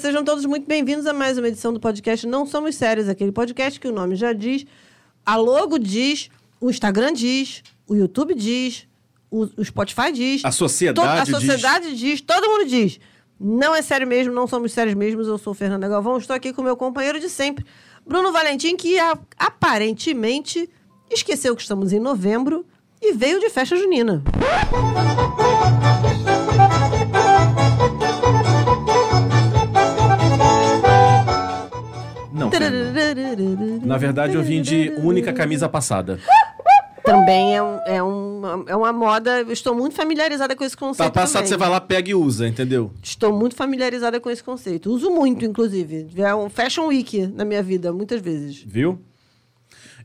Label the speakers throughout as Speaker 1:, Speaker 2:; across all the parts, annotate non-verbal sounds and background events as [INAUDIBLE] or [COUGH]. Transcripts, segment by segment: Speaker 1: Sejam todos muito bem-vindos a mais uma edição do podcast Não Somos Sérios, aquele podcast que o nome já diz, a logo diz, o Instagram diz, o YouTube diz, o, o Spotify diz.
Speaker 2: A sociedade
Speaker 1: to- a
Speaker 2: diz.
Speaker 1: sociedade diz. todo mundo diz. Não é sério mesmo, não somos sérios mesmos. Eu sou Fernanda Galvão, estou aqui com meu companheiro de sempre, Bruno Valentim, que a- aparentemente esqueceu que estamos em novembro e veio de festa junina.
Speaker 2: Não, Fernanda. na verdade eu vim de única camisa passada.
Speaker 1: Também é, um- é uma, é uma moda. eu Estou muito familiarizada com esse
Speaker 2: Tá
Speaker 1: conceito.
Speaker 2: passado,
Speaker 1: também.
Speaker 2: você vai lá, pega e usa, entendeu?
Speaker 1: Estou muito familiarizada com esse conceito. Uso muito, inclusive. É um fashion week na minha vida, muitas vezes.
Speaker 2: Viu?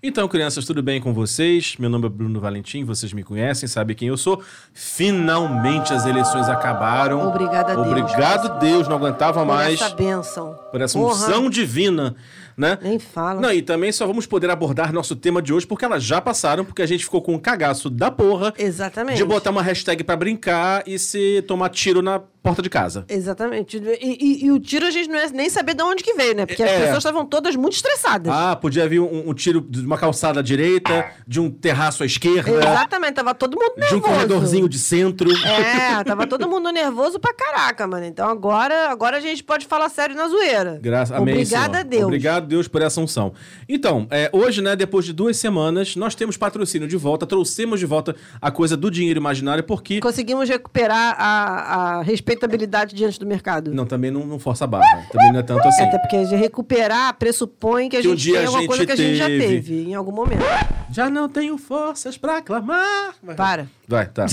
Speaker 2: Então, crianças, tudo bem com vocês? Meu nome é Bruno Valentim, vocês me conhecem, sabem quem eu sou. Finalmente as eleições acabaram.
Speaker 1: Obrigada a Deus.
Speaker 2: Obrigado, Deus, não aguentava
Speaker 1: Por
Speaker 2: mais.
Speaker 1: essa bênção.
Speaker 2: Por essa
Speaker 1: Porra,
Speaker 2: unção divina, né?
Speaker 1: Nem fala.
Speaker 2: Não, e também só vamos poder abordar nosso tema de hoje porque elas já passaram, porque a gente ficou com um cagaço da porra
Speaker 1: Exatamente.
Speaker 2: de botar uma hashtag pra brincar e se tomar tiro na porta de casa.
Speaker 1: Exatamente. E, e- e o tiro a gente não ia nem saber de onde que veio, né? Porque
Speaker 2: É.
Speaker 1: as pessoas estavam todas muito estressadas.
Speaker 2: Ah, podia vir um, um tiro de uma calçada à direita, de um terraço à esquerda,
Speaker 1: Exatamente, tava todo mundo nervoso.
Speaker 2: de um corredorzinho de centro.
Speaker 1: É, tava todo mundo nervoso pra caraca, mano. Então agora, agora a gente pode falar sério na zoeira.
Speaker 2: Graças amém,
Speaker 1: Obrigada
Speaker 2: Senhor.
Speaker 1: a Deus.
Speaker 2: Obrigado, Deus, por essa unção. Então, é, hoje, né, depois de duas semanas, nós temos patrocínio de volta, trouxemos de volta a coisa do dinheiro imaginário, porque.
Speaker 1: Conseguimos recuperar a, a respeitabilidade diante do mercado.
Speaker 2: Não, também não, não força a barra. Também não é tanto assim.
Speaker 1: Até porque de recuperar pressupõe que a
Speaker 2: Que um
Speaker 1: gente
Speaker 2: dia
Speaker 1: tem
Speaker 2: a
Speaker 1: alguma
Speaker 2: gente
Speaker 1: coisa que a gente já
Speaker 2: teve.
Speaker 1: teve em algum momento.
Speaker 2: Já não tenho forças pra clamar. Vai.
Speaker 1: Para.
Speaker 2: Vai, tá.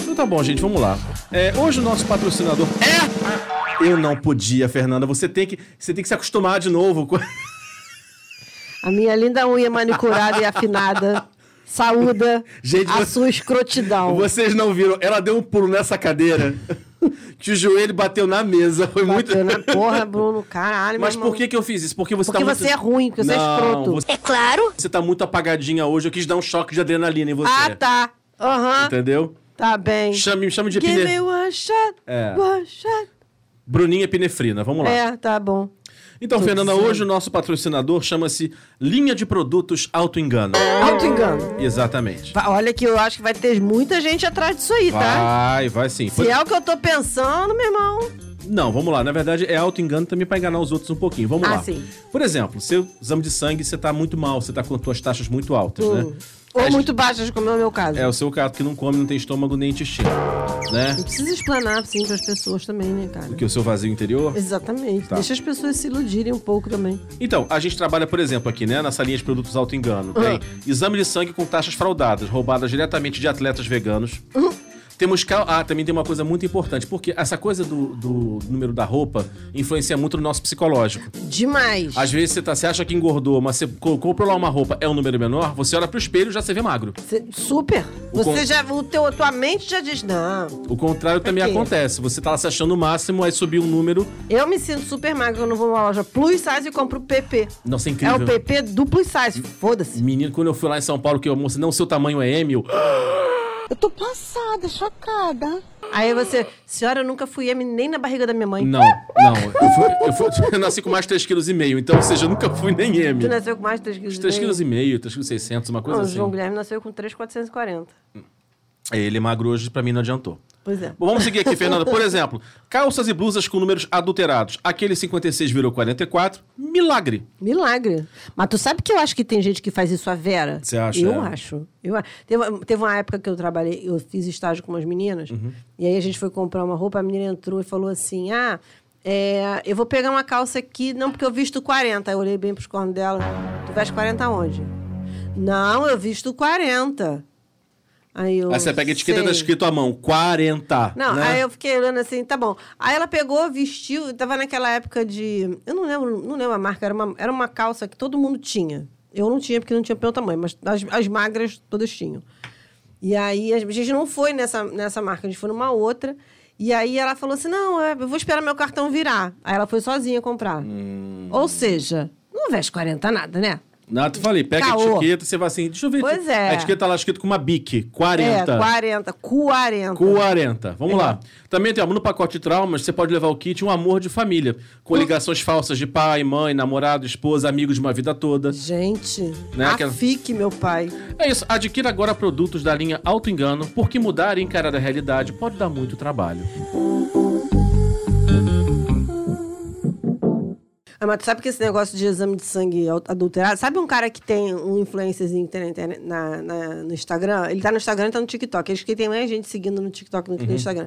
Speaker 2: então tá bom, gente, vamos lá. É, hoje o nosso patrocinador é. Eu não podia, Fernanda. Você tem que, você tem que se acostumar de
Speaker 1: [LAUGHS]
Speaker 2: novo. com-
Speaker 1: A minha linda unha manicurada e
Speaker 2: [LAUGHS]
Speaker 1: afinada. Saúda
Speaker 2: Gente,
Speaker 1: a
Speaker 2: você-
Speaker 1: sua escrotidão.
Speaker 2: Vocês não viram. Ela deu um pulo nessa cadeira que o joelho bateu na mesa. Foi é muito.
Speaker 1: Bateu na porra, Bruno, caralho.
Speaker 2: [LAUGHS] Mas
Speaker 1: meu irmão.
Speaker 2: por que, que eu fiz isso? Porque você
Speaker 1: Porque
Speaker 2: tá muito...
Speaker 1: você é ruim, porque você é
Speaker 2: Não,
Speaker 1: escroto.
Speaker 2: Você,
Speaker 3: É claro.
Speaker 2: você tá muito apagadinha hoje. Eu quis dar um choque de adrenalina em você. é.
Speaker 1: Ah, tá. Aham.
Speaker 2: Entendeu?
Speaker 1: Tá bem.
Speaker 2: Chame, chame de
Speaker 1: Give
Speaker 2: pine...
Speaker 1: me one shot,
Speaker 2: É.
Speaker 1: one shot.
Speaker 2: Bruninha Pinefrina. Vamos lá.
Speaker 1: É, tá bom.
Speaker 2: Então,
Speaker 1: Tô
Speaker 2: Fernanda,
Speaker 1: dizendo.
Speaker 2: hoje o nosso patrocinador chama-se Linha de Produtos Auto Engano.
Speaker 1: Auto-engano.
Speaker 2: Exatamente.
Speaker 1: Va- Olha que eu acho que vai ter muita gente atrás disso aí, tá?
Speaker 2: Vai, vai sim.
Speaker 1: Se é o que eu tô pensando, meu irmão.
Speaker 2: Não, vamos lá. Na verdade, é auto-engano também pra enganar os outros um pouquinho. Vamos
Speaker 1: Ah,
Speaker 2: lá.
Speaker 1: sim.
Speaker 2: Por exemplo, seu exame de sangue, você tá muito mal, você tá com as suas taxas muito altas, né?
Speaker 1: Ou
Speaker 2: É,
Speaker 1: muito baixas, como é o meu caso.
Speaker 2: É o seu caso que não come, não tem estômago nem intestino, né?
Speaker 1: Não precisa explanar, sim, pras pessoas também, né, cara?
Speaker 2: O que o seu vazio interior?
Speaker 1: Exatamente.
Speaker 2: Tá.
Speaker 1: Deixa as pessoas se iludirem um pouco também.
Speaker 2: Então, a gente trabalha, por exemplo, aqui, né, nessa linha de produtos auto-engano. Tem exame de sangue com taxas fraudadas, roubadas diretamente de atletas veganos.
Speaker 1: Uhum.
Speaker 2: Temos cal... Ah, também tem uma coisa muito importante, porque essa coisa do, do número da roupa influencia muito no nosso psicológico.
Speaker 1: Demais.
Speaker 2: Às vezes você, tá, você acha que engordou, mas você co- comprou lá uma roupa, é um número menor, você olha pro espelho e já se vê magro.
Speaker 1: Cê- super.
Speaker 2: O
Speaker 1: Você
Speaker 2: con-
Speaker 1: já. O teu, a tua mente já diz, não.
Speaker 2: O contrário também
Speaker 1: quê?
Speaker 2: acontece. Você tá lá se achando o máximo, aí subiu um número.
Speaker 1: Eu me sinto super magra quando eu vou numa loja plus size e compro o PP.
Speaker 2: Nossa, é
Speaker 1: É
Speaker 2: incrível.
Speaker 1: o PP do plus size. Foda-se.
Speaker 2: Menino, quando eu fui lá em São Paulo, que eu mostrei, não, seu tamanho é M, eu...
Speaker 3: Eu tô passada, chocada.
Speaker 1: Aí você, senhora, eu nunca fui M nem na barriga da minha mãe.
Speaker 2: Não, não. Eu, fui- eu fui- [LAUGHS] eu nasci com mais 3,5 kg, então, ou seja, eu nunca fui nem
Speaker 1: Tu
Speaker 2: M.
Speaker 1: nasceu com mais de 3 quilos.
Speaker 2: 3,5 kg, 3,6 kg, uma
Speaker 1: Não,
Speaker 2: coisa
Speaker 1: o João
Speaker 2: assim.
Speaker 1: Guilherme nasceu com 3,440.
Speaker 2: É, Ele é magro hoje, pra mim não adiantou.
Speaker 1: Pois é.
Speaker 2: Bom, vamos seguir aqui, Fernanda. Por exemplo, calças e blusas com números adulterados. Aquele 56 virou 44, milagre.
Speaker 1: Milagre. Mas tu sabe que eu acho que tem gente que faz isso a Vera?
Speaker 2: Você acha,
Speaker 1: Eu
Speaker 2: é?
Speaker 1: acho. Eu, a- teve, uma- teve uma época que eu trabalhei, eu fiz estágio com umas meninas,
Speaker 2: Uhum.
Speaker 1: e aí a gente foi comprar uma roupa, a menina entrou e falou assim: Ah, é, eu vou pegar uma calça aqui, não, porque eu visto 40. Aí eu olhei bem pros cornos dela. Tu veste 40 onde? Não, eu visto 40. Aí, eu,
Speaker 2: Aí você pega a etiqueta e tá
Speaker 1: "Sei."
Speaker 2: escrito à mão, 40.
Speaker 1: Não,
Speaker 2: né?
Speaker 1: aí eu fiquei olhando assim, tá bom. Aí ela pegou, vestiu, tava naquela época de. Eu não lembro, não lembro a marca, era uma, era uma calça que todo mundo tinha. Eu não tinha, porque não tinha pelo tamanho, mas as, as magras todas tinham. E aí a gente não foi nessa, nessa marca, a gente foi numa outra. E aí ela falou assim: não, é, eu vou esperar meu
Speaker 2: Hum.
Speaker 1: cartão virar. Aí ela foi sozinha comprar. Ou seja, não veste 40 nada, né?
Speaker 2: Não, tu falei, pega a
Speaker 1: Caô.
Speaker 2: etiqueta, você vai assim, deixa eu ver.
Speaker 1: Pois é.
Speaker 2: A etiqueta tá lá escrito com uma bique, 40.
Speaker 1: É, 40, 40.
Speaker 2: 40. Vamos lá. Também tem ó, no pacote de traumas, você pode levar o kit um amor de família, com ligações falsas de pai, mãe, namorado, esposa, amigo de uma vida toda.
Speaker 1: Gente,
Speaker 2: Né,
Speaker 1: a
Speaker 2: aquela-
Speaker 1: FIC, meu pai.
Speaker 2: É isso, adquira agora produtos da linha Auto Engano, porque mudar e encarar a realidade pode dar muito trabalho.
Speaker 1: Ah, mas tu sabe que esse negócio de exame de sangue al- adulterado? Sabe um cara que tem um influencerzinho que tem na internet- na- na- no Instagram? Ele tá no Instagram e tá no TikTok. Acho que tem mais gente seguindo no TikTok do que no Instagram.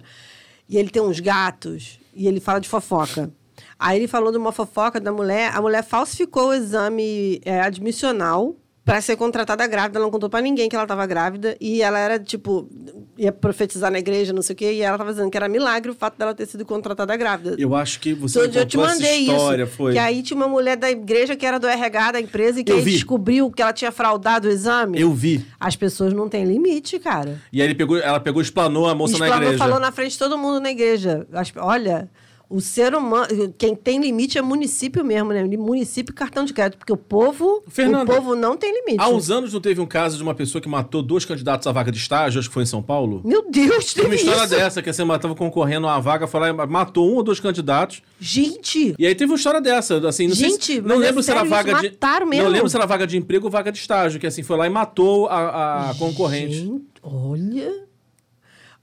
Speaker 1: E ele tem uns gatos e ele fala de fofoca. Aí ele falou de uma fofoca da mulher. A mulher falsificou o exame é, admissional pra ser contratada grávida. Ela não contou pra ninguém que ela tava grávida. E ela era, tipo, ia profetizar na igreja, não sei o quê. E ela tava dizendo que era milagre o fato dela ter sido contratada grávida.
Speaker 2: Eu acho que você
Speaker 1: Todo dia eu te mandei
Speaker 2: história,
Speaker 1: isso.
Speaker 2: foi.
Speaker 1: Que aí tinha uma mulher da igreja que era do RH da empresa e que
Speaker 2: Eu
Speaker 1: aí
Speaker 2: vi.
Speaker 1: descobriu que ela tinha fraudado o exame.
Speaker 2: Eu vi.
Speaker 1: As pessoas não têm limite, cara.
Speaker 2: E aí ele pegou, ela pegou e explanou a moça na
Speaker 1: Explanou,
Speaker 2: igreja.
Speaker 1: falou na frente de todo mundo na igreja. As- olha, o ser humano. Quem tem limite é município mesmo, né? Município e cartão de crédito. Porque o povo.
Speaker 2: Fernanda,
Speaker 1: o povo não tem limite.
Speaker 2: Há uns anos não teve um caso de uma pessoa que matou dois candidatos à vaga de estágio, acho que foi em São Paulo?
Speaker 1: Meu Deus,
Speaker 2: Tem uma
Speaker 1: teve
Speaker 2: história
Speaker 1: isso.
Speaker 2: dessa, que a semana tava concorrendo a uma vaga, foi lá e matou um ou dois candidatos.
Speaker 1: Gente,
Speaker 2: E aí teve uma história dessa, assim, não
Speaker 1: Gente,
Speaker 2: sei se, não
Speaker 1: mas é
Speaker 2: lembro se era
Speaker 1: sério isso?
Speaker 2: vaga de
Speaker 1: Mataram mesmo?
Speaker 2: Não lembro se era vaga de emprego ou vaga de estágio, que assim foi lá e matou a, a é concorrente.
Speaker 1: gente, olha.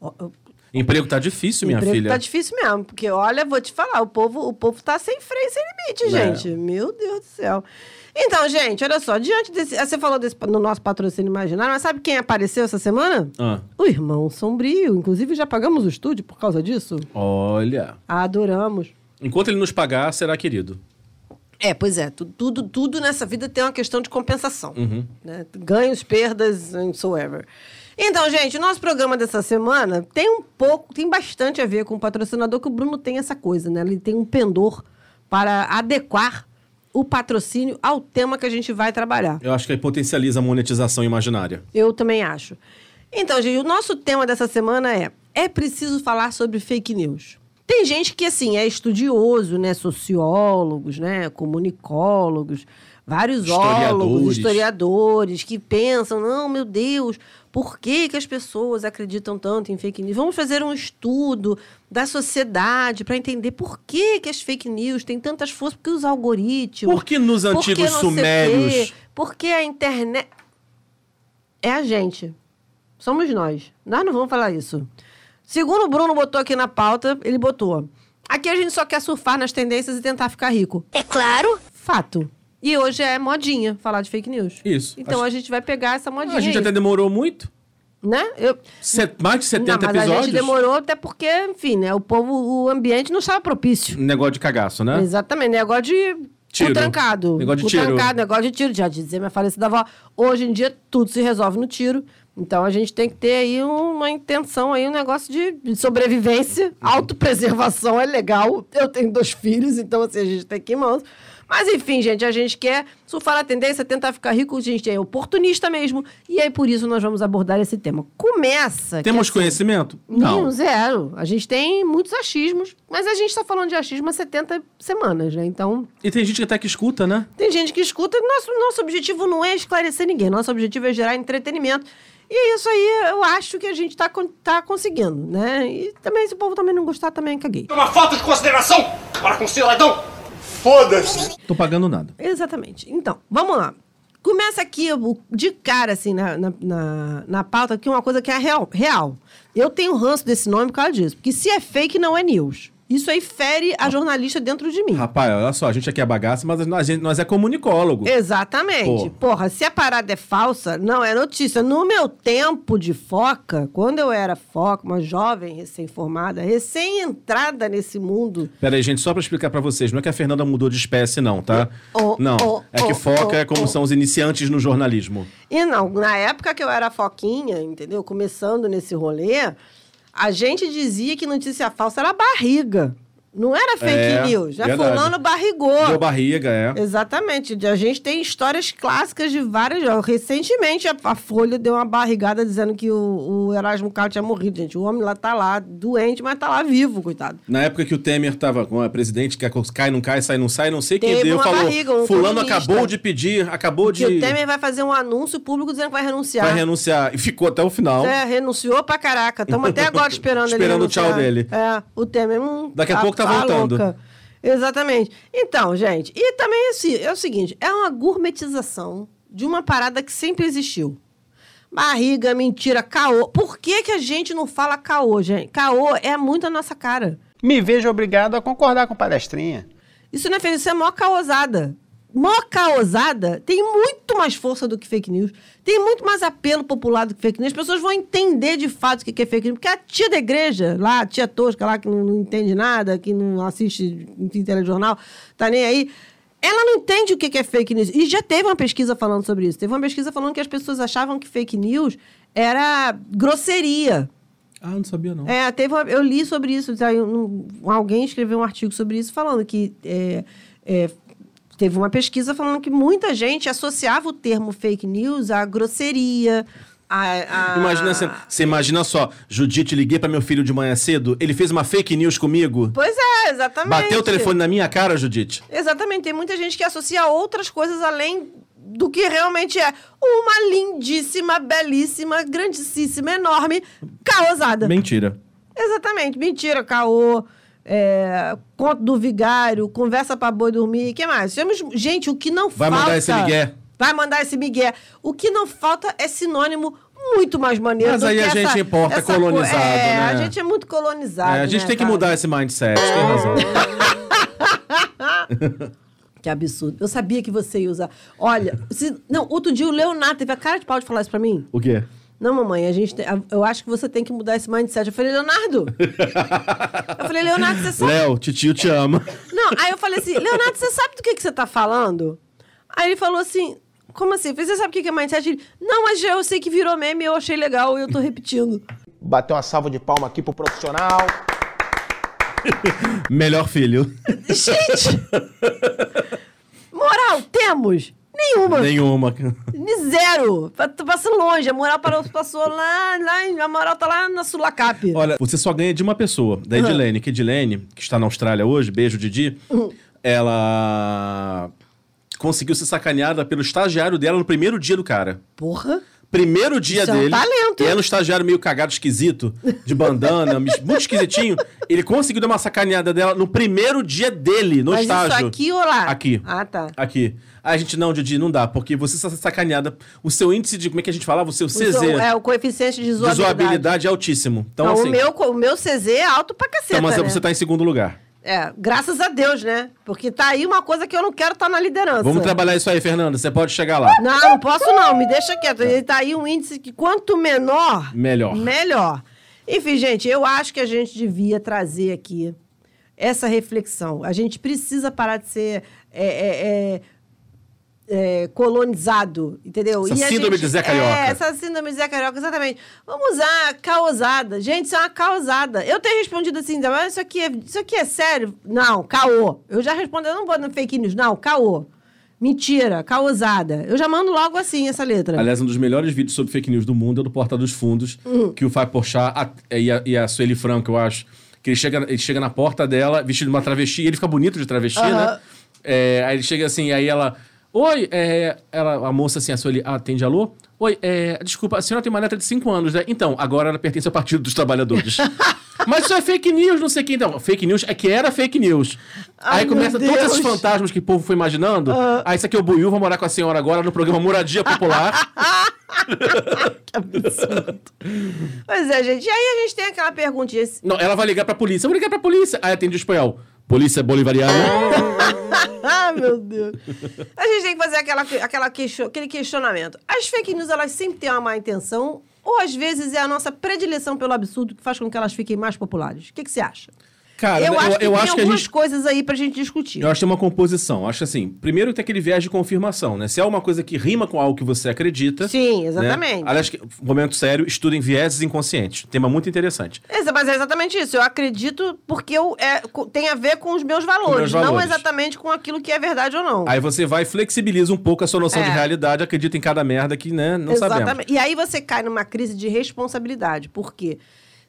Speaker 1: Ó,
Speaker 2: Emprego tá difícil, minha
Speaker 1: Emprego
Speaker 2: filha.
Speaker 1: Tá difícil mesmo, porque olha, vou te falar, o povo, o povo tá sem freio, sem limite,
Speaker 2: É.
Speaker 1: gente. Meu Deus do céu. Então, gente, olha só, diante desse. ah, Você falou desse, no nosso patrocínio imaginário, mas sabe quem apareceu essa semana?
Speaker 2: Ah,
Speaker 1: O irmão sombrio. Inclusive, já pagamos o estúdio por causa disso.
Speaker 2: olha.
Speaker 1: Adoramos.
Speaker 2: Enquanto ele nos pagar, será querido.
Speaker 1: É, pois é, tu- tudo, tudo nessa vida tem uma questão de compensação. né? Ganhos, perdas, and so ever. Então, gente, o nosso programa dessa semana tem um pouco, tem bastante a ver com o patrocinador, que o Bruno tem essa coisa, né? Ele tem um pendor para adequar o patrocínio ao tema que a gente vai trabalhar.
Speaker 2: Eu acho que aí potencializa a monetização imaginária.
Speaker 1: Eu também acho. Então, gente, o nosso tema dessa semana é: é preciso falar sobre fake news. Tem gente que, assim, é estudioso, né? Sociólogos, né? Comunicólogos, vários
Speaker 2: Historiadores.
Speaker 1: ólogos, historiadores, que pensam, não, meu Deus, por que, que as pessoas acreditam tanto em fake news? Vamos fazer um estudo da sociedade para entender por que, que as fake news têm tantas forças, porque os algoritmos...
Speaker 2: Por que nos
Speaker 1: Por que
Speaker 2: antigos
Speaker 1: não sei o
Speaker 2: sumérios?
Speaker 1: quê? Porque a internet. É a gente. Somos nós. Nós não vamos falar isso. Segundo o Bruno botou aqui na pauta, ele botou. Aqui a gente só quer surfar nas tendências e tentar ficar rico.
Speaker 3: É claro.
Speaker 1: Fato. E hoje é modinha falar de fake news.
Speaker 2: Isso.
Speaker 1: Então
Speaker 2: Acho-
Speaker 1: a gente vai pegar essa modinha.
Speaker 2: A gente
Speaker 1: aí,
Speaker 2: até demorou muito.
Speaker 1: Né? Eu...
Speaker 2: Set- mais de 70
Speaker 1: Não, mas
Speaker 2: episódios.
Speaker 1: a gente demorou até porque, enfim, né? O povo, o ambiente não estava propício.
Speaker 2: Um negócio de cagaço, né?
Speaker 1: Exatamente, negócio de
Speaker 2: Tiro.
Speaker 1: cu trancado.
Speaker 2: Negócio de
Speaker 1: Cu
Speaker 2: tiro.
Speaker 1: trancado, negócio de tiro. Já dizia minha falecida avó, hoje em dia tudo se resolve no tiro. Então a gente tem que ter aí uma intenção aí, um negócio de de
Speaker 2: Uhum.
Speaker 1: sobrevivência. Autopreservação é legal. Eu tenho dois filhos, então assim, a gente tem que ir em mãos. Mas enfim, gente, a gente quer surfar a tendência, tentar ficar rico, a gente é oportunista mesmo. E aí por isso nós vamos abordar esse tema. Começa.
Speaker 2: Temos conhecimento?
Speaker 1: Não, zero. A gente tem muitos achismos, mas a gente está falando de achismo há 70 semanas, né? Então,
Speaker 2: E tem gente que até que escuta, né?
Speaker 1: tem gente que escuta. Nosso, nosso objetivo não é esclarecer ninguém. Nosso objetivo é gerar entretenimento. E isso aí eu acho que a gente tá, con- tá conseguindo, né? E também, se o povo também não gostar, também é caguei.
Speaker 4: É uma falta de consideração para com o cidadão.
Speaker 2: Tô pagando nada.
Speaker 1: Exatamente. Então, vamos lá. Começa aqui o- de cara, assim, na, na, na, na pauta, aqui uma coisa que é real, real. Eu tenho ranço desse nome por causa disso. Porque se é fake, não é news. Isso aí fere a jornalista dentro de mim.
Speaker 2: Rapaz, olha só, a gente aqui é bagaça, mas a gente, nós é comunicólogo.
Speaker 1: Exatamente.
Speaker 2: Pô.
Speaker 1: Porra, se a parada é falsa, não é notícia. No meu tempo de foca, quando eu era foca, uma jovem recém-formada, recém-entrada nesse mundo.
Speaker 2: Pera aí, gente, só pra explicar pra vocês, não é que a Fernanda mudou de espécie, não, tá?
Speaker 1: Oh,
Speaker 2: não,
Speaker 1: oh,
Speaker 2: é que
Speaker 1: oh,
Speaker 2: foca é
Speaker 1: oh,
Speaker 2: como
Speaker 1: oh.
Speaker 2: são os iniciantes no jornalismo.
Speaker 1: E não, na época que eu era foquinha, entendeu? Começando nesse rolê, a gente dizia que notícia falsa era barriga. Não era fake
Speaker 2: É,
Speaker 1: news. Já
Speaker 2: verdade.
Speaker 1: fulano barrigou.
Speaker 2: Deu barriga, é.
Speaker 1: Exatamente. A gente tem histórias clássicas de várias. ó, Recentemente, a- a Folha deu uma barrigada dizendo que o, o Erasmo Carlos tinha morrido, gente. O homem lá tá lá, doente, mas tá lá vivo, coitado.
Speaker 2: Na época que o Temer tava com a presidente, que a coisa cai, não cai, sai, não sai, não sei quem
Speaker 1: Teve
Speaker 2: deu,
Speaker 1: uma
Speaker 2: falou.
Speaker 1: barriga, um
Speaker 2: fulano
Speaker 1: comunista."
Speaker 2: acabou de pedir, acabou de.
Speaker 1: Que o Temer vai fazer um anúncio público dizendo que vai renunciar.
Speaker 2: Vai renunciar. E ficou até o final.
Speaker 1: É, renunciou pra caraca. Estamos até
Speaker 2: [LAUGHS]
Speaker 1: agora esperando ele.
Speaker 2: Então- Esperando o tchau
Speaker 1: renunciar.
Speaker 2: dele.
Speaker 1: É, o Temer. Hum,
Speaker 2: Daqui a pouco tá voltando.
Speaker 1: Exatamente. Então, gente, e também esse- é o seguinte: é uma gourmetização de uma parada que sempre existiu. Barriga, mentira, caô. Por que, que a gente não fala caô, gente? Caô é muito a nossa cara.
Speaker 5: Me vejo obrigado a concordar com palestrinha.
Speaker 1: Isso não é fake news, isso é mó caosada. Mó caosada tem muito mais força do que fake news, tem muito mais apelo popular do que fake news. As pessoas vão entender de fato o que que é fake news, porque a tia da igreja, lá, a tia tosca lá que não, não entende nada, que não assiste enfim, telejornal, tá nem aí. Ela não entende o que que é fake news. E já teve uma pesquisa falando sobre isso. Teve uma pesquisa falando que as pessoas achavam que fake news era grosseria.
Speaker 2: Ah, não sabia, não.
Speaker 1: É, teve uma- eu li sobre isso. saiu num- alguém escreveu um artigo sobre isso falando que é, é, teve uma pesquisa falando que muita gente associava o termo fake news à grosseria. à- à-
Speaker 2: Imagina, você- você imagina só, Judite, liguei pra meu filho de manhã cedo, ele fez uma fake news comigo.
Speaker 1: Pois é, exatamente.
Speaker 2: Bateu o telefone na minha cara, Judite.
Speaker 1: Exatamente, tem muita gente que associa outras coisas além do que realmente é uma lindíssima, belíssima, grandíssima, enorme caosada.
Speaker 2: Mentira.
Speaker 1: Exatamente. Mentira, caô. É, conto do vigário, conversa pra boi dormir, o que mais? Temos, gente, o que não
Speaker 2: Vai
Speaker 1: falta...
Speaker 2: mandar esse migué.
Speaker 1: Vai mandar esse migué. O que não falta é sinônimo muito mais maneiro
Speaker 2: Mas
Speaker 1: do
Speaker 2: aí
Speaker 1: que
Speaker 2: a
Speaker 1: essa-
Speaker 2: gente importa
Speaker 1: essa co-
Speaker 2: colonizado,
Speaker 1: é,
Speaker 2: né?
Speaker 1: a gente é muito colonizado,
Speaker 2: É, a gente
Speaker 1: né, É.
Speaker 2: tem que
Speaker 1: cara?
Speaker 2: mudar esse mindset, tem razão.
Speaker 1: Que absurdo. Eu sabia que você ia usar. Olha, se- não, outro dia o Leonardo teve a cara de pau de falar isso pra mim.
Speaker 2: O quê?
Speaker 1: Não, mamãe, a gente tem- a- eu acho que você tem que mudar esse mindset. Eu falei, Leonardo! eu falei, Leonardo, você sabe
Speaker 2: Léo, titio te ama.
Speaker 1: Não, aí eu falei assim, Leonardo, você sabe do que, que você tá falando? Aí ele falou assim, como assim? Eu falei, Você sabe o que que é mindset? Ele, não, mas eu sei que virou meme, eu achei legal e eu tô repetindo.
Speaker 6: Bateu uma salva de palma aqui pro profissional.
Speaker 2: Melhor filho.
Speaker 1: Gente! Moral, temos? Nenhuma.
Speaker 2: Nenhuma.
Speaker 1: Ni Zero. Pa- Tu passa longe, a moral parou, passou lá, lá, em- a moral tá lá na Sulacap.
Speaker 2: Olha, você só ganha de uma pessoa, da
Speaker 1: Uhum.
Speaker 2: Edilene. Que Edilene, que está na Austrália hoje, beijo Didi, ela conseguiu ser sacaneada pelo estagiário dela no primeiro dia do cara.
Speaker 1: Porra.
Speaker 2: Primeiro dia
Speaker 1: Isso é um
Speaker 2: dele.
Speaker 1: talento.
Speaker 2: E era um estagiário meio cagado, esquisito, de bandana, [LAUGHS] mis- muito esquisitinho. Ele conseguiu dar uma sacaneada dela no primeiro dia dele, no
Speaker 1: mas
Speaker 2: estágio.
Speaker 1: isso aqui ou lá?
Speaker 2: Aqui.
Speaker 1: Ah, tá.
Speaker 2: Aqui. A gente, não, Didi, não dá, porque você está sacaneada. O seu índice de. Como é que a gente falava? O seu CZ.
Speaker 1: O, é, o coeficiente de
Speaker 2: de
Speaker 1: zoabilidade.
Speaker 2: zoabilidade é altíssimo. Então,
Speaker 1: Não,
Speaker 2: assim.
Speaker 1: o, meu, co- o meu CZ é alto pra caceta,
Speaker 2: então, mas
Speaker 1: né?
Speaker 2: você está em segundo lugar.
Speaker 1: É, graças a Deus, né? Porque tá aí uma coisa que eu não quero estar na liderança.
Speaker 2: Vamos trabalhar isso aí, Fernanda. Você pode chegar lá.
Speaker 1: Não, não posso não, me deixa quieto. Ele tá aí um índice que quanto menor,
Speaker 2: Melhor.
Speaker 1: melhor. Enfim, gente, eu acho que a gente devia trazer aqui essa reflexão. A gente precisa parar de ser é, é, é, é, colonizado, entendeu?
Speaker 2: Essa
Speaker 1: a
Speaker 2: síndrome
Speaker 1: gente-
Speaker 2: de Zé Carioca.
Speaker 1: É, essa síndrome de Zé Carioca, exatamente. Vamos usar causada. Gente, isso é uma causada. Eu tenho respondido assim, mas isso aqui é, isso aqui é sério? Não, caô. Eu já respondo, eu não vou no fake news, não, caô. Mentira, causada. Eu já mando logo assim essa letra.
Speaker 2: Aliás, um dos melhores vídeos sobre fake news do mundo é o do Porta dos Fundos,
Speaker 1: Hum.
Speaker 2: que o Fábio Porchat a- e, a, e a Sueli Franco, eu acho, que ele chega, ele chega na porta dela, vestido de uma travesti, e ele fica bonito de travesti, né? É, aí ele chega assim, aí ela... Oi, é, ela, a moça assim, a Sueli, "Ah, atende alô? Oi, é, desculpa, a senhora tem uma letra de 5 anos, né? Então, agora ela pertence ao Partido
Speaker 1: [LAUGHS]
Speaker 2: dos Trabalhadores. Mas isso é fake news, não sei o que. Então, fake news é que era fake news.
Speaker 1: Ai,
Speaker 2: aí começa
Speaker 1: meu
Speaker 2: todos esses
Speaker 1: Deus.
Speaker 2: fantasmas que o povo foi imaginando. Ah, isso aqui é o Buiu, vou morar com a senhora agora no programa Moradia Popular.
Speaker 1: Que absurdo. pois é, gente. E aí a gente tem aquela perguntinha. assim,
Speaker 2: Não, ela vai ligar pra polícia. Eu vou ligar pra polícia. Aí atende o espanhol. Polícia bolivariana.
Speaker 1: ah, meu Deus. A gente tem que fazer aquela, aquela question- aquele questionamento. As fake news, elas sempre têm uma má intenção, ou às vezes é a nossa predileção pelo absurdo que faz com que elas fiquem mais populares. O que, que você acha?
Speaker 2: Cara,
Speaker 1: eu, acho que tem
Speaker 2: acho que a
Speaker 1: algumas
Speaker 2: gente.
Speaker 1: coisas aí pra gente discutir.
Speaker 2: Eu acho que tem uma composição. Eu Acho assim, primeiro tem aquele viés de confirmação, né? Se é uma coisa que rima com algo que você acredita.
Speaker 1: Sim,
Speaker 2: né?
Speaker 1: exatamente.
Speaker 2: Aliás, que- momento sério, estudem vieses inconscientes. Tema muito interessante.
Speaker 1: Esse- mas é exatamente isso. Eu acredito porque eu, é, co- tem a ver com os meus valores,
Speaker 2: meus valores.
Speaker 1: não exatamente com aquilo que é verdade ou não.
Speaker 2: Aí você vai e flexibiliza um pouco a sua noção
Speaker 1: É.
Speaker 2: de realidade, acredita em cada merda que, né, não sabemos.
Speaker 1: E aí você cai numa crise de responsabilidade. Por quê?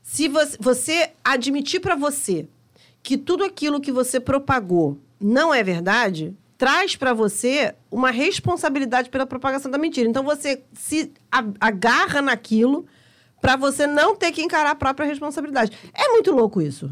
Speaker 1: Se você, você admitir pra você que tudo aquilo que você propagou não é verdade, traz pra você uma responsabilidade pela propagação da mentira. Então você se a- agarra naquilo pra você não ter que encarar a própria responsabilidade. É muito louco isso.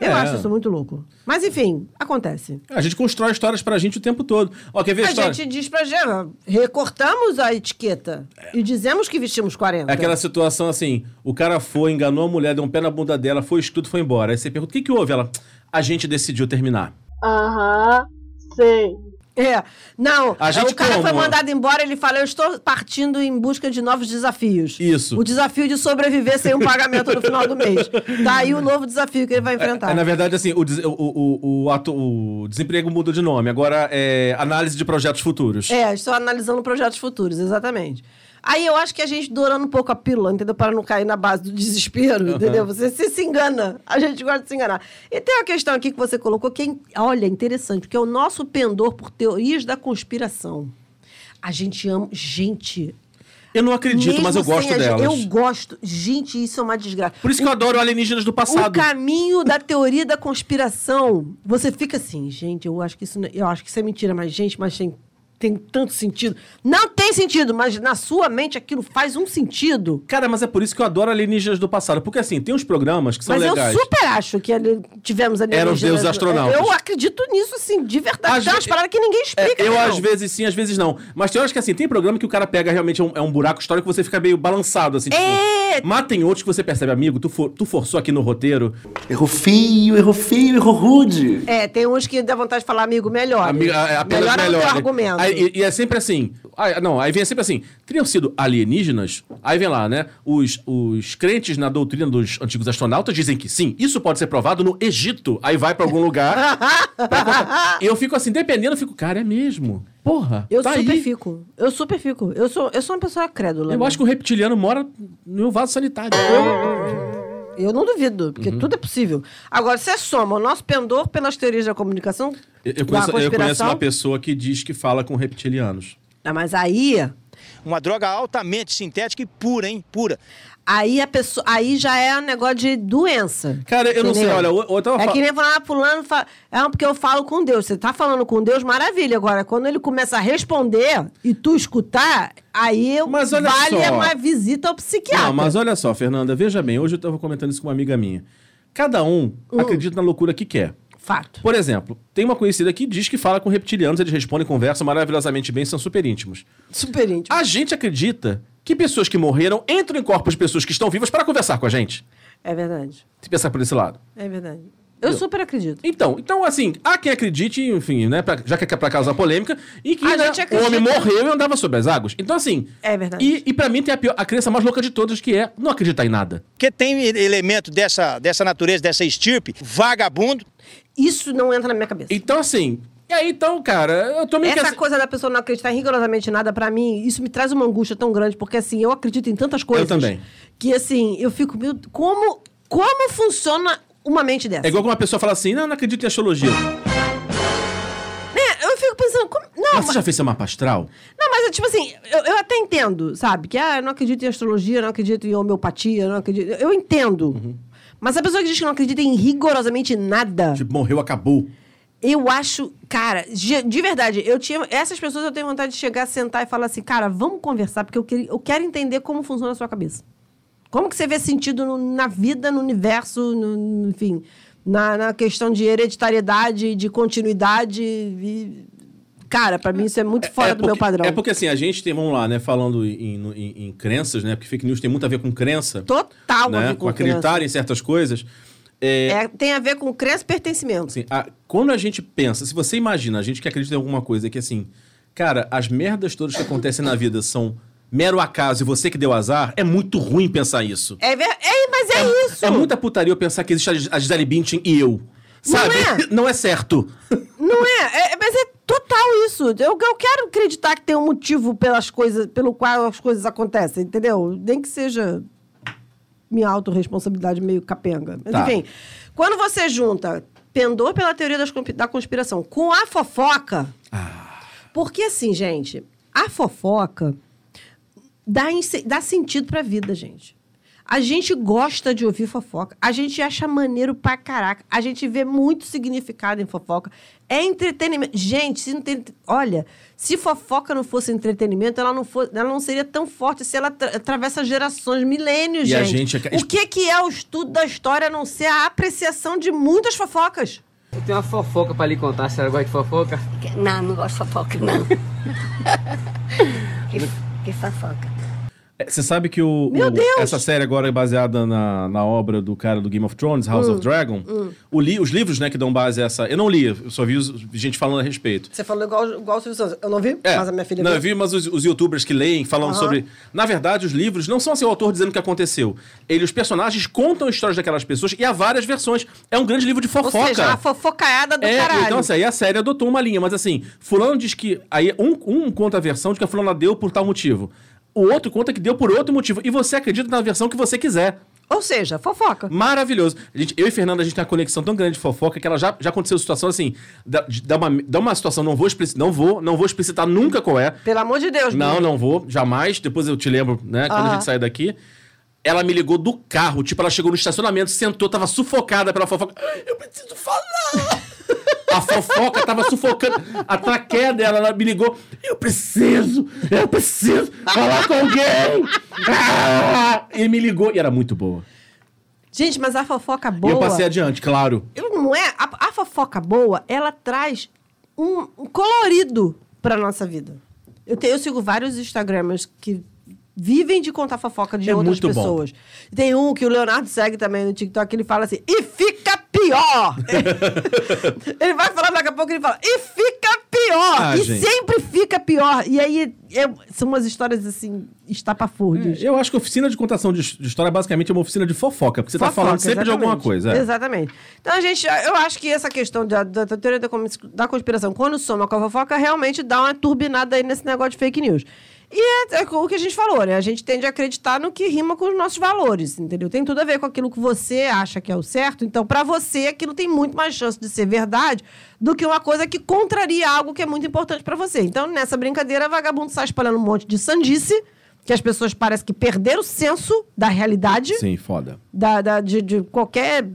Speaker 1: Eu
Speaker 2: É.
Speaker 1: acho isso muito louco. Mas enfim, acontece.
Speaker 2: A gente constrói histórias pra gente o tempo todo. Ó, quer ver a
Speaker 1: A
Speaker 2: história?
Speaker 1: gente diz pra gente, recortamos a etiqueta e dizemos que vestimos 40.
Speaker 2: É Aquela situação assim, o cara foi, enganou a mulher, deu um pé na bunda dela, foi estudo, foi embora. Aí você pergunta, o que que houve? Ela, a gente decidiu terminar.
Speaker 7: Aham, sei.
Speaker 1: É. Não,
Speaker 2: A gente
Speaker 1: o cara foi
Speaker 2: como?
Speaker 1: mandado embora, ele fala: Eu estou partindo em busca de novos desafios.
Speaker 2: Isso.
Speaker 1: O desafio de sobreviver
Speaker 2: [LAUGHS]
Speaker 1: sem um pagamento no final do mês. Tá aí o novo desafio que ele vai enfrentar.
Speaker 2: É, na verdade, assim, o, des- o, o, o, ato- o desemprego muda de nome. Agora é análise de projetos futuros.
Speaker 1: É, estou analisando projetos futuros, exatamente. Aí eu acho que a gente dourando um pouco a pílula, entendeu? Para não cair na base do desespero, entendeu? Você, você se engana. A gente gosta de se enganar. E tem uma questão aqui que você colocou que é, in- olha, interessante, porque é o nosso pendor por teorias da conspiração. A gente ama. Gente.
Speaker 2: Eu não acredito,
Speaker 1: mesmo
Speaker 2: mas eu
Speaker 1: sem
Speaker 2: gosto
Speaker 1: a gente-
Speaker 2: delas.
Speaker 1: Eu gosto. Gente, isso é uma desgraça.
Speaker 2: Por isso que eu adoro alienígenas do
Speaker 1: O
Speaker 2: passado.
Speaker 1: caminho da teoria da conspiração. Você fica assim, gente, eu acho que isso, não- eu acho que isso é mentira, mas gente, mas tem, tem tanto sentido. Não tem sentido, mas na sua mente aquilo faz um sentido.
Speaker 2: Cara, mas é por isso que eu adoro alienígenas do passado. Porque assim, tem uns programas que são
Speaker 1: mas
Speaker 2: legais.
Speaker 1: eu super acho que ali- tivemos ali.
Speaker 2: Eram os deuses astronautas.
Speaker 1: Eu acredito nisso, assim, de verdade.
Speaker 2: Às
Speaker 1: tem umas
Speaker 2: ve-
Speaker 1: paradas que ninguém explica.
Speaker 2: É, eu,
Speaker 1: não.
Speaker 2: às vezes sim, às vezes não. Mas tem horas que assim, tem programa que o cara pega realmente é um, é um buraco histórico que você fica meio balançado, assim.
Speaker 1: É.
Speaker 2: Tipo, mas tem outros que você percebe, amigo, tu, for- tu forçou aqui no roteiro.
Speaker 8: Errou feio, errou feio, errou rude.
Speaker 1: É, tem uns que dá vontade de falar, amigo, melhor.
Speaker 2: Ami- a- apenas
Speaker 1: melhor é o
Speaker 2: melhor. né?
Speaker 1: teu argumento.
Speaker 2: Aí- e, e é sempre assim. ah, não, aí vem sempre assim. Teriam sido alienígenas? Aí vem lá, né? Os, os crentes na doutrina dos antigos astronautas dizem que sim, isso pode ser provado no Egito. Aí vai pra
Speaker 1: [LAUGHS]
Speaker 2: algum lugar. pra contar. eu fico assim, dependendo, eu fico, cara, é mesmo. Porra.
Speaker 1: eu
Speaker 2: tá
Speaker 1: super
Speaker 2: aí.
Speaker 1: fico. Eu super fico. Eu sou, eu sou uma pessoa crédula.
Speaker 2: Eu
Speaker 1: né?
Speaker 2: acho que o reptiliano mora no meu vaso sanitário.
Speaker 1: Eu não duvido, porque
Speaker 2: Uhum.
Speaker 1: tudo é possível. Agora, você soma o nosso pendor pelas teorias da comunicação.
Speaker 2: Eu,
Speaker 1: da
Speaker 2: eu conheço, eu conheço
Speaker 1: conspiração.
Speaker 2: uma pessoa que diz que fala com reptilianos.
Speaker 1: Ah, mas aí,
Speaker 9: Uma droga altamente sintética e pura, hein? Pura.
Speaker 1: aí a pessoa. Aí já é um negócio de doença.
Speaker 2: Cara, eu não sei,
Speaker 1: entendeu?
Speaker 2: olha, eu- eu tava
Speaker 1: É
Speaker 2: fal-
Speaker 1: que nem falar, ah, fulano, fa... é porque eu falo com Deus. Você tá falando com Deus, maravilha. Agora, quando ele começa a responder e tu escutar, aí
Speaker 2: Mas olha
Speaker 1: vale
Speaker 2: só.
Speaker 1: uma visita ao psiquiatra.
Speaker 2: Não, mas olha só, Fernanda, veja bem, hoje eu tava comentando isso com uma amiga minha. Cada um acredita na loucura que quer.
Speaker 1: Fato.
Speaker 2: Por exemplo, tem uma conhecida que diz que fala com reptilianos, eles respondem, conversam maravilhosamente bem, são super íntimos.
Speaker 1: Super íntimo.
Speaker 2: A gente acredita que pessoas que morreram entram em corpos de pessoas que estão vivas para conversar com a gente.
Speaker 1: É verdade.
Speaker 2: Se pensar por esse lado.
Speaker 1: É verdade. Eu super acredito.
Speaker 2: Então, então assim, há quem acredite, enfim, né, pra- já que é pra causar polêmica, e que
Speaker 1: A
Speaker 2: né,
Speaker 1: gente
Speaker 2: o
Speaker 1: acredita.
Speaker 2: homem morreu e andava sobre as águas. Então, assim.
Speaker 1: É verdade.
Speaker 2: E, e pra mim tem a, pior, a crença mais louca de todas, que é não acreditar em nada.
Speaker 9: Porque tem elemento dessa, dessa natureza, dessa estirpe, vagabundo.
Speaker 1: Isso não entra na minha cabeça.
Speaker 2: Então, assim. E aí, então, cara, eu tô meio que
Speaker 1: Essa
Speaker 2: assim-
Speaker 1: coisa da pessoa não acreditar em rigorosamente nada, pra mim, isso me traz uma angústia tão grande, porque assim, eu acredito em tantas coisas.
Speaker 2: também.
Speaker 1: Que assim, eu fico, meu, como, como funciona uma mente dessa?
Speaker 2: É igual quando uma pessoa fala assim, não, eu não acredito em astrologia.
Speaker 1: Né? eu fico pensando, como- não,
Speaker 2: Mas você
Speaker 1: mas,
Speaker 2: já fez seu mapa astral?
Speaker 1: não, mas é tipo assim, eu, eu até entendo, sabe? Que ah, eu não acredito em astrologia, eu não acredito em homeopatia, eu não acredito. Eu entendo.
Speaker 2: Uhum.
Speaker 1: Mas a pessoa que diz que não acredita em rigorosamente nada.
Speaker 2: Tipo, morreu, acabou. Eu
Speaker 1: Eu acho, cara, de, de verdade, eu tinha. Essas pessoas eu tenho vontade de chegar, sentar e falar assim, cara, vamos conversar, porque eu, queria- eu quero entender como funciona a sua cabeça. Como que você vê sentido no- na vida, no universo, no- no- enfim, na, na questão de hereditariedade, de continuidade. e- cara, pra mim isso é muito fora
Speaker 2: é
Speaker 1: do
Speaker 2: porque,
Speaker 1: meu padrão.
Speaker 2: É porque assim, a gente tem, vamos lá, né, falando em, no- em- em crenças, né, porque fake news tem muito a ver com crença.
Speaker 1: Total a
Speaker 2: né,
Speaker 1: ver
Speaker 2: com
Speaker 1: com
Speaker 2: acreditar em certas coisas. É,
Speaker 1: É, tem a ver com crença e pertencimento.
Speaker 2: Assim, a- quando a gente pensa, se você imagina, a gente que acredita em alguma coisa, que assim, cara, as merdas todas que acontecem na vida são mero acaso e você que deu azar, é muito ruim pensar isso.
Speaker 1: É, ver- é aí, mas é isso.
Speaker 2: É muita putaria eu pensar que existe a Gis- a Gisele Bündchen e eu. Sabe?
Speaker 1: é.
Speaker 2: [LAUGHS] Não é
Speaker 1: [LAUGHS]
Speaker 2: certo.
Speaker 1: Não é? É- Mas é total isso. Eu, eu quero acreditar que tem um motivo pelas coisas, pelo qual as coisas acontecem, entendeu? Nem que seja minha autorresponsabilidade meio capenga. Mas,
Speaker 2: Tá.
Speaker 1: enfim, quando você junta pendor pela teoria das conspi- da conspiração com a fofoca. Porque assim, gente, a fofoca dá, inse- dá sentido pra vida, gente. A gente gosta de ouvir fofoca. A gente acha maneiro pra caraca. A gente vê muito significado em fofoca. É entretenimento. Gente, se não tem. Olha, se fofoca não fosse entretenimento, ela não, fo- ela não seria tão forte se ela tra- atravessa gerações, milênios,
Speaker 2: E a
Speaker 1: gente.
Speaker 2: gente é-
Speaker 1: O que, que é o estudo da história a não ser a apreciação de muitas fofocas?
Speaker 10: Eu tenho uma fofoca pra lhe contar, a senhora gosta de fofoca?
Speaker 3: Não, não gosto de fofoca, não. que, que fofoca.
Speaker 2: É, Você sabe que o,
Speaker 1: Meu
Speaker 2: o-
Speaker 1: Deus!
Speaker 2: essa série agora é baseada na, na obra do cara do Game of Thrones, House
Speaker 1: Hum.
Speaker 2: of Dragon. O li, os livros né, que dão base a essa. Eu não li, eu só vi os- gente falando a respeito.
Speaker 1: Você falou igual, igual o Silvio Santos. Eu não vi,
Speaker 2: É,
Speaker 1: mas a minha filha
Speaker 2: não,
Speaker 1: viu.
Speaker 2: eu vi, mas os, os youtubers que leem falando sobre. Na verdade, os livros não são assim o autor dizendo o que aconteceu. Ele, os personagens contam histórias daquelas pessoas e há várias versões. É um grande livro de
Speaker 1: Ou
Speaker 2: fofoca.
Speaker 1: seja, a fofocaiada do
Speaker 2: É,
Speaker 1: caralho.
Speaker 2: então assim, aí a série adotou uma linha, mas assim, fulano diz que. Aí um, um conta a versão de que a fulana deu por tal motivo. O outro conta que deu por outro motivo. E você acredita na versão que você quiser.
Speaker 1: Ou seja, fofoca.
Speaker 2: Maravilhoso. Gente, eu e Fernanda, a gente tem uma conexão tão grande de fofoca que ela já, já aconteceu situação assim. Dá, de- dá uma, dá uma situação, não vou explicitar, não vou, não vou explicitar nunca qual é.
Speaker 1: Pelo amor de Deus,
Speaker 2: Não,
Speaker 1: Bruno.
Speaker 2: não vou, jamais. Depois eu te lembro, né? Quando a
Speaker 1: Aham.
Speaker 2: gente sair daqui. Ela me ligou do carro, tipo, ela chegou no estacionamento, sentou, tava sufocada pela fofoca. Eu preciso falar! A fofoca tava sufocando. A traqueia dela, ela me ligou. Eu preciso! Eu preciso falar com alguém! Ah! E me ligou. E era muito boa.
Speaker 1: Gente, mas a fofoca boa.
Speaker 2: E eu passei adiante, claro.
Speaker 1: Eu não é. A, a fofoca boa, ela traz um, um colorido pra nossa vida. Eu, te- eu sigo vários Instagramers que vivem de contar fofoca de
Speaker 2: É
Speaker 1: outras
Speaker 2: muito bom.
Speaker 1: pessoas. Tem um que o Leonardo segue também no TikTok, ele fala assim, e fica
Speaker 2: [LAUGHS]
Speaker 1: pior! ele vai falar daqui a pouco, ele fala, e fica pior!
Speaker 2: Ah,
Speaker 1: e
Speaker 2: gente.
Speaker 1: sempre fica pior! E aí, é- são umas histórias, assim, estapafúrdias.
Speaker 2: Eu acho que oficina de contação de his- de história basicamente é uma oficina de fofoca, porque você tá
Speaker 1: Fofoca,
Speaker 2: falando sempre de
Speaker 1: exatamente.
Speaker 2: alguma coisa. é.
Speaker 1: Exatamente. Então, a gente, eu acho que essa questão da, da teoria da, comis- da conspiração, quando soma com a fofoca, realmente dá uma turbinada aí nesse negócio de fake news. E é, é o que a gente falou, né? A gente tende a acreditar no que rima com os nossos valores, entendeu? Tem tudo a ver com aquilo que você acha que é o certo. Então, pra você, aquilo tem muito mais chance de ser verdade do que uma coisa que contraria algo que é muito importante pra você. Então, nessa brincadeira, vagabundo sai espalhando um monte de sandice, que as pessoas parecem que perderam o senso da realidade
Speaker 2: Sim, foda.
Speaker 1: da, da- de, de qualquer.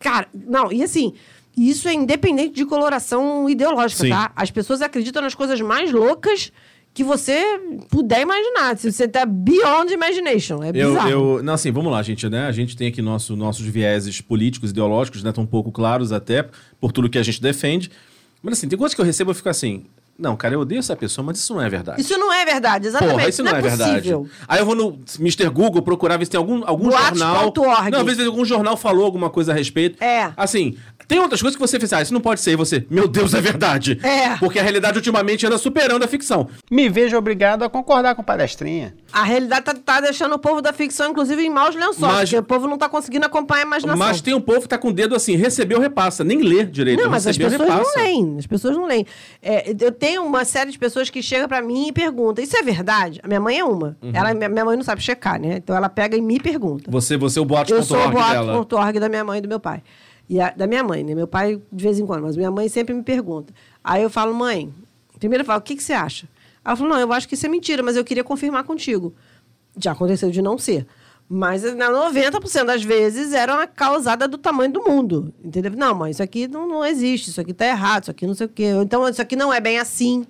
Speaker 1: Cara, não, e assim, isso é independente de coloração ideológica,
Speaker 2: Sim.
Speaker 1: tá? As pessoas acreditam nas coisas mais loucas que você puder imaginar. Se você tá beyond imagination. É
Speaker 2: Eu,
Speaker 1: bizarro.
Speaker 2: eu- não, assim, vamos lá, gente, né? A gente tem aqui nosso, nossos vieses políticos, ideológicos, né? Tão pouco claros até, por tudo que a gente defende. Mas assim, tem coisas que eu recebo e eu fico assim... Não, cara, eu odeio essa pessoa, mas isso não é verdade.
Speaker 1: Isso não é verdade, exatamente.
Speaker 2: Porra, isso não, é, verdade.
Speaker 1: possível.
Speaker 2: Aí eu vou no Mr. Google procurar ver se tem algum, algum
Speaker 1: Boatos
Speaker 2: jornal.
Speaker 1: ponto org.
Speaker 2: Não, às vezes algum jornal falou alguma coisa a respeito.
Speaker 1: É.
Speaker 2: Assim, tem outras coisas que você fez, ah, isso não pode ser. E você, meu Deus, é verdade.
Speaker 1: É.
Speaker 2: Porque a realidade ultimamente anda superando a ficção.
Speaker 5: Me vejo obrigado a concordar com palestrinha.
Speaker 1: A realidade tá, tá deixando o povo da ficção, inclusive, em maus lençóis,
Speaker 2: Mas-
Speaker 1: porque o povo não tá conseguindo acompanhar a imaginação.
Speaker 2: Mas tem um povo que tá com o dedo assim, recebeu, repassa. Nem lê direito.
Speaker 1: Não, mas as
Speaker 2: recebeu,
Speaker 1: pessoas
Speaker 2: repassa.
Speaker 1: não leem. As pessoas não leem. É, eu tenho uma série de pessoas que chega pra mim e pergunta: Isso é verdade? A minha mãe é uma. Ela, minha minha mãe não sabe checar, né? Então ela pega e me pergunta.
Speaker 2: Você, você é o
Speaker 1: Eu sou o
Speaker 2: boato.org dela.
Speaker 1: boato.org da minha mãe e do meu pai. E a- da minha mãe, né? Meu pai de vez em quando, mas minha mãe sempre me pergunta. Aí eu falo, mãe, primeiro eu falo, o que, que você acha? Ela falou, não, eu acho que isso é mentira, mas eu queria confirmar contigo. Já aconteceu de não ser. Mas na 90% das vezes era uma causada do tamanho do mundo. Entendeu? Não, mãe, isso aqui não, não existe, isso aqui tá errado, isso aqui não sei o quê. Ou Então, isso aqui não é bem assim.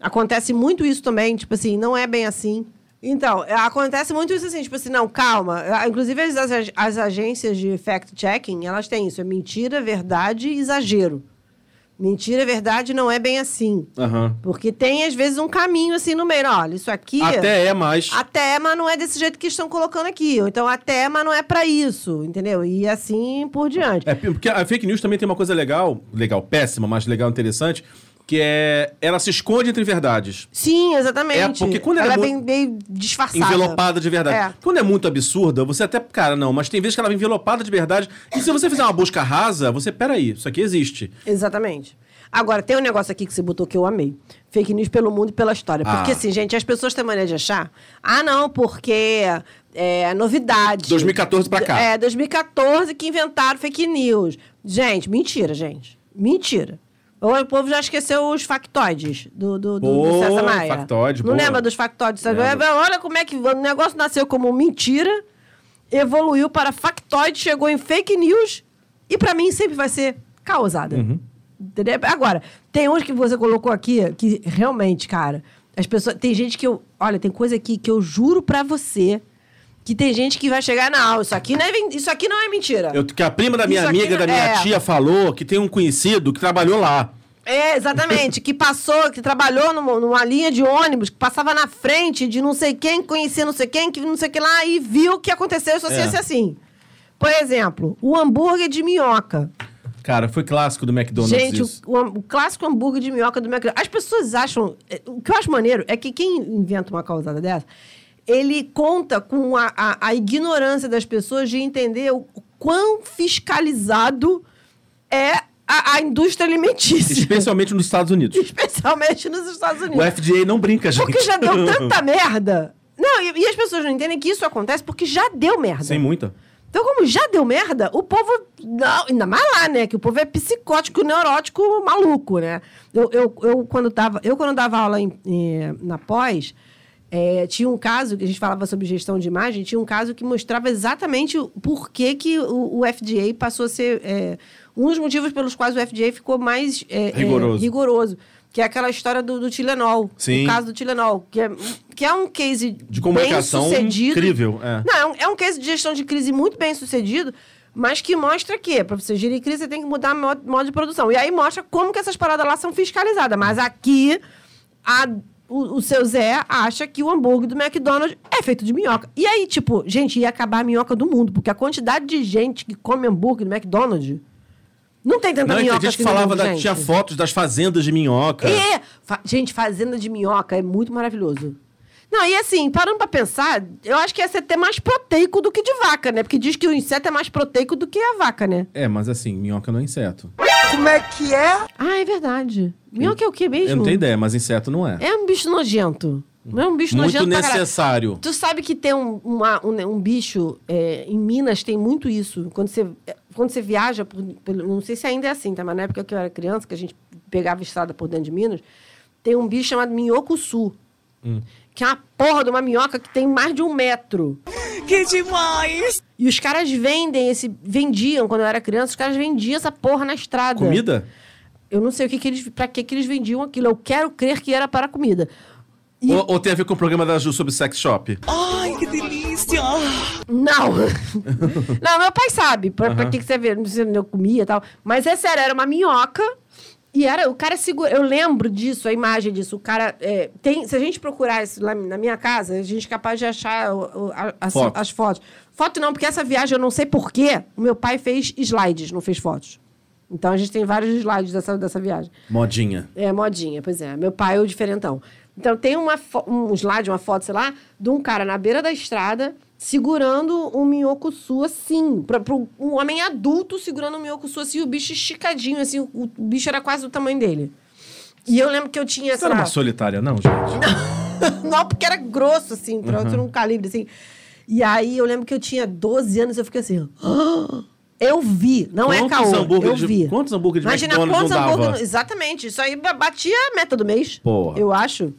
Speaker 1: Acontece muito isso também, tipo assim, não é bem assim. Então, é, acontece muito isso assim, tipo assim, não, calma. Ah, Inclusive, as, as- as agências de fact-checking, elas têm isso. É mentira, verdade e exagero. Mentira, verdade não é bem assim.
Speaker 2: Aham.
Speaker 1: Porque tem, às vezes, um caminho assim no meio. Olha, isso aqui...
Speaker 2: Até é mais.
Speaker 1: Até, mas não é desse jeito que estão colocando aqui. Ou então, até, mas não é pra isso, entendeu? E assim por diante.
Speaker 2: É, porque a fake news também tem uma coisa legal, legal, péssima, mas legal, interessante, que é ela se esconde entre verdades.
Speaker 1: Sim, exatamente.
Speaker 2: É, porque quando ela
Speaker 1: ela
Speaker 2: é
Speaker 1: é
Speaker 2: mu-
Speaker 1: bem, bem disfarçada.
Speaker 2: Envelopada de verdade.
Speaker 1: É.
Speaker 2: Quando é muito absurda, você até. Cara, não, mas tem vezes que ela vem envelopada de verdade. E se você fizer uma busca rasa, você. Peraí, isso aqui existe.
Speaker 1: Exatamente. Agora, tem um negócio aqui que você botou que eu amei. Fake news pelo mundo e pela história.
Speaker 2: Ah.
Speaker 1: Porque, assim, gente, as pessoas têm mania de achar. Ah, não, porque é novidade.
Speaker 2: 2014 pra cá.
Speaker 1: É, 2014 que inventaram fake news. Gente, mentira, gente. Mentira. Ou O povo já esqueceu os factoides do, do, do, do
Speaker 2: Boa,
Speaker 1: César Maia.
Speaker 2: factoide,
Speaker 1: Não
Speaker 2: boa.
Speaker 1: lembra dos factoides? Sabe? Olha como é que o negócio nasceu como mentira, evoluiu para factoide, chegou em fake news e pra mim sempre vai ser causada. Entendeu? Agora, tem uns que você colocou aqui que realmente, cara, as pessoas. Tem gente que eu. Olha, tem coisa aqui que eu juro pra você que tem gente que vai chegar. Não, isso aqui não é, ven- isso aqui não é mentira.
Speaker 2: Eu, que a prima da minha
Speaker 1: Isso aqui
Speaker 2: amiga, da
Speaker 1: não-
Speaker 2: minha
Speaker 1: é.
Speaker 2: tia, falou que tem um conhecido que trabalhou lá.
Speaker 1: É, exatamente. que passou, que trabalhou numa, numa linha de ônibus, que passava na frente de não sei quem, que conhecia não sei quem, que não sei que lá, e viu o que aconteceu, isso assim,
Speaker 2: É.
Speaker 1: assim, assim. Por exemplo, o hambúrguer de minhoca.
Speaker 2: Cara, foi clássico do McDonald's.
Speaker 1: Gente, o,
Speaker 2: isso.
Speaker 1: o ham- o clássico hambúrguer de minhoca do McDonald's. As pessoas acham. é, O que eu acho maneiro é que quem inventa uma causada dessa, ele conta com a, a- a ignorância das pessoas de entender o quão fiscalizado é a, a indústria alimentícia.
Speaker 2: Especialmente nos
Speaker 1: [LAUGHS]
Speaker 2: Estados Unidos.
Speaker 1: Especialmente nos Estados Unidos.
Speaker 2: O FDA não brinca, gente.
Speaker 1: Porque já deu tanta merda. Não, e, e as pessoas não entendem que isso acontece porque já deu merda.
Speaker 2: [LAUGHS] Sem muita.
Speaker 1: Então, como já deu merda, o povo. Não, ainda mais lá, né? Que o povo é psicótico, neurótico, maluco, né? Eu, eu, eu, quando, tava, eu quando dava aula em- eh, na pós, eh, tinha um caso, que a gente falava sobre gestão de imagem, tinha um caso que mostrava exatamente o- por que, que o, o FDA passou a ser. eh, um dos motivos pelos quais o FDA ficou mais eh, eh,
Speaker 2: Rigoroso.
Speaker 1: rigoroso. Que é aquela história do, do Tilenol.
Speaker 2: Sim.
Speaker 1: O caso do Tilenol. Que é, que é um case
Speaker 2: De comunicação
Speaker 1: bem sucedido.
Speaker 2: incrível, é.
Speaker 1: Não, é um, é um case de gestão de crise muito bem sucedido, mas que mostra que, para você gerir crise, você tem que mudar mo- modo de produção. E aí mostra como que essas paradas lá são fiscalizadas. Mas aqui, a- o, o seu Zé acha que o hambúrguer do McDonald's é feito de minhoca. E aí, tipo, gente, ia acabar a minhoca do mundo, porque a quantidade de gente que come hambúrguer do McDonald's não tem tanta
Speaker 2: Não, e
Speaker 1: minhoca.
Speaker 2: tem gente
Speaker 1: assim
Speaker 2: que
Speaker 1: no
Speaker 2: falava
Speaker 1: mundo,
Speaker 2: da,
Speaker 1: gente.
Speaker 2: tinha fotos das fazendas de minhoca.
Speaker 1: É. Fa- gente, Fazenda de Minhoca é muito maravilhoso. Não, e assim, parando pra pensar, eu acho que ia ser até mais proteico do que de vaca, né? Porque diz que o inseto é mais proteico do que a vaca, né?
Speaker 2: É, mas assim, minhoca não é inseto.
Speaker 1: Ah, é verdade. Minhoca é o que mesmo?
Speaker 2: Eu não tenho ideia, mas inseto não é.
Speaker 1: É um bicho nojento. Não é um bicho
Speaker 2: Muito
Speaker 1: nojento pra caralho.
Speaker 2: necessário.
Speaker 1: Tu sabe que tem um, uma- um, um bicho é, em Minas tem muito isso. Quando você, é, quando você viaja, por, pelo- não sei se ainda é assim, tá? Mas na época que eu era criança, que a gente pegava estrada por dentro de Minas, tem um bicho chamado minhoco sul. Que é uma porra de uma minhoca que tem mais de um metro. E os caras vendem esse. Vendiam quando eu era criança, os caras vendiam essa porra na estrada.
Speaker 2: Comida?
Speaker 1: Eu não sei o que, que eles. Pra que, que eles vendiam aquilo. Eu quero crer que era para comida. E-
Speaker 2: Ou, ou tem a ver com o programa da Ju sobre sex shop?
Speaker 1: Não! não, meu pai sabe. Pra, pra que, que você vê? Não sei, eu comia e tal. Mas é sério, era uma minhoca. E era, o cara segura. Eu lembro disso, a imagem disso. O cara. é, tem, se a gente procurar isso lá na minha casa, a gente é capaz de achar o- o- a- as-
Speaker 2: Foto.
Speaker 1: as fotos. Foto não, porque essa viagem eu não sei porquê. O meu pai fez slides, não fez fotos. Então a gente tem vários slides dessa, dessa viagem.
Speaker 2: Modinha.
Speaker 1: É, modinha, pois é. Meu pai é o diferentão. Então tem uma fo- um slide, uma foto, sei lá, de um cara na beira da estrada segurando um minhoco su assim. Pra, pra um homem adulto segurando um minhoco su assim, e o bicho esticadinho, assim. O, o bicho era quase do tamanho dele. E eu lembro que eu tinha
Speaker 2: Você
Speaker 1: essa.
Speaker 2: era uma solitária, não, gente?
Speaker 1: Não, porque era grosso, assim, pra
Speaker 2: Uhum.
Speaker 1: outro um calibre, assim. E aí eu lembro que eu tinha 12 anos e eu fiquei assim. "Ah!" Eu vi, não é
Speaker 2: Quantos
Speaker 1: caô,
Speaker 2: hambúrgueres
Speaker 1: eu
Speaker 2: de-
Speaker 1: vi.
Speaker 2: quantos hambúrgueres de
Speaker 1: Imagina
Speaker 2: McDonald's
Speaker 1: quantos
Speaker 2: não dava?
Speaker 1: hambúrgueres... Exatamente, isso aí ba- batia a meta do mês,
Speaker 2: Porra.
Speaker 1: eu acho.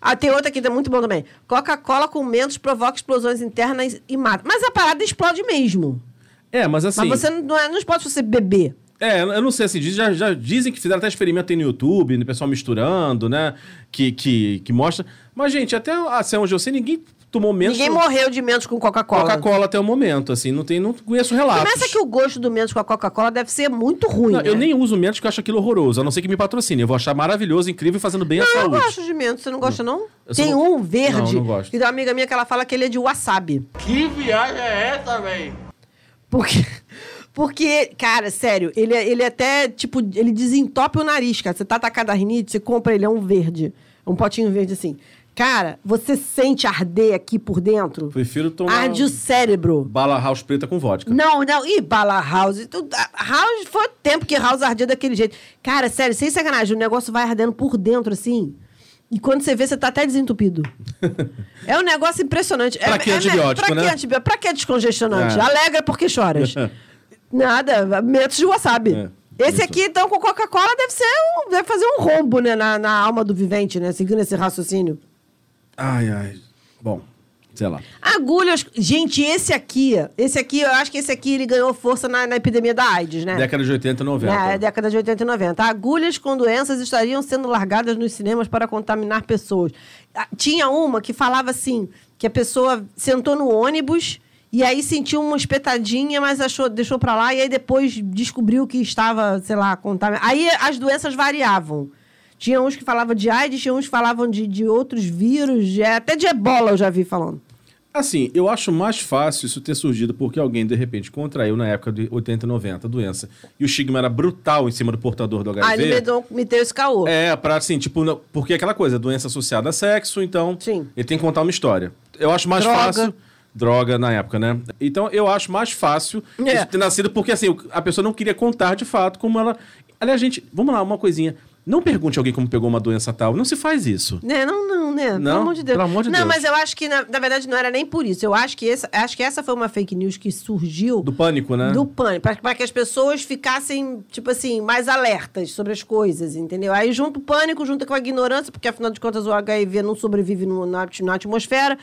Speaker 1: Ah, tem outra aqui, que é muito bom também. Coca-Cola com mentos provoca explosões internas e mata. Mas a parada explode mesmo.
Speaker 2: É, mas assim.
Speaker 1: Mas você não, não é- não explode se você beber.
Speaker 2: É, eu não sei assim, diz- já, já dizem que fizeram até experimento aí no YouTube, no pessoal misturando, né? Que, que, que mostra. Mas, gente, até assim, onde eu sei, ninguém tomou menos
Speaker 1: Ninguém morreu de mentos com Coca-Cola.
Speaker 2: Coca-Cola até o momento, assim, não tem, não conheço relatos.
Speaker 1: Começa que o gosto do mentos com a Coca-Cola deve ser muito ruim,
Speaker 2: Não,
Speaker 1: né?
Speaker 2: Eu nem uso mentos porque eu acho aquilo horroroso, a não ser que me patrocine. Eu vou achar maravilhoso, incrível e fazendo bem à
Speaker 1: Eu
Speaker 2: saúde.
Speaker 1: gosto de mentos. Você não gosta, não?
Speaker 2: Eu só
Speaker 1: Tem
Speaker 2: não-
Speaker 1: um verde.
Speaker 2: Não, não gosto.
Speaker 1: E da amiga minha que ela fala que ele é de wasabi. Que viagem é essa, velho? Porque Porque, cara, sério, ele, ele até, tipo, ele desentope o nariz, cara. Você tá atacado a rinite, você compra ele, é um verde. É um potinho verde, assim. Cara, você sente arder aqui por dentro?
Speaker 2: Prefiro tomar-
Speaker 1: Arde o cérebro.
Speaker 2: Bala house preta com vodka.
Speaker 1: Não, não. Ih, bala house. Tu- a- House foi o tempo que house ardia daquele jeito. Cara, sério, sem sacanagem, o negócio vai ardendo por dentro, assim. E quando você vê, você tá até
Speaker 2: [LAUGHS]
Speaker 1: desentupido. é um negócio impressionante.
Speaker 2: Pra
Speaker 1: é,
Speaker 2: que
Speaker 1: é-
Speaker 2: antibiótico,
Speaker 1: pra
Speaker 2: né?
Speaker 1: Que antibiótico? Pra que descongestionante?
Speaker 2: É.
Speaker 1: Alegra porque
Speaker 2: [LAUGHS]
Speaker 1: choras. Nada, metros de wasabi.
Speaker 2: É,
Speaker 1: Esse
Speaker 2: isso.
Speaker 1: aqui, então, com Coca-Cola, deve ser um- deve fazer um rombo, né, na, na alma do vivente, né? Seguindo esse raciocínio.
Speaker 2: Ai, ai. Bom, sei lá.
Speaker 1: Agulhas. Gente, esse aqui, esse aqui, eu acho que esse aqui ele ganhou força na, na epidemia da AIDS, né?
Speaker 2: Década de 80 e 90.
Speaker 1: Na década É, de 80 e 90. Agulhas com doenças estariam sendo largadas nos cinemas para contaminar pessoas. Ah, Tinha uma que falava assim: que a pessoa sentou no ônibus e aí sentiu uma espetadinha, mas achou, deixou pra lá, e aí depois descobriu que estava, sei lá, contaminada. Aí as doenças variavam. Tinha uns que falavam de AIDS, tinha uns que falavam de, de outros vírus, de- até de ebola eu já vi falando.
Speaker 2: Assim, eu acho mais fácil isso ter surgido porque alguém, de repente, contraiu na época de 80 e 90 a doença. E o estigma era brutal em cima do portador do HIV.
Speaker 1: Aí ele me deu, me deu esse caô.
Speaker 2: É, pra assim, tipo, não- porque é aquela coisa, doença associada a sexo, então.
Speaker 1: Sim.
Speaker 2: Ele tem que contar uma história. Eu acho mais
Speaker 1: Droga.
Speaker 2: fácil. Droga na época, né? Então eu acho mais fácil
Speaker 1: É.
Speaker 2: isso ter nascido, porque assim, o- a pessoa não queria contar de fato como ela. Aliás, gente, vamos lá, uma coisinha. Não pergunte a alguém como pegou uma doença tal. Não se faz isso.
Speaker 1: Né? Não, não, né?
Speaker 2: Não?
Speaker 1: pelo amor de Deus.
Speaker 2: Pelo amor de
Speaker 1: não,
Speaker 2: Deus.
Speaker 1: mas eu acho que, na, na verdade, não era nem por isso. Eu acho que, essa, acho que essa foi uma fake news que surgiu
Speaker 2: Do pânico, né?
Speaker 1: do pânico, pra- pra que as pessoas ficassem, tipo assim, mais alertas sobre as coisas, entendeu? Aí junta o pânico, junta com a ignorância, porque afinal de contas o HIV não sobrevive no- na, at- na atmosfera.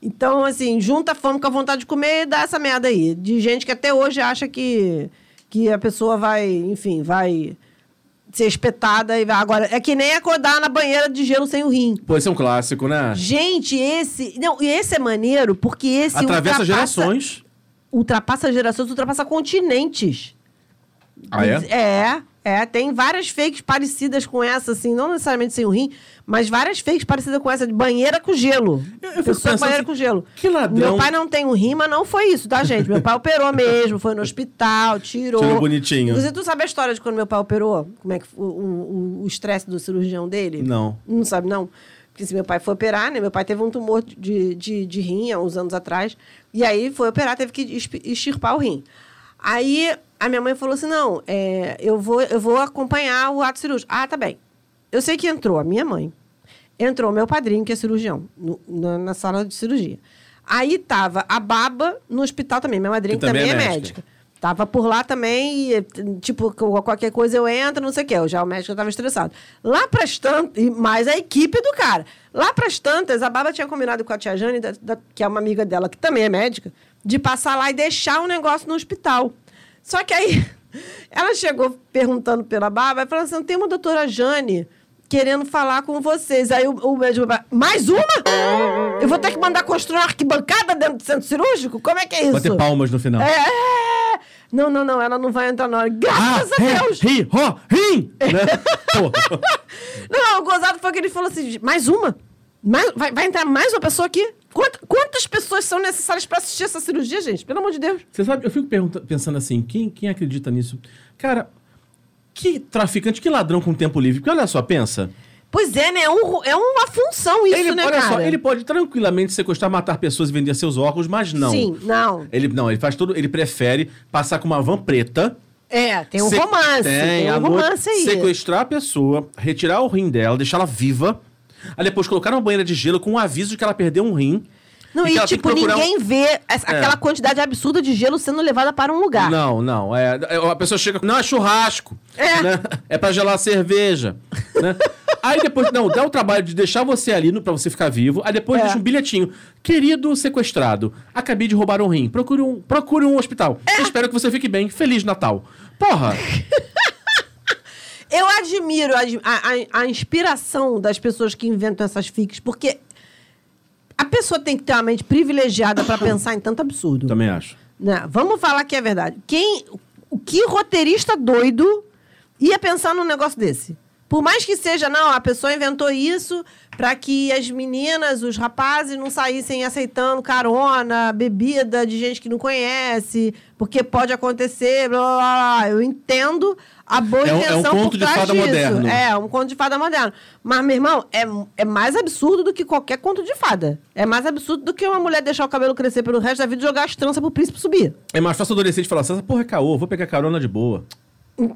Speaker 1: Então, assim, junta a fome com a vontade de comer e dá essa merda aí. De gente que até hoje acha que, que a pessoa vai, enfim, vai ser espetada e vai. Agora, é que nem acordar na banheira de gelo sem o rim.
Speaker 2: Pô, esse é um clássico, né?
Speaker 1: Gente, esse. Não, e esse é maneiro porque esse.
Speaker 2: Atravessa
Speaker 1: ultrapassa-
Speaker 2: gerações.
Speaker 1: Ultrapassa gerações, ultrapassa continentes.
Speaker 2: Ah, é?
Speaker 1: É, é, tem várias fakes parecidas com essa, assim, não necessariamente sem o rim, mas várias fakes parecidas com essa, de banheira com gelo.
Speaker 2: Eu- eu
Speaker 1: Pessoa com
Speaker 2: fico pensando
Speaker 1: banheira
Speaker 2: assim,
Speaker 1: com gelo.
Speaker 2: que ladrão.
Speaker 1: Meu pai não tem um rim, mas não foi isso, tá, gente? Meu pai operou mesmo, foi no hospital, tirou.
Speaker 2: Tirou bonitinho.
Speaker 1: Inclusive, tu sabe a história de quando meu pai operou? Como é que o- o o estresse do cirurgião dele?
Speaker 2: Não.
Speaker 1: Não sabe, não? Porque se meu pai foi operar, né? Meu pai teve um tumor de, de, de rim há uns anos atrás. E aí foi operar, teve que esp- extirpar o rim. Aí a minha mãe falou assim: não, é, eu, vou, eu vou acompanhar o ato cirúrgico. Ah, tá bem. Eu sei que entrou a minha mãe, entrou meu padrinho, que é cirurgião, no- na, na sala de cirurgia. Aí tava a baba no hospital também. Minha madrinha
Speaker 2: Que
Speaker 1: também,
Speaker 2: também
Speaker 1: é
Speaker 2: é médica.
Speaker 1: médica. Tava por lá também, e, tipo, co- qualquer coisa eu entro, não sei o quê. Eu já o médico tava estressado. Lá pras tantas, e mais a equipe do cara. Lá pras tantas, a Baba tinha combinado com a tia Jane, da- da- que é uma amiga dela, que também é médica, de passar lá e deixar o negócio no hospital. Só que aí [LAUGHS] ela chegou perguntando pela Baba e falou assim: tem uma doutora Jane querendo falar com vocês. Aí o, o médico vai, mais uma? Eu vou ter que mandar construir uma arquibancada dentro do centro cirúrgico? Como é que é isso?
Speaker 2: Bater palmas no final.
Speaker 1: É, é, é. Não, não, não, ela não vai entrar na hora. Graças a
Speaker 2: é,
Speaker 1: Deus!
Speaker 2: Ri, ro, rim! Né?
Speaker 1: [LAUGHS]
Speaker 2: Pô.
Speaker 1: Não, o gozado foi que ele falou assim: mais uma? Mais- vai, vai entrar mais uma pessoa aqui? Quant- quantas pessoas são necessárias pra assistir essa cirurgia, gente? Pelo amor de Deus.
Speaker 2: Você sabe, eu fico pergunta- pensando assim, quem, quem acredita nisso? Cara, que traficante, que ladrão com tempo livre? Porque olha só, pensa.
Speaker 1: Pois é, né? É, um- é uma função isso,
Speaker 2: ele,
Speaker 1: né,
Speaker 2: olha
Speaker 1: cara?
Speaker 2: só, ele pode tranquilamente sequestrar, matar pessoas e vender seus órgãos, mas não.
Speaker 1: Sim, não.
Speaker 2: Ele não, ele faz tudo, ele prefere passar com uma van preta.
Speaker 1: É, tem um
Speaker 2: se-
Speaker 1: romance. Tem,
Speaker 2: a
Speaker 1: um
Speaker 2: noite-
Speaker 1: romance aí.
Speaker 2: Sequestrar a pessoa, retirar o rim dela, deixar ela viva. Aí depois colocar numa banheira de gelo com um aviso de que ela perdeu um rim.
Speaker 1: Não,
Speaker 2: que
Speaker 1: e
Speaker 2: ela tem que
Speaker 1: tipo,
Speaker 2: procurar um-
Speaker 1: ninguém vê essa-
Speaker 2: É.
Speaker 1: aquela quantidade absurda de gelo sendo levada para um lugar.
Speaker 2: Não, não. É, é, a pessoa chega. Não, é churrasco.
Speaker 1: É.
Speaker 2: né? É pra gelar a cerveja. né? Aí depois, não, dá o trabalho de deixar você ali no, pra você ficar vivo. Aí depois
Speaker 1: É.
Speaker 2: deixa um bilhetinho. Querido sequestrado, acabei de roubar um rim. Procure um, procure um hospital.
Speaker 1: É.
Speaker 2: Espero que você fique bem. Feliz Natal. Porra!
Speaker 1: Eu admiro admi- a, a- a inspiração das pessoas que inventam essas fics, porque a pessoa tem que ter uma mente privilegiada pra pensar em tanto absurdo.
Speaker 2: [LAUGHS] Também acho.
Speaker 1: Né? Vamos falar que é verdade. Quem, o que roteirista doido ia pensar num negócio desse? Por mais que seja, não, a pessoa inventou isso para que as meninas, os rapazes, não saíssem aceitando carona, bebida de gente que não conhece, porque pode acontecer, blá, blá, blá, blá. Eu entendo a boa
Speaker 2: É um- é um
Speaker 1: intenção
Speaker 2: conto
Speaker 1: por
Speaker 2: de
Speaker 1: trás
Speaker 2: fada
Speaker 1: disso.
Speaker 2: moderno.
Speaker 1: É, um conto de fada moderno. Mas, meu irmão, é, é mais absurdo do que qualquer conto de fada. É mais absurdo do que uma mulher deixar o cabelo crescer pelo resto da vida e jogar as tranças pro príncipe subir.
Speaker 2: É mais fácil o adolescente falar assim, essa porra é caô, vou pegar carona de boa.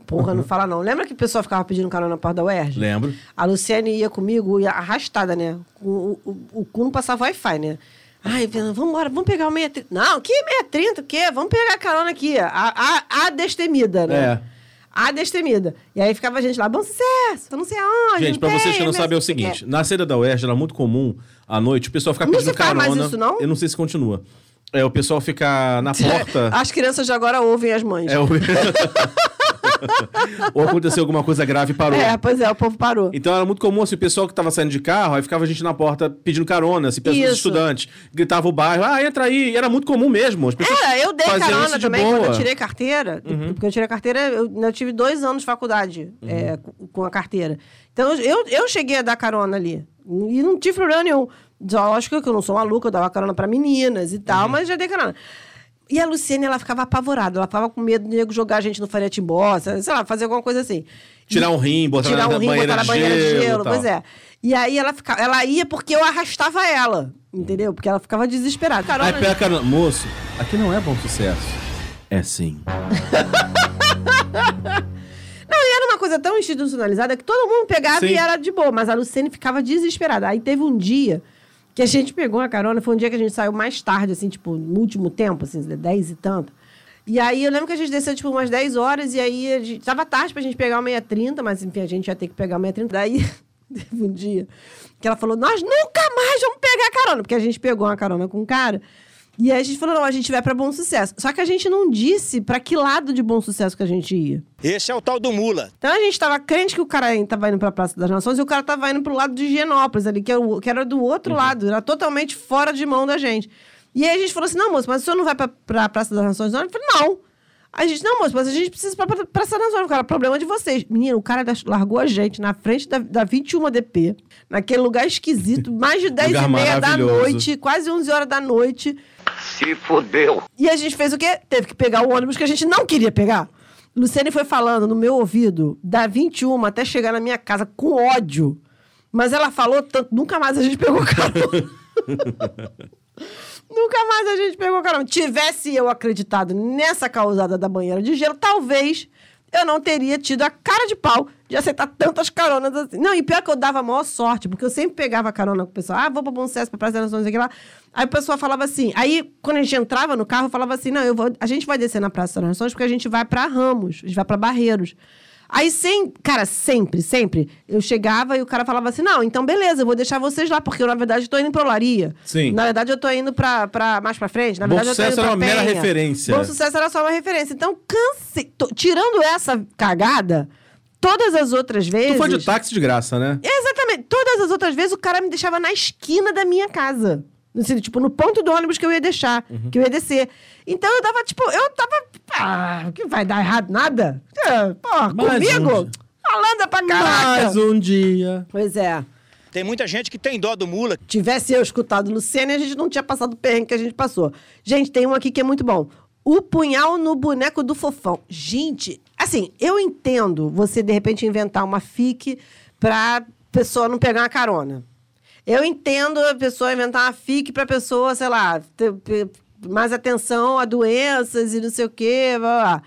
Speaker 1: Porra, não fala não. Lembra que o pessoal ficava pedindo carona na porta da UERJ?
Speaker 2: Uhum. Lembro.
Speaker 1: A Luciane ia comigo, ia arrastada, né? O, o, o cu não passava Wi-Fi, né? Ai, Fernanda, vamos embora, vamos pegar o 630. Não, que 630, o quê? Vamos pegar a carona aqui. A, a, a destemida, né?
Speaker 2: É.
Speaker 1: A destemida. E aí ficava a gente lá, bom sucesso, eu não sei aonde.
Speaker 2: Gente, pra
Speaker 1: tem,
Speaker 2: vocês que não
Speaker 1: mas-
Speaker 2: sabem, é o seguinte: na saída da UERJ era muito comum à noite o pessoal ficar
Speaker 1: Não
Speaker 2: pedindo
Speaker 1: se faz
Speaker 2: carona.
Speaker 1: mais isso, não?
Speaker 2: Eu não sei se continua. É, o pessoal ficar
Speaker 1: [LAUGHS]
Speaker 2: na porta.
Speaker 1: As crianças de agora ouvem as mães.
Speaker 2: Tá. é, o... [LAUGHS] Ou aconteceu alguma coisa grave e parou.
Speaker 1: É, pois é, o povo parou.
Speaker 2: Então era muito comum assim, o pessoal que tava saindo de carro, aí ficava a gente na porta pedindo carona, assim, pessoas
Speaker 1: Isso.
Speaker 2: estudantes, gritava o bairro, ah, entra aí. E era muito comum mesmo. As pessoas
Speaker 1: Era, É, eu dei
Speaker 2: faziam Então, isso
Speaker 1: carona
Speaker 2: de
Speaker 1: também
Speaker 2: boa. Uhum.
Speaker 1: quando eu tirei carteira. Porque eu tirei carteira, eu, eu tive dois anos de faculdade é, com- com a carteira. Então eu, eu cheguei a dar carona ali. E não tive problema nenhum. Só, Lógico que eu não sou maluca, eu dava carona pra meninas e
Speaker 2: Uhum.
Speaker 1: tal, mas já dei carona. E a Luciane, ela ficava apavorada, ela ficava com medo de nego jogar a gente no Faria Timbó, sei lá, fazer alguma coisa assim.
Speaker 2: Tirar um rim, botar
Speaker 1: Tirar
Speaker 2: na,
Speaker 1: um rim,
Speaker 2: banheira,
Speaker 1: botar na
Speaker 2: de
Speaker 1: banheira de
Speaker 2: gelo,
Speaker 1: gelo,
Speaker 2: e tal.
Speaker 1: pois é. E aí ela, ficava, ela ia porque eu arrastava ela, entendeu? Porque ela ficava desesperada. Carona,
Speaker 2: Aí pega a carona. Moço, aqui não é bom sucesso. É sim.
Speaker 1: Não, e era uma coisa tão institucionalizada que todo mundo pegava
Speaker 2: Sim.
Speaker 1: e era de boa, mas a Luciene ficava desesperada. Aí teve um dia que a gente pegou uma carona, foi um dia que a gente saiu mais tarde, assim, tipo, no último tempo, assim, 10 e tanto. E aí eu lembro que a gente desceu, tipo, umas 10 horas, e aí a gente, tava tarde pra gente pegar o 630, mas enfim, a gente ia ter que pegar o 630. Daí [LAUGHS] teve um dia que ela falou: Nós nunca mais vamos pegar carona, porque a gente pegou uma carona com um cara. E aí a gente falou: Não, a gente vai pra bom sucesso. Só que a gente não disse pra que lado de bom sucesso que a gente ia.
Speaker 9: Esse é o tal do Mula.
Speaker 1: Então a gente tava crente que o cara tava indo pra Praça das Nações e o cara tava indo pro lado de Higienópolis ali, que era, o- que era do outro lado, era totalmente fora de mão da gente. E aí a gente falou assim: não, moço, mas o senhor não vai pra, pra Praça das Nações? Não? Ele falou: não. A gente, não, moço, mas a gente precisa ir pra pra Praça das Nações. O cara, é problema de vocês. Menino, o cara das- largou a gente na frente da, da 21 DP, naquele lugar esquisito, mais de 10 e meia da
Speaker 2: maravilhoso.
Speaker 1: noite, quase 11 horas da noite.
Speaker 4: Se fudeu.
Speaker 1: E a gente fez o quê? Teve que pegar o ônibus que a gente não queria pegar. Luciane foi falando no meu ouvido, da 21 até chegar na minha casa, com ódio. Mas ela falou tanto, nunca mais a gente pegou carona. nunca mais a gente pegou carona. Tivesse eu acreditado nessa causada da banheira de gelo, talvez eu não teria tido a cara de pau de aceitar tantas caronas assim. Não, e pior que eu dava a maior sorte, porque eu sempre pegava carona com o pessoal. Ah, vou pra Bom Sucesso, pra Praça das Nações, aqui lá. Aí o pessoal falava assim. Aí, quando a gente entrava no carro, eu falava assim: não, eu vou, a gente vai descer na Praça das Nações porque a gente vai pra Ramos, a gente vai pra Barreiros. Aí, sem, cara, sempre, sempre, eu chegava e o cara falava assim: não, então beleza, eu vou deixar vocês lá, porque eu, na verdade, tô indo pra Olaria.
Speaker 2: Sim.
Speaker 1: Na verdade, eu tô indo pra, pra mais pra frente. Na
Speaker 2: Bom
Speaker 1: verdade, eu tô
Speaker 2: Sucesso
Speaker 1: indo pra
Speaker 2: era uma mera
Speaker 1: Penha.
Speaker 2: referência.
Speaker 1: Bom Sucesso era só uma referência. Então, canse... tô- tirando essa cagada, todas as outras vezes.
Speaker 2: Tu foi de táxi de graça, né?
Speaker 1: Exatamente. Todas as outras vezes o cara me deixava na esquina da minha casa. Assim, tipo, no ponto do ônibus que eu ia deixar,
Speaker 2: Uhum.
Speaker 1: que eu ia descer. Então eu tava, tipo, eu tava. Ah, o que vai dar errado? Nada? É, Pô,
Speaker 2: Mais
Speaker 1: comigo?
Speaker 2: um.
Speaker 1: Falando pra caraca.
Speaker 2: Mais um dia.
Speaker 1: Pois é.
Speaker 9: Tem muita gente que tem dó do Mula.
Speaker 1: Tivesse eu escutado Luciene, a gente não tinha passado o perrengue que a gente passou. Gente, tem um aqui que é muito bom. O punhal no boneco do fofão. Gente, assim, eu entendo você, de repente, inventar uma fic pra pessoa não pegar uma carona. Eu entendo a pessoa inventar uma fic pra pessoa, sei lá, ter, ter mais atenção a doenças e não sei o quê, blá, blá. blá.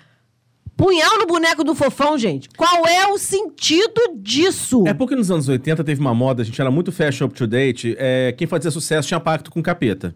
Speaker 1: Punhal no boneco do fofão, gente. Qual é o sentido disso?
Speaker 2: É porque nos anos 80 teve uma moda, a gente era muito fashion up to date. é, quem fazia sucesso tinha pacto com capeta.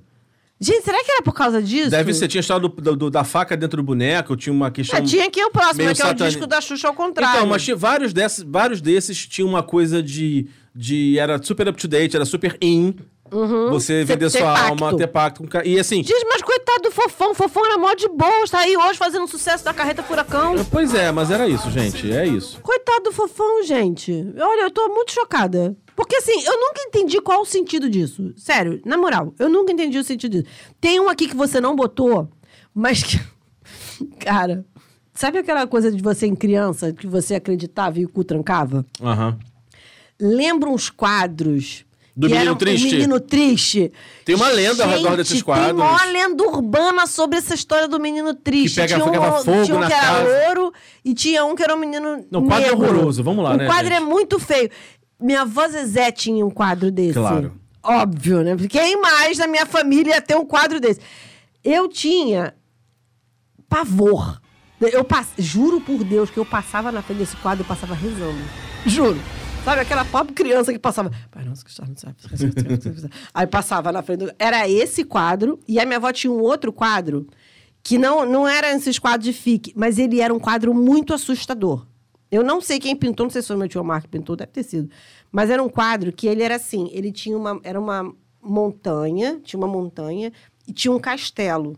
Speaker 1: Gente, será que era por causa disso?
Speaker 2: Deve ser, tinha a história do- do- do- da faca dentro do boneco, tinha uma questão.
Speaker 1: É, tinha que ir o próximo,
Speaker 2: Então, meio
Speaker 1: é que é o
Speaker 2: satani-
Speaker 1: disco da Xuxa ao contrário.
Speaker 2: Então, mas tinha vários desses, vários desses tinham uma coisa de, de. Era super up to date, era super in. Você
Speaker 1: Uhum. Ter-
Speaker 2: vender
Speaker 1: ter
Speaker 2: sua
Speaker 1: pacto.
Speaker 2: alma, ter pacto com. ca- E assim.
Speaker 1: Gente, mas coitado do Fofão, o Fofão era mó de boa, tá aí hoje fazendo sucesso na carreta Furacão.
Speaker 2: Pois é, mas era isso, gente. É isso.
Speaker 1: Coitado do Fofão, gente. Olha, eu tô muito chocada. Porque assim, eu nunca entendi qual o sentido disso. Sério, na moral, eu nunca entendi o sentido disso. Tem um aqui que você não botou, mas que. [LAUGHS] Cara, Sabe aquela coisa de você em criança, que você acreditava e o cu trancava?
Speaker 2: Aham.
Speaker 1: Lembra uns quadros.
Speaker 2: Do
Speaker 1: que
Speaker 2: Menino
Speaker 1: eram-
Speaker 2: Triste?
Speaker 1: O menino triste.
Speaker 2: Tem uma lenda ao
Speaker 1: Gente,
Speaker 2: redor desses quadros.
Speaker 1: Tem uma lenda urbana sobre essa história do menino triste.
Speaker 2: pega-
Speaker 1: tinha um,
Speaker 2: pegava fogo
Speaker 1: tinha um
Speaker 2: na
Speaker 1: que era
Speaker 2: casa.
Speaker 1: ouro e tinha um que era um menino.
Speaker 2: Não, o quadro é
Speaker 1: negro.
Speaker 2: horroroso, vamos lá,
Speaker 1: o
Speaker 2: né,
Speaker 1: O quadro
Speaker 2: gente?
Speaker 1: é muito feio. Minha avó Zezé tinha um quadro desse.
Speaker 2: Claro.
Speaker 1: Óbvio, né? Porque Quem mais na minha família ia ter um quadro desse? Eu tinha pavor. Eu pass... Juro por Deus que eu passava na frente desse quadro e passava rezando. Juro. Sabe aquela pobre criança que passava. Pai nosso que está no céu, que está no céu, que está no céu. Aí passava na frente. Do... Era esse quadro. E a minha avó tinha um outro quadro que não, não era esses quadros de fique, mas ele era um quadro muito assustador. Eu não sei quem pintou, não sei se foi meu tio Marco que pintou, deve ter sido. Mas era um quadro que ele era assim: ele tinha uma. Era uma montanha, tinha uma montanha e tinha um castelo.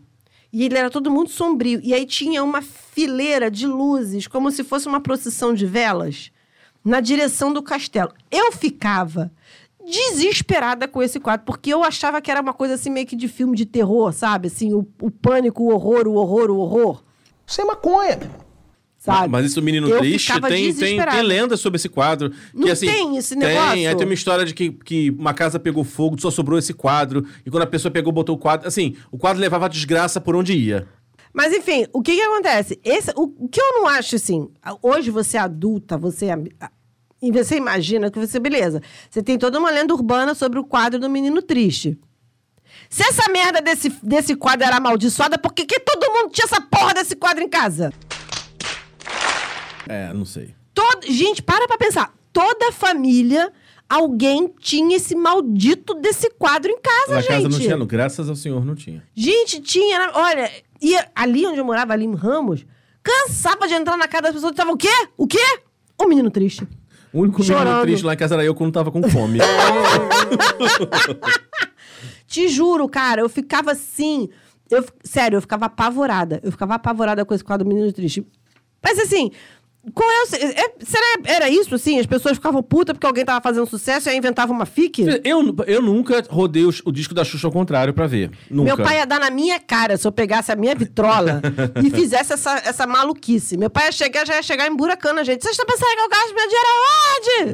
Speaker 1: E ele era todo muito sombrio. E aí tinha uma fileira de luzes, como se fosse uma procissão de velas, na direção do castelo. Eu ficava desesperada com esse quadro, porque eu achava que era uma coisa assim meio que de filme de terror, sabe? Assim, o, o pânico, o horror, o horror, o horror.
Speaker 6: Isso é maconha, meu irmão.
Speaker 1: Sabe?
Speaker 2: Mas isso, o Menino
Speaker 1: Eu
Speaker 2: Triste,
Speaker 1: ficava
Speaker 2: tem, tem,
Speaker 1: desesperada.
Speaker 2: tem lenda sobre esse quadro.
Speaker 1: Não
Speaker 2: que, assim,
Speaker 1: tem esse
Speaker 2: Tem,
Speaker 1: negócio?
Speaker 2: aí tem uma história de que, que uma casa pegou fogo, só sobrou esse quadro. E quando a pessoa pegou, botou o quadro... Assim, o quadro levava a desgraça por onde ia.
Speaker 1: Mas enfim, o que que acontece? Esse, o, o que eu não acho assim, a- hoje você é adulta, você é, a- e você imagina que você beleza. Você tem toda uma lenda urbana sobre o quadro do menino triste. Se essa merda desse, desse quadro era amaldiçoada, por que, que todo mundo tinha essa porra desse quadro em casa?
Speaker 2: É, não sei.
Speaker 1: Todo, gente, para pra pensar. Toda família, alguém tinha esse maldito desse quadro em casa,
Speaker 2: Na
Speaker 1: gente.
Speaker 2: casa não tinha, não. graças ao senhor não tinha.
Speaker 1: Gente, tinha. né? Olha, e ali onde eu morava, ali em Ramos, cansava de entrar na casa das pessoas e tava o quê? O quê? O menino triste.
Speaker 2: O único menino
Speaker 1: Chorando. É.
Speaker 2: triste lá em casa era eu quando tava com
Speaker 1: [LAUGHS]
Speaker 2: fome.
Speaker 1: Te juro, cara, eu ficava assim. Eu, fi- sério, eu ficava apavorada. Eu ficava apavorada com esse quadro do menino triste. Mas assim, qual é o. se- é- será era isso, assim? As pessoas ficavam putas porque alguém tava fazendo sucesso e aí inventava uma fique?
Speaker 2: eu, eu nunca rodei o, o disco da Xuxa ao contrário pra ver.
Speaker 1: Meu
Speaker 2: Nunca.
Speaker 1: pai é- ia dar na minha cara se eu pegasse a minha vitrola e fizesse essa, essa maluquice. Meu pai ia chegar, já ia chegar emburacando a gente. Vocês estão pensando que eu gasto meu dinheiro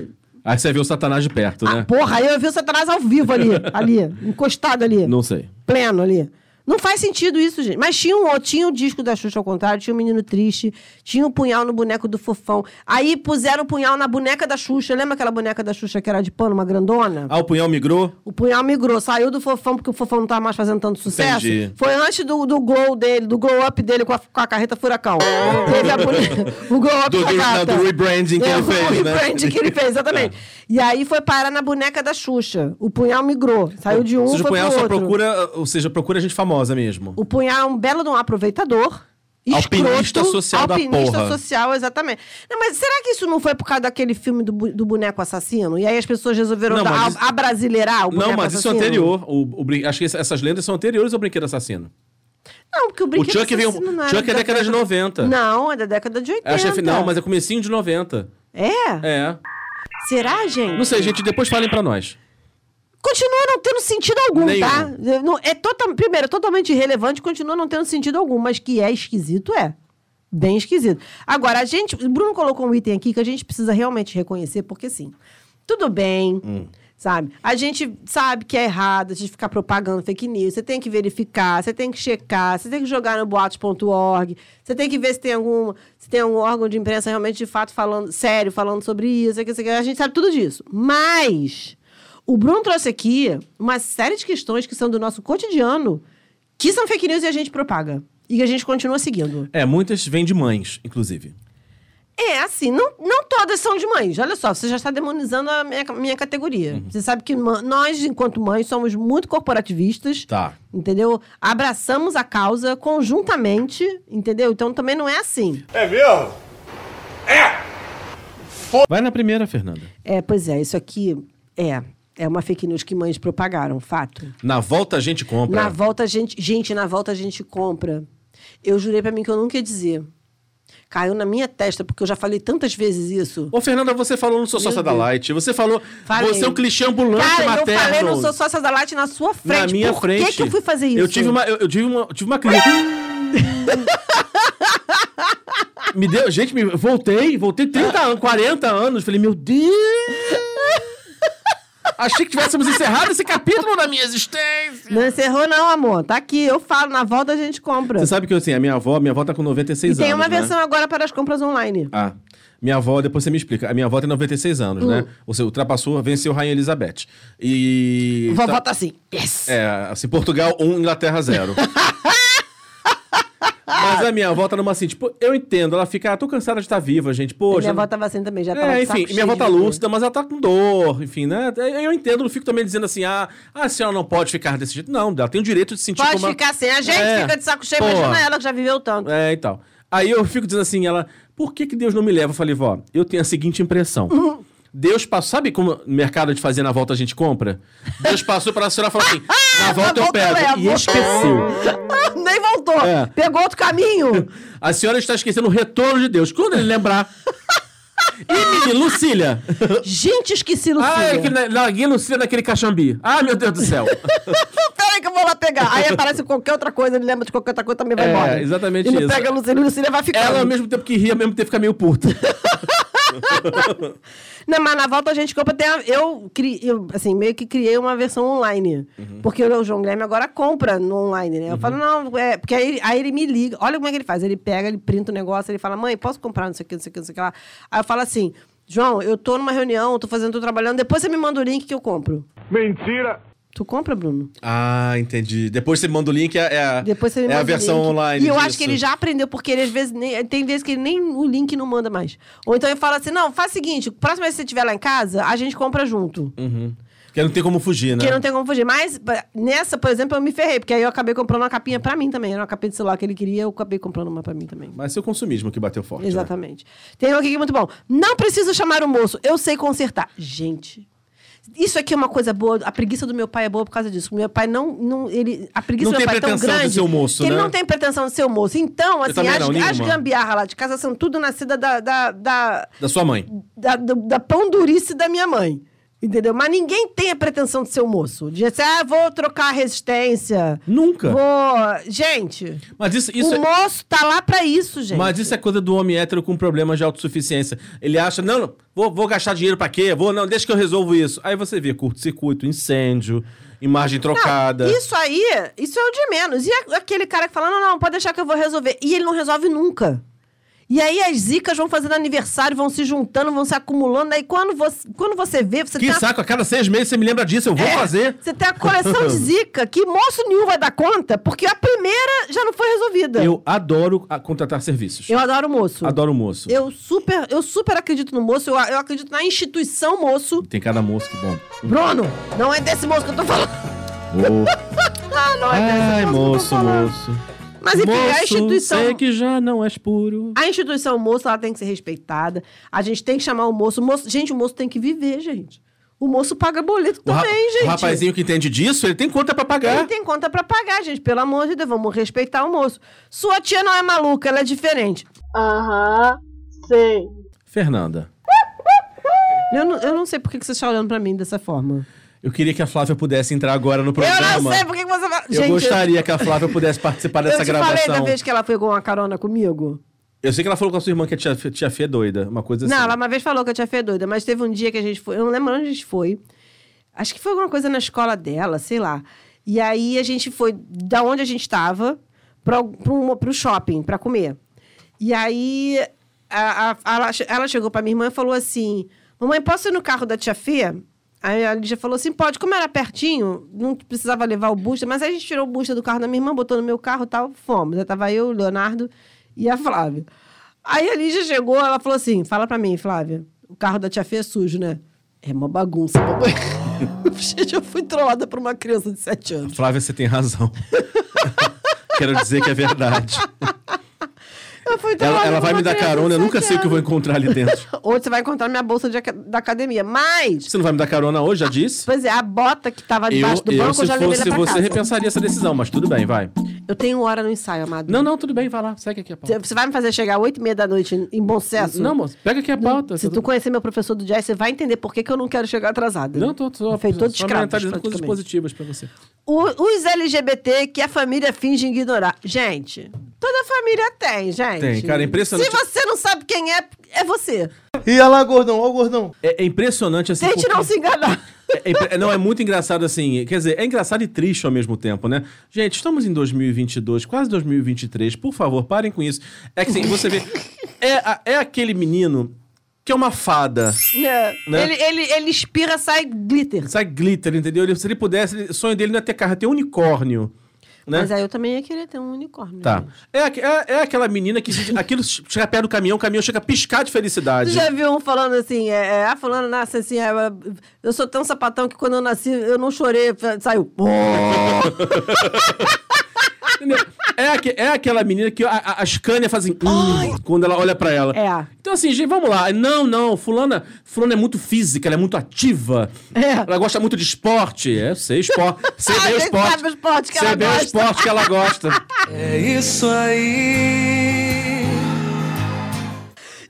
Speaker 1: aonde?
Speaker 2: Aí você vê o Satanás de perto,
Speaker 1: Ah,
Speaker 2: né?
Speaker 1: porra, aí eu vi o Satanás ao vivo ali, ali, encostado ali.
Speaker 2: Não sei.
Speaker 1: Pleno ali. Não faz sentido isso, gente. Mas tinha um outro, tinha o disco da Xuxa ao contrário, tinha o Menino Triste, tinha o punhal no boneco do Fofão. Aí puseram o punhal na boneca da Xuxa. Lembra aquela boneca da Xuxa que era de pano, uma grandona?
Speaker 2: Ah, o punhal migrou?
Speaker 1: O punhal migrou, saiu do Fofão porque o Fofão não tava mais fazendo tanto sucesso.
Speaker 2: Entendi.
Speaker 1: Foi antes do, do glow dele, do glow up dele com a, com a carreta
Speaker 2: [LAUGHS]
Speaker 1: furacão. Teve a boneca- o glow up
Speaker 2: Do-
Speaker 1: da
Speaker 2: do-
Speaker 1: gata.
Speaker 2: do rebranding que
Speaker 1: É,
Speaker 2: ele
Speaker 1: [LAUGHS] o
Speaker 2: fez, né? É.
Speaker 1: rebranding que ele fez,
Speaker 2: [LAUGHS]
Speaker 1: exatamente. E aí foi parar na boneca da Xuxa. O punhal migrou, saiu de um
Speaker 2: ou seja, o
Speaker 1: foi
Speaker 2: punhal
Speaker 1: pro
Speaker 2: só
Speaker 1: outro.
Speaker 2: procura, ou seja, procura gente famosa mesmo.
Speaker 1: O punhal é um belo de um aproveitador.
Speaker 2: Alpinista
Speaker 1: escroto,
Speaker 2: social da
Speaker 1: alpinista
Speaker 2: porra.
Speaker 1: social, exatamente. Não, mas será que isso não foi por causa daquele filme do, bu- do boneco assassino? E aí as pessoas resolveram
Speaker 2: Não,
Speaker 1: dar,
Speaker 2: mas isso-
Speaker 1: a, brasileirar o boneco
Speaker 2: Não, mas isso é
Speaker 1: assassino?
Speaker 2: anterior. O, o brin- acho que esse- essas lendas são anteriores ao Brinquedo Assassino.
Speaker 1: Não, porque o
Speaker 2: O
Speaker 1: brinquedo
Speaker 2: Chuck, veio,
Speaker 1: assassino não era
Speaker 2: Chuck é
Speaker 1: da
Speaker 2: década de 90.
Speaker 1: Não, é da década de 80.
Speaker 2: É, chefe, não, mas é comecinho de 90.
Speaker 1: É?
Speaker 2: É.
Speaker 1: Será, gente?
Speaker 2: Não sei, gente, depois falem pra nós.
Speaker 1: Continua não tendo sentido algum,
Speaker 2: Nenhum.
Speaker 1: tá? Eu não- É total... Primeiro, é totalmente irrelevante, continua não tendo sentido algum, mas que é esquisito, é. Bem esquisito. Agora, a gente. O Bruno colocou um item aqui que a gente precisa realmente reconhecer, porque assim, tudo bem. Sabe? A gente sabe que é errado a gente ficar propagando fake news. Você tem que verificar, você tem que checar, você tem que jogar no boatos.org, você tem que ver se tem algum, se tem algum órgão de imprensa realmente de fato falando sério, falando sobre isso, aquilo, isso, aquilo. a gente sabe tudo disso. Mas o Bruno trouxe aqui uma série de questões que são do nosso cotidiano, que são fake news e a gente propaga. E que a gente continua seguindo.
Speaker 2: É, muitas vêm de mães, inclusive.
Speaker 1: É, assim, não, não todas são de mães. Olha só, você já está demonizando a minha, minha categoria. Você sabe que ma- nós, enquanto mães, somos muito corporativistas.
Speaker 2: Tá.
Speaker 1: Entendeu? Abraçamos a causa conjuntamente, entendeu? Então também não é assim.
Speaker 4: É.
Speaker 2: Vai na primeira, Fernanda.
Speaker 1: É, pois é, isso aqui é, é uma fake news que mães propagaram, fato.
Speaker 2: Na volta a gente compra.
Speaker 1: Na volta a gente. Gente, na volta a gente compra. Eu jurei pra mim que eu nunca ia dizer. Caiu na minha testa, porque eu já falei tantas vezes isso.
Speaker 2: Ô, Fernanda, você falou no Sou
Speaker 1: Meu
Speaker 2: Sócia da
Speaker 1: Deus.
Speaker 2: Light. Você falou.
Speaker 1: Falei.
Speaker 2: Você é um clichê ambulante
Speaker 1: Cara,
Speaker 2: materno.
Speaker 1: eu falei, não sou sócia da Light na sua frente.
Speaker 2: Na minha
Speaker 1: Por
Speaker 2: frente.
Speaker 1: que, que eu fui fazer isso? [LAUGHS]
Speaker 2: Eu tive uma, eu, eu tive uma, eu tive uma crise. Me deu, gente, me, voltei, voltei 30 anos, 40 anos. Falei, meu Deus! Achei que tivéssemos encerrado esse capítulo da minha existência.
Speaker 1: Não encerrou, não, amor. Tá aqui, eu falo, na volta a gente compra.
Speaker 2: Você sabe que assim, a minha avó, minha avó tá com
Speaker 1: E
Speaker 2: 96 anos.
Speaker 1: tem uma
Speaker 2: né?
Speaker 1: versão agora para as compras online.
Speaker 2: Ah. Minha avó, depois você me explica. A minha avó tem 96 anos,
Speaker 1: Uh.
Speaker 2: né? Ou seja, ultrapassou, venceu Rainha Elizabeth. E.
Speaker 1: Vovó
Speaker 2: tá-
Speaker 1: tá assim. Yes!
Speaker 2: É, assim, Portugal 1,
Speaker 1: [LAUGHS]
Speaker 2: Inglaterra 0. Mas a minha avó tá numa assim, tipo, eu entendo, ela fica, ah, tô cansada de estar viva, gente,
Speaker 1: E
Speaker 2: poxa.
Speaker 1: minha avó tava assim também, já tava
Speaker 2: É,
Speaker 1: de saco
Speaker 2: enfim, minha
Speaker 1: cheio
Speaker 2: avó tá
Speaker 1: de ver.
Speaker 2: lúcida, mas ela tá com dor, enfim, né? Eu entendo, não fico também dizendo assim, ah, a senhora não pode ficar desse jeito. Não, ela tem o direito de se sentir
Speaker 1: Pode
Speaker 2: como uma-
Speaker 1: ficar assim. A gente
Speaker 2: É,
Speaker 1: fica de saco cheio,
Speaker 2: porra.
Speaker 1: imagina ela que já viveu tanto.
Speaker 2: É, e tal. Aí eu fico dizendo assim, ela, por que, que Deus não me leva? Eu falei, vó, eu tenho a seguinte impressão.
Speaker 1: [LAUGHS]
Speaker 2: Deus passou, sabe como no mercado de fazer na volta a gente compra? Deus passou pra senhora e
Speaker 1: [LAUGHS]
Speaker 2: falou assim, na volta eu
Speaker 1: volta eu
Speaker 2: pego. e
Speaker 1: levo.
Speaker 2: esqueceu.
Speaker 1: [LAUGHS] Nem voltou.
Speaker 2: É.
Speaker 1: Pegou outro caminho.
Speaker 2: A senhora está esquecendo o retorno de Deus. Quando ele
Speaker 1: [LAUGHS]
Speaker 2: lembrar... Ih, menino, Lucília!
Speaker 1: Gente, esqueci Lucília.
Speaker 2: Ah, é aquele, larguei Lucília naquele caxambi. Ah, meu Deus do céu!
Speaker 1: Peraí que eu vou lá pegar. Aí aparece qualquer outra coisa, ele lembra de qualquer outra coisa, também vai
Speaker 2: É,
Speaker 1: embora.
Speaker 2: exatamente
Speaker 1: e não
Speaker 2: isso.
Speaker 1: pega a Lucília, a Lucília vai ficar.
Speaker 2: Ela, ao mesmo tempo que ria, ao mesmo tempo fica meio puta.
Speaker 1: Não, mas na volta a gente compra. Tem a- eu, cri, eu, assim, meio que criei uma versão online.
Speaker 2: Uhum.
Speaker 1: Porque o João Guilherme agora compra no online, né? Eu falo, não, é. Porque aí, aí ele me liga. Olha como é que ele faz. Ele pega, ele printa o negócio, ele fala, mãe, posso comprar não sei o que, não sei o que, não sei o que lá. Aí eu falo assim. João, eu tô numa reunião, tô fazendo, tô trabalhando, depois você me manda o link que eu compro.
Speaker 11: Mentira!
Speaker 1: Tu compra, Bruno?
Speaker 2: Ah, entendi. Depois você manda o link, é, é a-
Speaker 1: Depois você me
Speaker 2: é
Speaker 1: manda
Speaker 2: a
Speaker 1: o
Speaker 2: versão
Speaker 1: link.
Speaker 2: online.
Speaker 1: E eu acho
Speaker 2: disso.
Speaker 1: que ele já aprendeu, porque ele às vezes nem- tem vezes que ele nem o link não manda mais. Ou então ele fala assim: não, faz o seguinte, próxima vez que você estiver lá em casa, a gente compra junto.
Speaker 2: Porque não tem como fugir, né?
Speaker 1: Porque não tem como fugir. Mas pa- nessa, por exemplo, eu me ferrei, porque aí eu acabei comprando uma capinha pra mim também. Era uma capinha de celular que ele queria, eu acabei comprando uma pra mim também.
Speaker 2: Mas seu consumismo que bateu forte. né?
Speaker 1: Exatamente. Tem um aqui que é muito bom. Não preciso chamar o moço, eu sei consertar. Gente. Isso aqui é uma coisa boa. A preguiça do meu pai é boa por causa disso. Meu pai não. não ele, a preguiça
Speaker 2: Não
Speaker 1: do meu
Speaker 2: tem
Speaker 1: pai é tão
Speaker 2: pretensão de
Speaker 1: grande.
Speaker 2: ser o moço,
Speaker 1: que ele
Speaker 2: né?
Speaker 1: não tem pretensão de ser o moço. Então, assim,
Speaker 2: também
Speaker 1: as,
Speaker 2: não,
Speaker 1: as
Speaker 2: nenhuma.
Speaker 1: gambiarras lá de casa são tudo nascida da- da- da
Speaker 2: Da sua mãe.
Speaker 1: da, do- da pão durice da minha mãe. Entendeu? Mas ninguém tem a pretensão de ser o moço. De assim, ah, vou trocar a resistência.
Speaker 2: Nunca.
Speaker 1: Vou. Gente,
Speaker 2: Mas isso, isso
Speaker 1: o
Speaker 2: é,
Speaker 1: moço tá lá pra isso, gente.
Speaker 2: mas isso é coisa do homem hétero com problemas de autossuficiência. Ele acha, não, não vou, vou gastar dinheiro pra quê? Vou, não, deixa que eu resolvo isso. Aí você vê curto-circuito, incêndio, imagem trocada.
Speaker 1: Isso aí, isso é o de menos. E a- aquele cara que fala, não, não, pode deixar que eu vou resolver. E ele não resolve nunca. E aí as zicas vão fazendo aniversário, vão se juntando, vão se acumulando. Aí quando você, quando você vê, você
Speaker 2: que
Speaker 1: tem a
Speaker 2: saco, a cada seis meses você me lembra disso, eu vou fazer.
Speaker 1: tá- É, Você tem a coleção de zica que moço nenhum vai dar conta, porque a primeira já não foi resolvida.
Speaker 2: Eu adoro a- contratar serviços.
Speaker 1: Eu adoro moço.
Speaker 2: Adoro o moço.
Speaker 1: Eu super, eu super acredito no moço, eu, eu acredito na instituição moço.
Speaker 2: Tem cada moço que
Speaker 1: [LAUGHS]
Speaker 2: bom.
Speaker 1: Bruno, não é desse moço que eu tô falando.
Speaker 2: Oh.
Speaker 1: Ah, não é
Speaker 2: Ai,
Speaker 1: desse moço,
Speaker 2: moço,
Speaker 1: que eu tô falando.
Speaker 2: moço.
Speaker 1: Mas enfim, é a instituição.
Speaker 2: Sei que já não és puro.
Speaker 1: A instituição moço, ela tem que ser respeitada. A gente tem que chamar o moço. O moço gente, o moço tem que viver, gente. O moço paga boleto
Speaker 2: O ra-
Speaker 1: também, gente.
Speaker 2: O rapazinho é? que entende disso, ele tem conta pra pagar.
Speaker 1: Ele tem conta pra pagar, gente. Pelo amor de Deus, vamos respeitar o moço. Sua tia não é maluca, ela é diferente.
Speaker 7: Aham, sei.
Speaker 2: Fernanda,
Speaker 1: Eu não, eu não sei por que que você está olhando pra mim dessa forma.
Speaker 2: eu queria que a Flávia pudesse entrar agora no programa.
Speaker 1: Eu não sei por que que você fala.
Speaker 2: Eu gostaria que a Flávia pudesse participar dessa
Speaker 1: eu te
Speaker 2: gravação.
Speaker 1: falei da vez que ela pegou uma carona comigo?
Speaker 2: Eu sei que ela falou com a sua irmã que a tia, Fê- tia Fê é doida, uma coisa assim.
Speaker 1: Não, ela uma vez falou que eu tinha fé doida, mas teve um dia que a gente foi. Eu não lembro onde a gente foi. Acho que foi alguma coisa na escola dela, sei lá. E aí a gente foi da onde a gente estava para o shopping para comer. E aí a- a- a- ela, che- ela chegou para minha irmã e falou assim: Mamãe, posso ir no carro da tia Fê? Aí a Lígia falou assim: pode, como era pertinho, não precisava levar o busta, mas aí a gente tirou o busta do carro da minha irmã, botou no meu carro e tal, fomos. Aí tava eu, o Leonardo e a Flávia. Aí a Lígia chegou, ela falou assim: fala pra mim, Flávia, o carro da tia Fê é sujo, né? É uma bagunça, mamãe. [LAUGHS] Gente, eu fui trollada por uma criança de 7 anos.
Speaker 2: Flávia, você tem razão. [LAUGHS] Quero dizer que é verdade.
Speaker 1: Eu fui trollada
Speaker 2: Ela, ela
Speaker 1: por
Speaker 2: vai
Speaker 1: uma
Speaker 2: me dar
Speaker 1: criança de
Speaker 2: carona, eu nunca
Speaker 1: sete
Speaker 2: sei o que eu vou
Speaker 1: anos.
Speaker 2: encontrar
Speaker 1: [LAUGHS]
Speaker 2: ali dentro.
Speaker 1: Hoje você vai encontrar minha bolsa de aca- da academia. Mas,
Speaker 2: Você não vai me dar carona hoje, já disse?
Speaker 1: pois é, a bota que tava
Speaker 2: Eu,
Speaker 1: debaixo do
Speaker 2: eu,
Speaker 1: banco eu
Speaker 2: se
Speaker 1: já levei
Speaker 2: fosse
Speaker 1: ela pra
Speaker 2: você,
Speaker 1: casa.
Speaker 2: repensaria essa decisão, mas tudo bem, vai.
Speaker 1: Eu tenho hora no ensaio, amado.
Speaker 2: Não, não, tudo bem, vai lá, segue aqui a pauta.
Speaker 1: Você vai me fazer chegar às 8 e meia da noite em- em bom sucesso?
Speaker 2: Não, moço, pega aqui a pauta.
Speaker 1: Se
Speaker 2: tudo-
Speaker 1: tu conhecer meu professor do jazz, você vai entender por que, que eu não quero chegar atrasada.
Speaker 2: Não, tô, tô,
Speaker 1: Feito todos
Speaker 2: só
Speaker 1: escravos,
Speaker 2: mentalizando coisas
Speaker 1: praticamente.
Speaker 2: positivas pra você.
Speaker 1: O- os LGBT que a família finge ignorar. Gente, Toda família tem, gente.
Speaker 2: Tem, cara, é impressionante.
Speaker 1: Se você não sabe quem é, é você.
Speaker 6: E olha lá, gordão, olha o gordão.
Speaker 2: É, é impressionante assim.
Speaker 1: Tente não se enganar.
Speaker 2: É impre- é- não, é muito engraçado assim. Quer dizer, é engraçado e triste ao mesmo tempo, né? Gente, estamos em 2022, quase 2023. Por favor, parem com isso. É que assim, você vê. É, a- é aquele menino que é uma fada.
Speaker 1: É.
Speaker 2: [LAUGHS] Né?
Speaker 1: Ele, ele, ele inspira, sai glitter.
Speaker 2: Sai glitter, entendeu? Ele- se ele pudesse, ele- o sonho dele não é ter carro, é ter unicórnio. Né?
Speaker 1: Mas aí eu também ia querer ter um unicórnio.
Speaker 2: Tá.
Speaker 1: gente.
Speaker 2: É, aqu- é, é aquela menina que se- aquilo chega perto do caminhão, o caminhão chega a piscar de
Speaker 1: Tu
Speaker 2: felicidade.
Speaker 1: já viu um falando assim, é, é, ah, fulano nasce assim, é, eu sou tão sapatão que quando eu nasci eu não chorei, saiu.
Speaker 2: Entendeu? É, aque- é aquela menina que a, a, as cânias fazem "Hum", quando ela olha pra ela.
Speaker 1: É.
Speaker 2: Então, assim, gente, vamos lá. Não, não, fulana, fulana é muito física, ela é muito ativa.
Speaker 1: É.
Speaker 2: Ela gosta muito de esporte. É, eu sei esporte.
Speaker 1: [LAUGHS]
Speaker 2: Sei
Speaker 1: A
Speaker 2: bem o
Speaker 1: gente
Speaker 2: esporte.
Speaker 1: sabe o esporte que
Speaker 2: sei
Speaker 1: ela
Speaker 2: bem
Speaker 1: gosta.
Speaker 2: o esporte que ela
Speaker 1: [LAUGHS]
Speaker 2: gosta.
Speaker 8: É isso aí.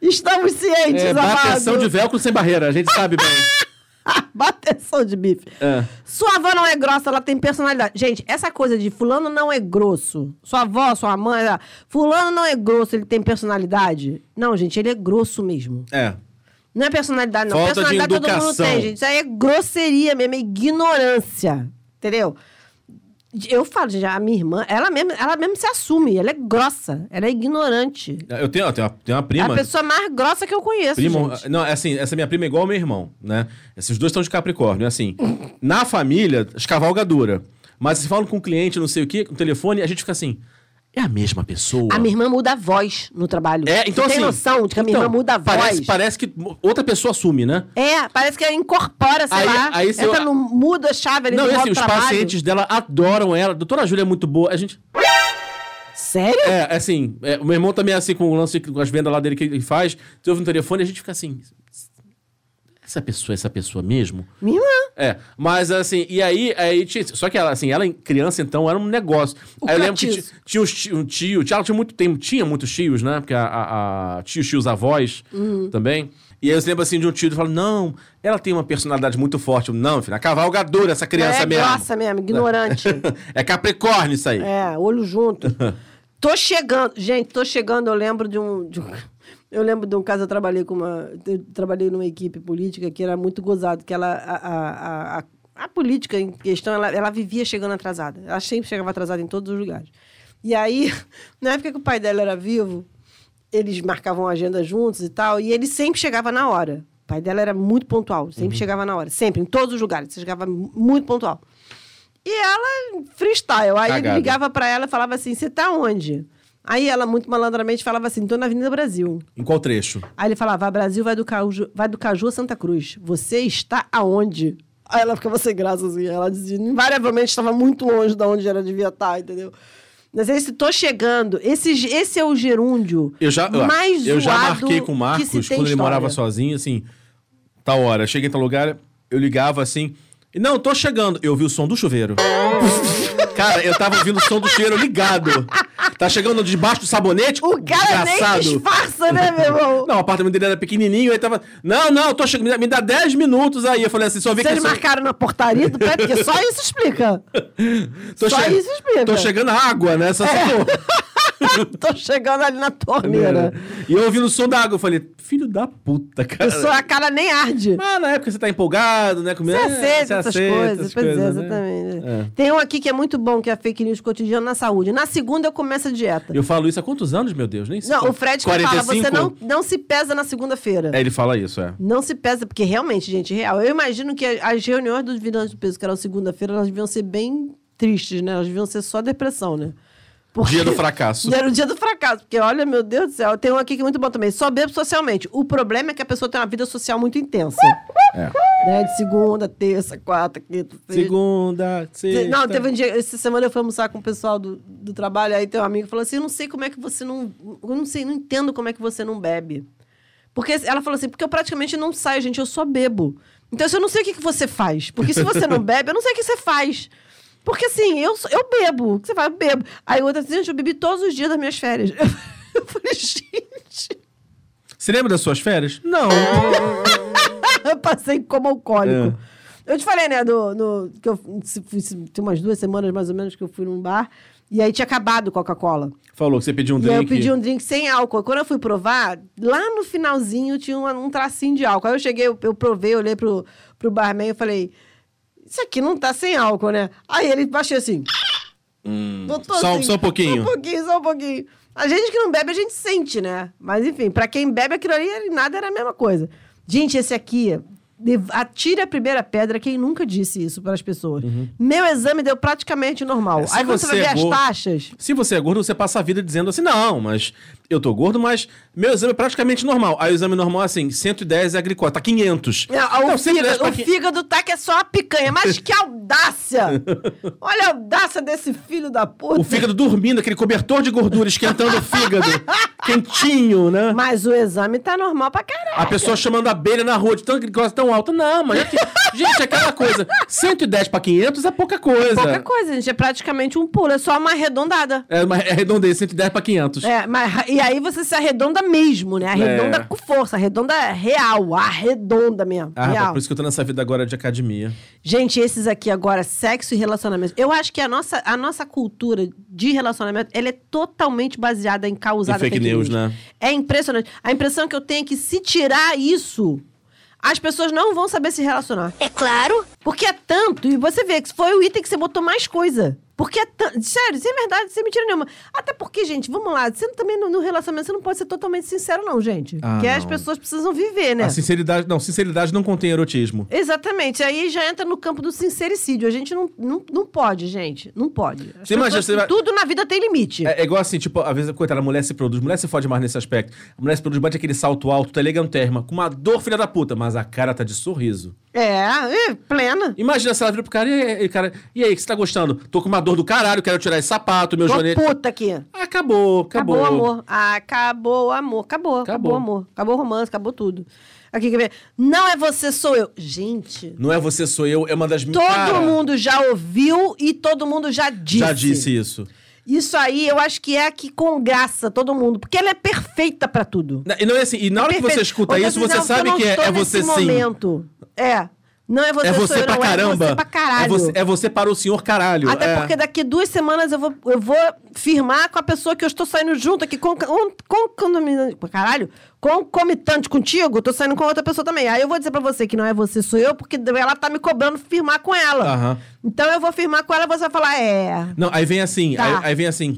Speaker 1: Estamos cientes,
Speaker 2: É, bateção
Speaker 1: amado. [LAUGHS]
Speaker 2: de velcro sem barreira, a gente sabe bem.
Speaker 1: Bateção de bife.
Speaker 2: É.
Speaker 1: Sua avó não é grossa, ela tem personalidade. Gente, essa coisa de fulano não é grosso. Sua avó, sua mãe, ela, fulano não é grosso, ele tem personalidade. Não, gente, ele é grosso mesmo.
Speaker 2: É.
Speaker 1: Não é personalidade, não.
Speaker 2: Falta de
Speaker 1: personalidade todo mundo
Speaker 2: educação.
Speaker 1: tem, gente. Isso aí é grosseria mesmo, é ignorância. Entendeu? Eu falo, gente, a minha irmã, ela mesmo, ela mesmo se assume, ela é grossa, ela é ignorante.
Speaker 2: Eu tenho, eu tenho, uma, tenho uma
Speaker 1: É
Speaker 2: prima.
Speaker 1: a pessoa mais grossa que eu conheço,
Speaker 2: Primo,
Speaker 1: gente.
Speaker 2: não, é assim, essa minha prima é igual ao meu irmão, né? Esses dois estão de Capricórnio, é assim. na família, escavalgadura. Mas se falam com o cliente, não sei o quê, com o telefone, a gente fica assim, é a mesma pessoa.
Speaker 1: A minha irmã muda a voz no trabalho.
Speaker 2: É, então
Speaker 1: Você
Speaker 2: assim.
Speaker 1: tem noção de que a minha
Speaker 2: então,
Speaker 1: irmã muda a
Speaker 2: parece,
Speaker 1: voz?
Speaker 2: Parece que outra pessoa assume, né?
Speaker 1: É, parece que ela incorpora, sei
Speaker 2: Aí-
Speaker 1: lá.
Speaker 2: aí se eu-
Speaker 1: entra no, muda a chave ali
Speaker 2: não,
Speaker 1: do
Speaker 2: e assim, os
Speaker 1: trabalho.
Speaker 2: pacientes dela adoram ela. Doutora Júlia é muito boa. A gente.
Speaker 1: Sério?
Speaker 2: É, assim, é, o meu irmão também é assim com o lance com as vendas lá dele que ele faz. Você ouve no telefone e a gente fica assim. Essa pessoa, é essa pessoa mesmo?
Speaker 1: Minha irmã.
Speaker 2: É, mas assim, e aí, aí tinha- só que ela, assim, ela em criança, então, era um negócio. aí eu lembro que
Speaker 1: catiço.
Speaker 2: ti- tinha uns ti- um tio, tio, ela tinha muito tempo, tinha muitos tios, né? Porque a, a, a tios, tios, avós
Speaker 1: Uhum.
Speaker 2: também. E aí eu lembro assim de um tio que fala: Não, ela tem uma personalidade muito forte. Eu, Não, filho, é cavalgadora essa criança
Speaker 1: Ela é
Speaker 2: mesmo.
Speaker 1: grossa mesmo, ignorante.
Speaker 2: [LAUGHS] é Capricórnio isso aí.
Speaker 1: É, olho junto. tô chegando. Gente, tô chegando. Eu lembro de um. de um- eu lembro de um caso, eu trabalhei com uma. Eu trabalhei numa equipe política que era muito gozado, que ela. A, a, a, a política em questão, ela, ela vivia chegando atrasada. Ela sempre chegava atrasada em todos os lugares. E aí, [LAUGHS] na época que o pai dela era vivo, eles marcavam a agenda juntos e tal, e ele sempre chegava na hora. O pai dela era muito pontual, sempre chegava na hora, sempre, em todos os lugares, chegava mu- muito pontual. E ela, freestyle. Aí
Speaker 2: Cagada.
Speaker 1: ele ligava pra ela e falava assim: Você tá onde? Aí ela, muito malandramente, falava assim: Tô na Avenida Brasil.
Speaker 2: Em qual trecho?
Speaker 1: Aí ele falava: "Vai, Brasil vai do, Caju, vai do Caju a Santa Cruz. Você está aonde? Aí ela ficava sem graça assim. Ela dizia: invariavelmente estava muito longe de onde ela devia estar, entendeu? Mas esse tô chegando. Esse, esse é o gerúndio
Speaker 2: Eu já, ó,
Speaker 1: mais
Speaker 2: eu já
Speaker 1: zoado
Speaker 2: marquei com o
Speaker 1: que
Speaker 2: Marcos
Speaker 1: se
Speaker 2: quando
Speaker 1: tem
Speaker 2: ele morava
Speaker 1: história.
Speaker 2: sozinho, assim, tal hora. Cheguei em tal lugar, eu ligava assim. e, Não, tô chegando. Eu ouvi o som
Speaker 1: [LAUGHS]
Speaker 2: do chuveiro. cara, eu tava ouvindo o som do chuveiro ligado. Tá chegando debaixo do sabonete?
Speaker 1: O cara
Speaker 2: desgraçado.
Speaker 1: nem disfarça, né, meu irmão?
Speaker 2: Não, o apartamento dele era pequenininho, aí tava. Não, não, tô chegando. me dá- Me dá 10 minutos aí. Eu falei assim, só vi que.
Speaker 1: Vocês marcaram na portaria do prédio, porque só isso explica.
Speaker 2: Tô,
Speaker 1: só isso É. explica.
Speaker 2: tô chegando água, né? Só só-
Speaker 1: [LAUGHS] Tô chegando ali na torneira.
Speaker 2: E eu ouvindo o som da água. Eu falei, filho da puta, cara.
Speaker 1: Pessoa, a cara nem arde.
Speaker 2: Ah, na época você tá empolgado, né? Comendo,
Speaker 1: é, Você aceita essas coisas. Pois é,
Speaker 2: né?
Speaker 1: exatamente. Tem um aqui que é muito bom, que é a fake news cotidiana na saúde. Na segunda eu começo a dieta.
Speaker 2: Eu falo isso há quantos anos, meu Deus? Nem sei.
Speaker 1: Não, o Fred que fala,
Speaker 2: 45?
Speaker 1: você não, não se pesa na segunda-feira.
Speaker 2: É, ele fala isso, é.
Speaker 1: Não se pesa, porque realmente, gente, real. Eu imagino que a- as reuniões dos vilões do peso, que eram segunda-feira, elas deviam ser bem tristes, né? Elas deviam ser só depressão, né? Porque-
Speaker 2: Dia do fracasso.
Speaker 1: Era o [LAUGHS] dia do fracasso, porque olha, meu Deus do céu, tem um aqui que é muito bom também. Só bebo socialmente. O problema é que a pessoa tem uma vida social muito intensa. Né? De segunda, terça, quarta, quinta, sexta.
Speaker 2: É. Segunda, sexta.
Speaker 1: Não, teve um dia, essa semana eu fui almoçar com o pessoal do, do trabalho, aí tem um amigo que falou assim: Eu não sei como é que você não. Eu não sei, não entendo como é que você não bebe. Porque ela falou assim: Porque eu praticamente não saio, gente, eu só bebo. Então assim, eu não sei o que, que você faz. Porque se você não bebe, eu não sei o que você faz. Porque assim, eu, sou- eu bebo. O que você faz? Eu bebo. Aí outra assim: Gente, eu bebi todos os dias das minhas férias. [LAUGHS] Eu falei: Gente,
Speaker 2: Você lembra das suas férias? Não.
Speaker 1: [LAUGHS] eu passei como alcoólico. Eu te falei, né, do, no- que eu fui- se- se- tem umas duas semanas mais ou menos que eu fui num bar E aí tinha acabado Coca-Cola.
Speaker 2: Falou que você pediu um
Speaker 1: E aí
Speaker 2: drink.
Speaker 1: eu pedi um drink sem álcool. Quando eu fui provar, lá no finalzinho tinha uma- um, tracinho de álcool. Aí eu cheguei, eu, eu provei, olhei pro, pro barman e falei: Isso aqui não tá sem álcool, né? Aí ele baixou assim. Botou
Speaker 2: só- só um
Speaker 1: Só
Speaker 2: pouquinho.
Speaker 1: um pouquinho, só um pouquinho. A gente que não bebe, a gente sente, né? Mas enfim, pra quem bebe aquilo ali, ele- nada era a mesma coisa. Gente, esse aqui. lev- Atire a primeira pedra, quem nunca disse isso para as pessoas. Meu exame deu praticamente normal.
Speaker 2: Uhum. É, se
Speaker 1: Aí quando você
Speaker 2: você
Speaker 1: vai ver
Speaker 2: é
Speaker 1: as
Speaker 2: gordo-
Speaker 1: taxas.
Speaker 2: Se você é gordo, você passa a vida dizendo assim: não, mas eu tô gordo, mas meu exame é praticamente normal. Aí o exame normal é assim: 110 é a glicose, tá 500.
Speaker 1: Não, É, o,
Speaker 2: Então, 110
Speaker 1: fígado,
Speaker 2: pra
Speaker 1: o
Speaker 2: quin-
Speaker 1: fígado tá que é só uma picanha, mas que
Speaker 2: [LAUGHS]
Speaker 1: audácia! Olha a audácia desse filho da puta.
Speaker 2: O fígado dormindo, aquele cobertor de gordura esquentando o fígado, quentinho, né?
Speaker 1: Mas o exame tá normal pra caralho.
Speaker 2: A pessoa chamando a abelha na rua de tanta glicose tão alta. Não, mas é que... gente, é aquela coisa. 110 pra 500 é pouca coisa. É,
Speaker 1: Pouca coisa, gente. É praticamente um pulo, é só uma arredondada.
Speaker 2: uma- é redondeza, 110 pra 500.
Speaker 1: É, mas, e aí você se arredonda mesmo, né? Arredonda
Speaker 2: É.
Speaker 1: com força, arredonda real, arredonda mesmo.
Speaker 2: Ah, rapaz,
Speaker 1: real.
Speaker 2: por isso que eu tô nessa vida agora de academia.
Speaker 1: Gente, esses aqui agora, sexo e relacionamento. Eu acho que a nossa, a nossa cultura de relacionamento, ela é totalmente baseada em causar
Speaker 2: Em fake news, né?
Speaker 1: É impressionante. A impressão que eu tenho é que se tirar isso, as pessoas não vão saber se relacionar.
Speaker 3: É claro.
Speaker 1: Porque é tanto, e você vê que foi o item que você botou mais coisa. Porque é tanto. Sério, sem verdade, sem mentira nenhuma. Até porque, gente, vamos lá, você não- também no, no relacionamento você não pode ser totalmente sincero, não, gente.
Speaker 2: Ah,
Speaker 1: porque as
Speaker 2: não. Assim,
Speaker 1: pessoas precisam viver, né?
Speaker 2: A sinceridade... Não, sinceridade não contém erotismo.
Speaker 1: Exatamente. Aí já entra no campo do sincericídio. A gente não, não, não pode, gente. Não pode. As
Speaker 2: Você imagina,
Speaker 1: pessoas-
Speaker 2: você vai-
Speaker 1: Tudo na vida tem limite.
Speaker 2: É, é igual assim, tipo, às vezes, coitada, a mulher se produz, a mulher se fode mais nesse aspecto. A mulher se produz, bate aquele salto alto, tá eleganterma, com uma dor filha da puta, mas a cara tá de sorriso.
Speaker 1: É, é, plena.
Speaker 2: Imagina se ela vira pro cara, e, aí, cara, e aí, o que você tá gostando? Tô com uma dor do caralho, quero tirar esse sapato, meu
Speaker 1: Tô
Speaker 2: joelho. Ah,
Speaker 1: puta aqui.
Speaker 2: Acabou,
Speaker 1: Acabou
Speaker 2: acabou.
Speaker 1: o amor. Ah, Acabou o amor. Acabou. Acabou o
Speaker 2: Acabou.
Speaker 1: amor. Acabou o romance. Acabou tudo. Aqui, quer ver? Não é você, sou eu. Gente,
Speaker 2: Não é você, sou eu, é uma das minhas.
Speaker 1: todo mundo já ouviu e todo mundo já disse.
Speaker 2: Já disse isso.
Speaker 1: Isso aí, eu acho que é a que congraça todo mundo. Porque ela é perfeita pra tudo.
Speaker 2: Na- E não é assim, e na hora que você
Speaker 1: Perfeito.
Speaker 2: escuta
Speaker 1: Ou
Speaker 2: isso,
Speaker 1: diz,
Speaker 2: você
Speaker 1: não, eu
Speaker 2: sabe
Speaker 1: não
Speaker 2: que é,
Speaker 1: estou
Speaker 2: é você
Speaker 1: nesse
Speaker 2: sim.
Speaker 1: momento. É. Não é você,
Speaker 2: É você
Speaker 1: sou eu,
Speaker 2: pra
Speaker 1: não,
Speaker 2: caramba.
Speaker 1: É você pra caralho.
Speaker 2: É você, é você para o senhor caralho.
Speaker 1: Até
Speaker 2: é.
Speaker 1: porque daqui duas semanas eu vou, eu vou firmar com a pessoa que eu estou saindo junto aqui, com, com, com, com caralho, concomitante contigo, eu tô saindo com outra pessoa também. Aí eu vou dizer pra você que não é você, sou eu, porque ela tá me cobrando firmar com ela.
Speaker 2: Aham.
Speaker 1: Então eu vou firmar com ela, você vai falar, é.
Speaker 2: Não, aí vem assim,
Speaker 1: Tá.
Speaker 2: aí, aí vem assim.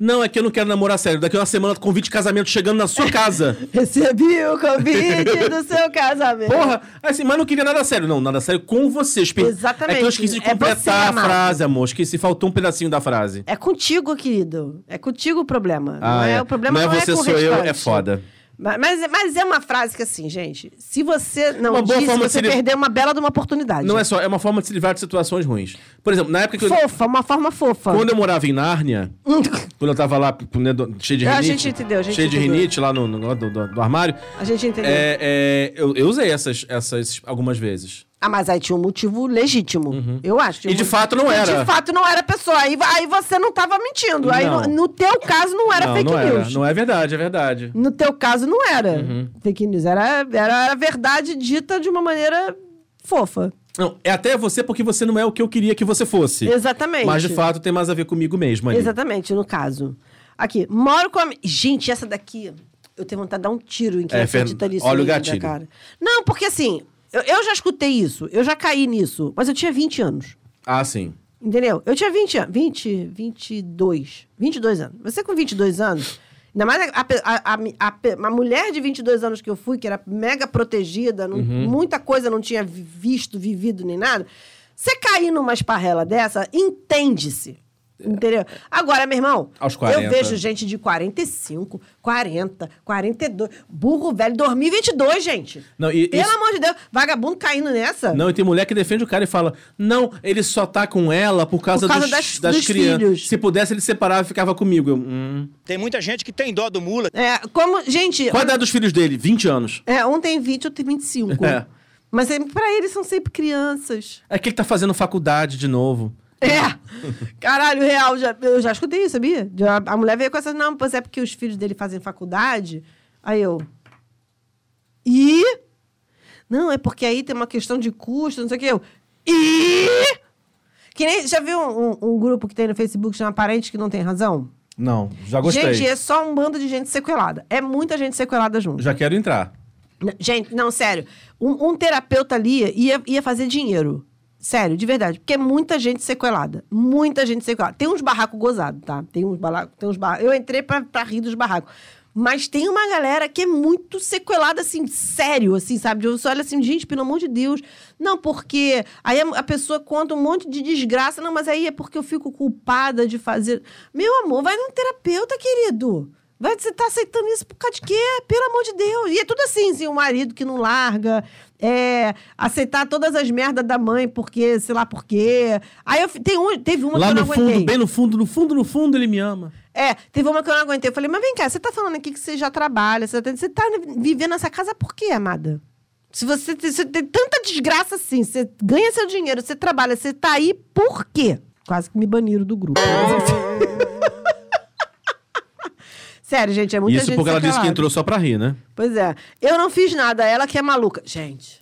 Speaker 2: Não, é que eu não quero namorar sério. Daqui a uma semana, convite de casamento chegando na sua casa.
Speaker 1: Recebi o convite do seu casamento.
Speaker 2: Porra! Assim, mas não queria nada sério. Não, nada sério com você. Espe-
Speaker 1: Exatamente.
Speaker 2: É que eu esqueci de
Speaker 1: É você,
Speaker 2: completar a
Speaker 1: amado.
Speaker 2: frase, amor. Esqueci, faltou um pedacinho da frase.
Speaker 1: É contigo, querido. É contigo o problema. não
Speaker 2: Ah,
Speaker 1: é.
Speaker 2: é.
Speaker 1: o problema.
Speaker 2: Não é
Speaker 1: Não,
Speaker 2: você,
Speaker 1: com o
Speaker 2: sou eu,
Speaker 1: restante.
Speaker 2: é foda.
Speaker 1: Ma- Mas, mas é uma frase que assim, gente, se você não
Speaker 2: Uma boa
Speaker 1: diz,
Speaker 2: forma de
Speaker 1: você
Speaker 2: se liv-
Speaker 1: perdeu uma bela de uma oportunidade.
Speaker 2: Não é só, é uma forma de se livrar de situações ruins. Por exemplo, na época que eu,
Speaker 1: Fofa, uma forma fofa.
Speaker 2: quando eu morava em Nárnia, quando eu tava lá né, do- cheio de
Speaker 1: Ah, A
Speaker 2: rinite.
Speaker 1: gente entendeu, a gente
Speaker 2: cheio de
Speaker 1: entendeu.
Speaker 2: rinite lá no, no- do, do- do armário.
Speaker 1: A gente entendeu.
Speaker 2: É, é, eu, eu usei essas, essas algumas vezes.
Speaker 1: Ah, mas aí tinha um motivo legítimo. Eu acho. tinha
Speaker 2: Uhum. E
Speaker 1: um
Speaker 2: de
Speaker 1: motivo-
Speaker 2: fato não
Speaker 1: E
Speaker 2: era.
Speaker 1: de fato não era pessoa. Aí, aí você não tava mentindo. Aí no,
Speaker 2: Não.
Speaker 1: no teu caso não era
Speaker 2: não,
Speaker 1: fake
Speaker 2: não
Speaker 1: news.
Speaker 2: Era. Não Uhum. é verdade, é verdade.
Speaker 1: No teu caso não era fake news. Era, era, era verdade dita de uma maneira fofa.
Speaker 2: Não, é até você porque você não é o que eu queria que você fosse.
Speaker 1: Exatamente.
Speaker 2: Mas de fato tem mais a ver comigo mesmo ali.
Speaker 1: Exatamente, no caso. Aqui, moro com a. mi- Gente, essa daqui, eu tenho vontade de dar um tiro em quem
Speaker 2: É,
Speaker 1: acredita
Speaker 2: Fernanda,
Speaker 1: nisso.
Speaker 2: olha o
Speaker 1: ainda,
Speaker 2: gatilho.
Speaker 1: Cara. Não, porque assim, eu, eu já escutei isso, eu já caí nisso, mas eu tinha 20 anos.
Speaker 2: Ah, sim.
Speaker 1: Entendeu? Eu tinha 20 anos. 20, 22. 22 anos. Você com 22 anos. Ainda mais a, a, a- a- a mulher de 22 anos que eu fui, que era mega protegida, não-
Speaker 2: Uhum.
Speaker 1: muita coisa não tinha vi- visto, vivido nem nada. Você cair numa esparrela dessa, entende-se. Entendeu? Agora, meu irmão,
Speaker 2: É. Aos
Speaker 1: eu
Speaker 2: 40.
Speaker 1: vejo gente de 45, 40, 42. Burro velho, 2022, gente.
Speaker 2: Não, e
Speaker 1: Pelo
Speaker 2: isso-
Speaker 1: amor de Deus, vagabundo caindo nessa.
Speaker 2: Não, e tem mulher que defende o cara e fala: Não, ele só tá com ela por causa,
Speaker 1: Por causa
Speaker 2: dos,
Speaker 1: das-
Speaker 2: das,
Speaker 1: dos
Speaker 2: crianças.
Speaker 1: filhos.
Speaker 2: Se pudesse, ele separava e ficava comigo. Eu, hum.
Speaker 9: Tem muita gente que tem dó do mula.
Speaker 1: É, como, gente,
Speaker 2: Qual a idade dos filhos dele? 20 anos.
Speaker 1: É, um tem 20, outro tem 25.
Speaker 2: É.
Speaker 1: Mas é- pra eles são sempre crianças.
Speaker 2: É que ele tá fazendo faculdade de novo.
Speaker 1: É! Caralho, real, já, eu já escutei isso, sabia? De- a- a mulher veio com essa, não, pois é porque os filhos dele fazem faculdade. Aí eu. E? Não, é porque aí tem uma questão de custo, não sei o que. Eu. E? Que nem, já viu um, um- um grupo que tem no Facebook chama Parentes que não tem razão?
Speaker 11: Não, já gostei.
Speaker 1: Gente, é só um bando de gente sequelada. É muita gente sequelada junto.
Speaker 11: Já quero entrar.
Speaker 1: N- Gente, não, sério. Um, um terapeuta ali ia, ia fazer dinheiro. Sério, de verdade. Porque é muita gente sequelada. Muita gente sequelada. Tem uns barracos gozados, tá? Tem uns barracos. Tem uns barracos. Eu entrei pra, pra rir dos barracos. Mas tem uma galera que é muito sequelada, assim, sério, assim, sabe? Eu só olho assim, gente, pelo amor de Deus. Não, porque. Aí a, a pessoa conta um monte de desgraça. Não, mas aí é porque eu fico culpada de fazer. Meu amor, vai num terapeuta, querido. Vai, você tá aceitando isso por causa de quê? Pelo amor de Deus. E é tudo assim, assim, o marido que não larga, é, aceitar todas as merdas da mãe, porque, sei lá por quê. Aí eu, fi- tem um, teve uma que
Speaker 2: Lá
Speaker 1: eu não
Speaker 2: no fundo,
Speaker 1: aguentei.
Speaker 2: bem no fundo, no fundo, no fundo, ele me ama.
Speaker 1: É, teve uma que eu não aguentei. Eu falei, mas vem cá, você tá falando aqui que você já trabalha, você tá, você tá vivendo nessa casa por quê, amada? Se você, te- você tem tanta desgraça assim, você ganha seu dinheiro, você trabalha, você tá aí por quê? Quase que me baniram do
Speaker 2: [LAUGHS]
Speaker 1: grupo. mas enfim. Sério, gente, é muita
Speaker 2: Isso
Speaker 1: gente
Speaker 2: porque ela disse que
Speaker 1: sequelada.
Speaker 2: entrou só pra rir, né?
Speaker 1: Pois é. Eu não fiz nada, ela que é maluca. Gente.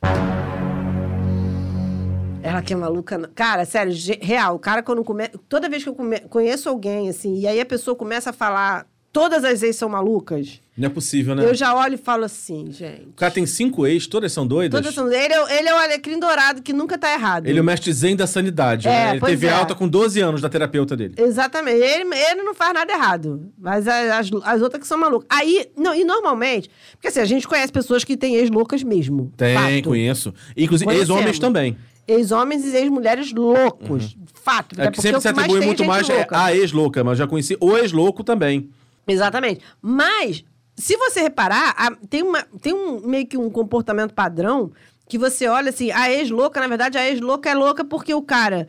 Speaker 1: Ela que é maluca. não- Cara, sério, ge- real. O cara, quando come... Toda vez que eu come- conheço alguém, assim, e aí a pessoa começa a falar todas as ex são malucas,
Speaker 2: Não é possível, né?
Speaker 1: eu já olho e falo assim, gente.
Speaker 2: O cara tem cinco ex, todas são doidas.
Speaker 1: Todas são... ele, é, o- ele é o alecrim dourado que nunca tá errado.
Speaker 2: Ele é o mestre zen da sanidade.
Speaker 1: É,
Speaker 2: né? Ele
Speaker 1: pois
Speaker 2: teve
Speaker 1: é.
Speaker 2: alta com 12 anos da terapeuta dele.
Speaker 1: Exatamente. Ele, ele não faz nada errado. Mas a- as, as outras que são malucas. Aí, não, e normalmente, porque assim, a gente conhece pessoas que têm ex-loucas mesmo.
Speaker 2: Tem,
Speaker 1: fato.
Speaker 2: conheço. Inclusive,
Speaker 1: Conhecemos.
Speaker 2: ex-homens também.
Speaker 1: Ex-homens e ex-mulheres loucos. Fato.
Speaker 2: É
Speaker 1: até
Speaker 2: que
Speaker 1: porque
Speaker 2: sempre
Speaker 1: o
Speaker 2: se
Speaker 1: mais
Speaker 2: atribui
Speaker 1: tem é
Speaker 2: muito
Speaker 1: gente
Speaker 2: mais é,
Speaker 1: louca.
Speaker 2: a ex-louca, mas já conheci o ex-louco também.
Speaker 1: Exatamente. Mas, se você reparar, a- tem, uma, tem um, meio que um comportamento padrão que você olha assim, a ex-louca, na verdade, a ex-louca é louca porque o cara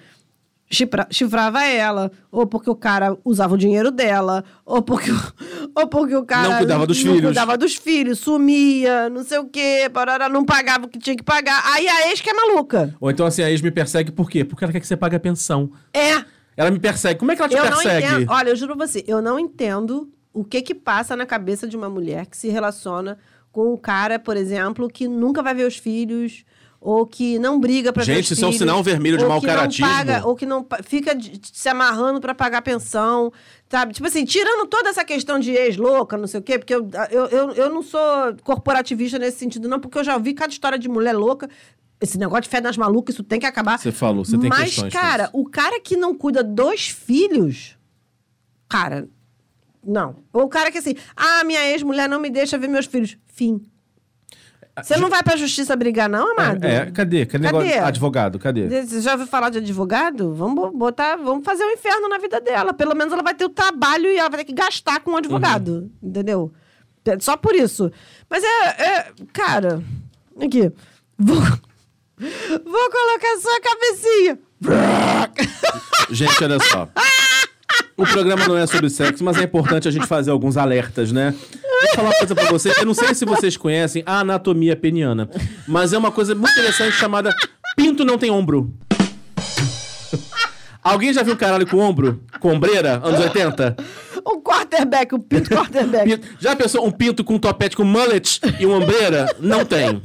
Speaker 1: chifra- chifrava ela, ou porque o cara usava o dinheiro dela, ou porque, o- [LAUGHS] ou porque o cara...
Speaker 2: Não cuidava dos
Speaker 1: não
Speaker 2: filhos.
Speaker 1: cuidava dos filhos, sumia, não sei o quê, parará, não pagava o que tinha que pagar. Aí a ex que é maluca.
Speaker 2: Ou então, assim, a ex me persegue por quê? Porque ela quer que você pague a pensão.
Speaker 1: É,
Speaker 2: Ela me persegue. Como é que ela te
Speaker 1: eu
Speaker 2: persegue?
Speaker 1: não entendo. Olha, eu juro pra você, eu não entendo o que que passa na cabeça de uma mulher que se relaciona com um cara, por exemplo, que nunca vai ver os filhos ou que não briga pra ver os
Speaker 2: Gente, isso é um
Speaker 1: filhos,
Speaker 2: sinal vermelho de
Speaker 1: ou
Speaker 2: mau
Speaker 1: que não
Speaker 2: caratismo.
Speaker 1: paga- ou que não pa- fica de- se amarrando pra pagar pensão, sabe? Tipo assim, tirando toda essa questão de ex louca, não sei o quê, porque eu, eu, eu, eu não sou corporativista nesse sentido não, porque eu já ouvi cada história de mulher louca. Esse negócio de fé nas malucas, isso tem que acabar.
Speaker 2: Você falou, você tem
Speaker 1: Mas,
Speaker 2: questões com
Speaker 1: cara,
Speaker 2: isso.
Speaker 1: o cara que não cuida dos filhos, cara, não. Ou o cara que assim, ah, minha ex-mulher não me deixa ver meus filhos. Fim. Você não vai pra justiça brigar, não, amado?
Speaker 2: Ah, É, é, cadê? Cadê, negócio de advogado? Cadê?
Speaker 1: Você já ouviu falar de advogado? Vamos bo- botar, vamos fazer um inferno na vida dela. Pelo menos ela vai ter o trabalho e ela vai ter que gastar com um
Speaker 2: Uhum.
Speaker 1: advogado, entendeu? É Só por isso. Mas é, é- cara, aqui. Vou, [LAUGHS] vou colocar só a cabecinha.
Speaker 2: Gente, olha só. O programa não é sobre sexo, mas é importante a gente fazer alguns alertas, né? Vou falar uma coisa pra vocês. Eu não sei se vocês conhecem a anatomia peniana, mas é uma coisa muito interessante chamada pinto não tem ombro. Alguém já viu caralho com ombro? Com ombreira? Anos 80?
Speaker 1: Um quarterback, um pinto
Speaker 2: [LAUGHS]
Speaker 1: quarterback.
Speaker 2: Pinto- Já pensou um pinto com um topete com mullet e uma ombreira? Não tem.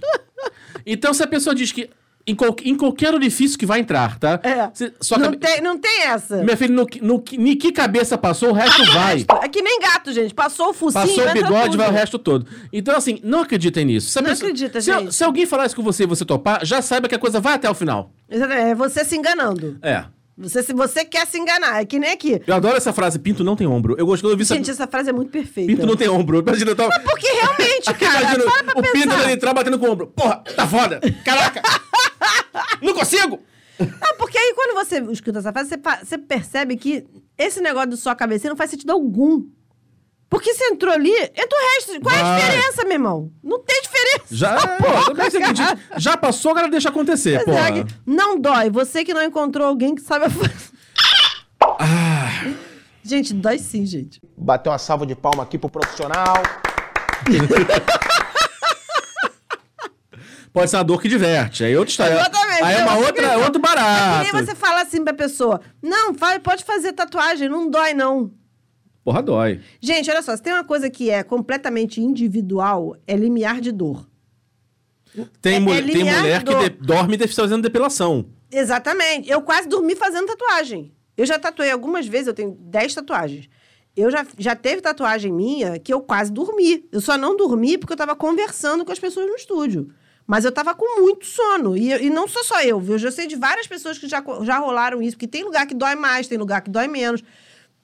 Speaker 2: Então, se a pessoa diz que em, qual- em qualquer orifício que vai entrar, tá?
Speaker 1: É.
Speaker 2: Se- Só
Speaker 1: não,
Speaker 2: que-
Speaker 1: tem, não tem essa.
Speaker 2: Minha filha, no, que- no, que- em que cabeça passou, o resto vai.
Speaker 1: É que nem gato, gente. Passou o focinho,
Speaker 2: Passou o
Speaker 1: entra
Speaker 2: bigode,
Speaker 1: tudo.
Speaker 2: vai o resto todo. Então, assim, não acreditem nisso. Se a
Speaker 1: Não acredita,
Speaker 2: se, a-
Speaker 1: gente.
Speaker 2: se alguém falar isso com você e você topar, já saiba que a coisa vai até o final.
Speaker 1: Exatamente, É você se enganando.
Speaker 2: É.
Speaker 1: Você, se você quer se enganar, é que nem aqui.
Speaker 2: Eu adoro essa frase, pinto não tem ombro. Eu gosto quando eu vi
Speaker 1: Gente,
Speaker 2: essa...
Speaker 1: essa frase é muito perfeita.
Speaker 2: Pinto não tem ombro. Imagina, eu tava...
Speaker 1: Porque realmente, cara,
Speaker 2: [LAUGHS] Imagina
Speaker 1: para pra
Speaker 2: o pinto
Speaker 1: pensar.
Speaker 2: dele entrar batendo com o ombro. Porra, tá foda. Caraca.
Speaker 1: [LAUGHS]
Speaker 2: não consigo.
Speaker 1: Ah, porque aí quando você escuta essa frase, você, fa- você percebe que esse negócio do só cabecinha não faz sentido algum. Porque você entrou ali, entra o resto. Qual é a
Speaker 2: Vai.
Speaker 1: diferença, meu irmão? Não tem diferença.
Speaker 2: Já,
Speaker 1: [LAUGHS] porra,
Speaker 2: pô, também é o seguinte,
Speaker 1: Tá cara. é
Speaker 2: já passou, agora deixa acontecer, porra.
Speaker 1: Zague, Não dói. Você que não encontrou alguém que sabe a fazer.
Speaker 2: Ah.
Speaker 1: Gente, dói sim, gente.
Speaker 5: Bateu uma salva de palma aqui pro profissional.
Speaker 2: Pode ser uma dor que diverte. Aí outra história.
Speaker 1: Exatamente.
Speaker 2: Aí é uma
Speaker 1: Não,
Speaker 2: outra, outro
Speaker 1: É
Speaker 2: barato.
Speaker 1: que nem você fala assim pra pessoa: Não, fa- pode fazer tatuagem, não dói, não.
Speaker 2: Porra, dói.
Speaker 1: Gente, olha só, se tem uma coisa que é completamente individual, é limiar de dor.
Speaker 2: Tem,
Speaker 1: É-
Speaker 2: mu-
Speaker 1: é
Speaker 2: tem mulher que
Speaker 1: limiar
Speaker 2: de- dorme de- fazendo depilação.
Speaker 1: Exatamente. Eu quase dormi fazendo tatuagem. Eu já tatuei algumas vezes, eu tenho 10 tatuagens. Eu já, já teve tatuagem minha que eu quase dormi. Eu só não dormi porque eu tava conversando com as pessoas no estúdio. Mas eu tava com muito sono. E, e não sou só eu, viu? Eu já sei de várias pessoas que já, co- já rolaram isso, porque tem lugar que dói mais, tem lugar que dói menos.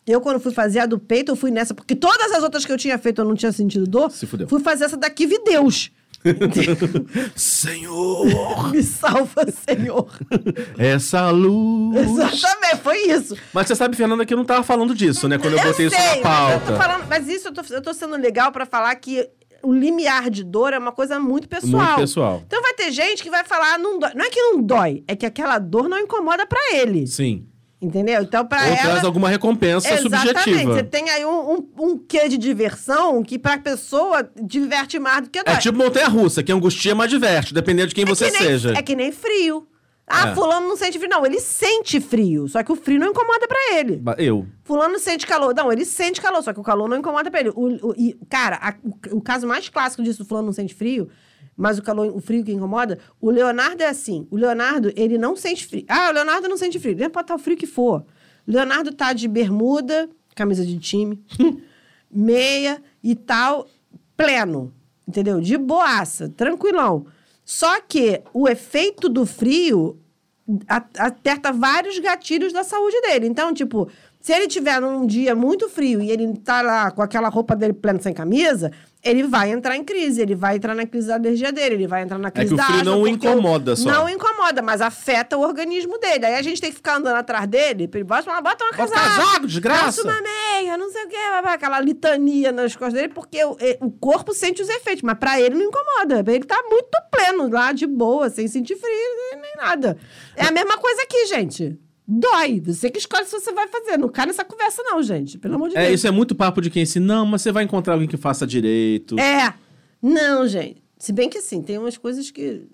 Speaker 1: Eu, quando fui fazer a do peito, eu fui nessa, porque todas as outras que eu tinha feito eu não tinha sentido dor.
Speaker 2: Se fudeu.
Speaker 1: Fui fazer essa daqui, vi Deus.
Speaker 2: Senhor,
Speaker 1: Me salva, Senhor.
Speaker 2: [LAUGHS] essa luz.
Speaker 1: Exatamente, foi isso.
Speaker 2: Mas você sabe, Fernanda, que eu não tava falando disso, né? Quando eu, botei isso na
Speaker 1: mas
Speaker 2: pauta.
Speaker 1: eu tô falando- mas isso eu tô, eu tô sendo legal pra falar que o limiar de dor é uma coisa muito pessoal.
Speaker 2: Muito pessoal.
Speaker 1: Então vai ter gente que vai falar, "Ah, não dói. Não é que não dói, é que aquela dor não incomoda pra ele.
Speaker 2: Sim.
Speaker 1: Entendeu? Então, pra
Speaker 2: Ou
Speaker 1: ela.
Speaker 2: traz alguma recompensa
Speaker 1: Exatamente.
Speaker 2: subjetiva.
Speaker 1: Você tem aí um, um, um quê de diversão que pra pessoa diverte mais do que dói.
Speaker 2: É tipo montanha-russa, que angustia é mais diverte, dependendo de quem
Speaker 1: É
Speaker 2: você
Speaker 1: que nem-
Speaker 2: seja.
Speaker 1: É que nem frio. Ah,
Speaker 2: É.
Speaker 1: fulano não sente frio. Não, ele sente frio. Só que o frio não incomoda pra ele.
Speaker 2: Ba- Eu.
Speaker 1: Fulano sente calor. Não, ele sente calor, só que o calor não incomoda pra ele. O, o- e, cara, a- o, o caso mais clássico disso, fulano não sente frio, mas o calor, o frio que incomoda, o Leonardo é assim. O Leonardo, ele não sente frio. Ah, o Leonardo não sente frio. Ele pode estar o frio que for. O Leonardo tá de bermuda, camisa de time, [LAUGHS] meia e tal, pleno. Entendeu? De boaça, tranquilão. Só que o efeito do frio a- aperta vários gatilhos da saúde dele. Então, tipo, se ele tiver num dia muito frio e ele tá lá com aquela roupa dele plena sem camisa, ele vai entrar em crise, ele vai entrar na crise da alergia dele, ele vai entrar na crise
Speaker 2: É que o
Speaker 1: da
Speaker 2: frio
Speaker 1: asma,
Speaker 2: não o
Speaker 1: porque
Speaker 2: incomoda só.
Speaker 1: Não incomoda, mas afeta o organismo dele. Aí a gente tem que ficar andando atrás dele, pra ele bota uma, bota uma
Speaker 2: Bota
Speaker 1: casaca,
Speaker 2: casaco, desgraça.
Speaker 1: bota uma meia, não sei o quê, blá, blá, aquela litania nas costas dele, porque o, e- o corpo sente os efeitos, mas pra ele não incomoda. Ele tá muito pleno lá, de boa, sem sentir frio nem- nem nada. É a mesma coisa aqui, gente. Dói. Você que escolhe se você vai fazer. Não cai nessa conversa, não, gente. Pelo amor de
Speaker 2: É,
Speaker 1: Deus.
Speaker 2: isso é muito papo de quem assim, não, mas você vai encontrar alguém que faça direito.
Speaker 1: É. Não, gente. Se bem que sim, tem umas coisas que.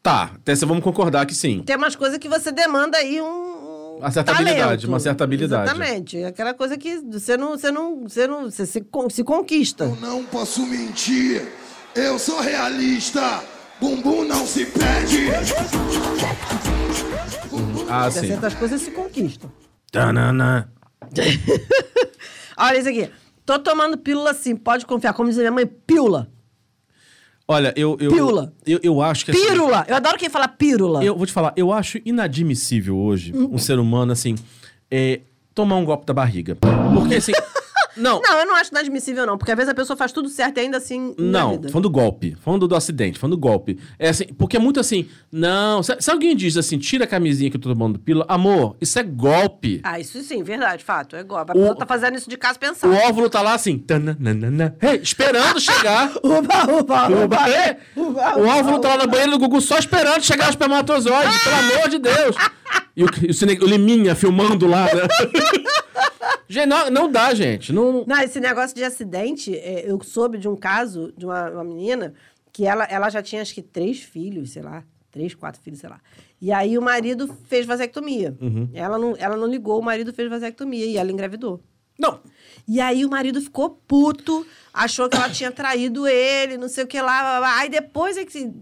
Speaker 2: Tá, até você vamos concordar que sim.
Speaker 1: Tem umas coisas que você demanda aí um. um
Speaker 2: Uma certa habilidade,
Speaker 1: talento.
Speaker 2: uma certa habilidade.
Speaker 1: Exatamente. Aquela coisa que você não. Você não. Você não. Você se, con- se conquista.
Speaker 11: Não posso mentir, eu sou realista. Bumbum não se perde.
Speaker 2: Ah,
Speaker 1: Porque
Speaker 2: sim.
Speaker 1: Certas coisas se conquistam.
Speaker 2: Tanana.
Speaker 1: [LAUGHS] Olha isso aqui. Tô tomando pílula sim, pode confiar. Como diz a minha mãe, pílula.
Speaker 2: Olha, eu. eu
Speaker 1: Pílula.
Speaker 2: Eu, eu acho que. assim,
Speaker 1: Pírula. Eu adoro quem fala pírula.
Speaker 2: eu vou te falar, eu acho inadmissível hoje um ser humano, assim, é, tomar um golpe da barriga. Porque assim. não,
Speaker 1: Não, eu não acho inadmissível, não. Porque às vezes a pessoa faz tudo certo e ainda assim.
Speaker 2: Não,
Speaker 1: engravida.
Speaker 2: falando do golpe, falando do acidente, falando do golpe. É assim, porque é muito assim, não, se, se alguém diz assim, tira a camisinha que eu tô tomando pílula, amor, isso é golpe.
Speaker 1: Ah, isso sim, verdade, fato. É golpe. A pessoa tá fazendo isso de casa
Speaker 2: O
Speaker 1: pensando.
Speaker 2: óvulo tá lá assim, tananana, hey, esperando chegar.
Speaker 1: [LAUGHS] Uba, uba,
Speaker 2: Uba, é.
Speaker 1: uba,
Speaker 2: o
Speaker 1: uba, Ah!
Speaker 2: óvulo tá lá na banheira do Gugu só esperando chegar os espermatozoides, pelo amor de Deus. E o, e o, cine- o Liminha filmando lá,
Speaker 1: [LAUGHS]
Speaker 2: né? Gente, não, não dá, gente. Não,
Speaker 1: Não, esse negócio de acidente, é, eu soube de um caso de uma, uma menina que ela, ela já tinha acho que três filhos, sei lá. Três, quatro filhos, sei lá. E aí o marido fez vasectomia.
Speaker 2: Uhum.
Speaker 1: Ela, não, ela não ligou, o marido fez vasectomia e ela engravidou.
Speaker 2: não.
Speaker 1: E aí o marido ficou puto, achou que ela tinha traído ele, não sei o que lá. blá, blá. Aí depois é que se-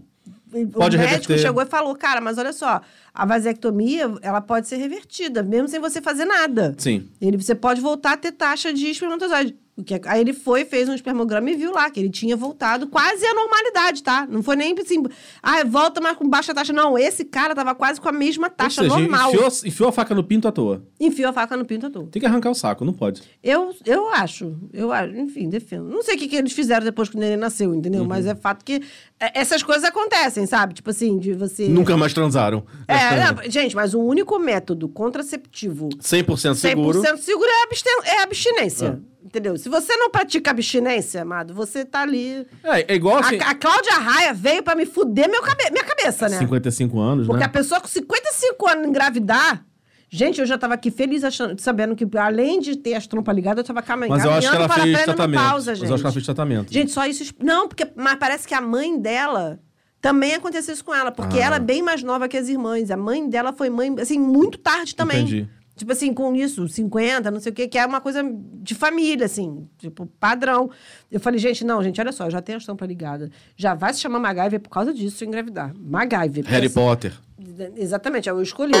Speaker 2: Pode
Speaker 1: o médico
Speaker 2: reverter.
Speaker 1: chegou e falou: cara, mas olha só, a vasectomia ela pode ser revertida, mesmo sem você fazer nada.
Speaker 2: Sim.
Speaker 1: Ele, você pode voltar a ter taxa de espermatozoide. O que é- aí ele foi, fez um espermograma e viu lá que ele tinha voltado quase à normalidade, tá? Não foi nem assim, ah, volta, mas com baixa taxa. Não, esse cara tava quase com a mesma taxa
Speaker 2: Ou seja,
Speaker 1: normal.
Speaker 2: Enfiou, enfiou a faca no pinto à toa.
Speaker 1: Enfiou a faca no pinto à toa.
Speaker 2: Tem que arrancar o saco, não pode.
Speaker 1: Eu, eu acho, eu acho, enfim, defendo. Não sei o que, que eles fizeram depois que o neném nasceu, entendeu?
Speaker 2: Uhum.
Speaker 1: Mas é fato que é, essas coisas acontecem, sabe? Tipo assim, de você.
Speaker 2: Nunca mais transaram.
Speaker 1: É, não, gente, mas o único método contraceptivo
Speaker 2: 100%
Speaker 1: 100%
Speaker 2: seguro.
Speaker 1: seguro, é, absten- é abstinência. Entendeu? Se você não pratica abstinência, amado, você tá ali.
Speaker 2: É, é igual assim,
Speaker 1: A, a Cláudia Raia veio pra me fuder meu cabe- minha cabeça, né?
Speaker 2: 55 anos,
Speaker 1: Porque
Speaker 2: né?
Speaker 1: a pessoa com 55 anos engravidar. Gente, eu já tava aqui feliz achando, sabendo que além de ter as trompas ligadas, eu tava caminhando
Speaker 2: Mas eu acho que ela
Speaker 1: para
Speaker 2: fez
Speaker 1: a
Speaker 2: tratamento.
Speaker 1: pausa,
Speaker 2: Mas
Speaker 1: gente.
Speaker 2: eu acho que ela fez tratamento.
Speaker 1: Gente, só isso... exp- Não, porque mas parece que a mãe dela também aconteceu isso com ela. Porque
Speaker 2: Ah.
Speaker 1: ela é bem mais nova que as irmãs. A mãe dela foi mãe, assim, muito tarde também.
Speaker 2: Entendi.
Speaker 1: Tipo assim, com isso, 50, não sei o quê, que é uma coisa de família, assim, tipo, padrão. Eu falei, gente, não, gente, olha só, eu já tenho a estampa ligada. Já vai se chamar MacGyver por causa disso, se eu engravidar. MacGyver. porque
Speaker 2: Harry
Speaker 1: [LAUGHS] assim-
Speaker 2: Potter.
Speaker 1: Exatamente, é o escolhido.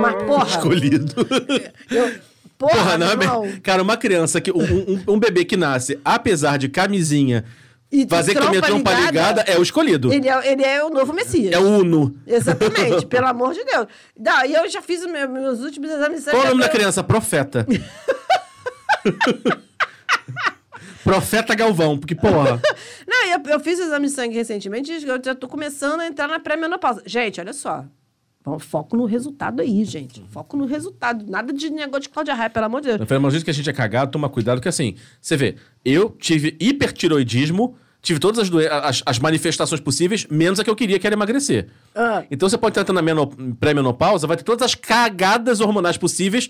Speaker 1: Mas,
Speaker 2: [LAUGHS]
Speaker 1: porra.
Speaker 2: Escolhido.
Speaker 1: [LAUGHS] eu- porra,
Speaker 2: Porra, não é
Speaker 1: meu
Speaker 2: bem.
Speaker 1: irmão.
Speaker 2: Cara, uma criança que. Um, um- um bebê que nasce, apesar de camisinha,
Speaker 1: E de
Speaker 2: fazer
Speaker 1: trompa
Speaker 2: com a minha trompa ligada,
Speaker 1: ligada,
Speaker 2: é o escolhido.
Speaker 1: Ele é, ele é o novo Messias.
Speaker 2: É o Uno.
Speaker 1: Exatamente, pelo amor de Deus. Não, e eu já fiz os meus, meus últimos exames de sangue.
Speaker 2: Qual o nome da
Speaker 1: Eu- [LAUGHS]
Speaker 2: criança? Profeta. Profeta Galvão, porque, porra.
Speaker 1: Não, eu, eu fiz o exame de sangue recentemente e eu já tô começando a entrar na pré-menopausa. Gente, olha só. Vamos, foco no resultado aí, gente. Foco no resultado. Nada de negócio de Cláudia Raia, pelo amor de Deus.
Speaker 2: Eu falei, mas do jeito que a gente é cagado, toma cuidado, que assim, você vê, eu tive hipertiroidismo, tive todas as, doen- as, as manifestações possíveis, menos a que eu queria, que era emagrecer.
Speaker 1: Ah.
Speaker 2: Então você pode estar entrando na meno- pré-menopausa, vai ter todas as cagadas hormonais possíveis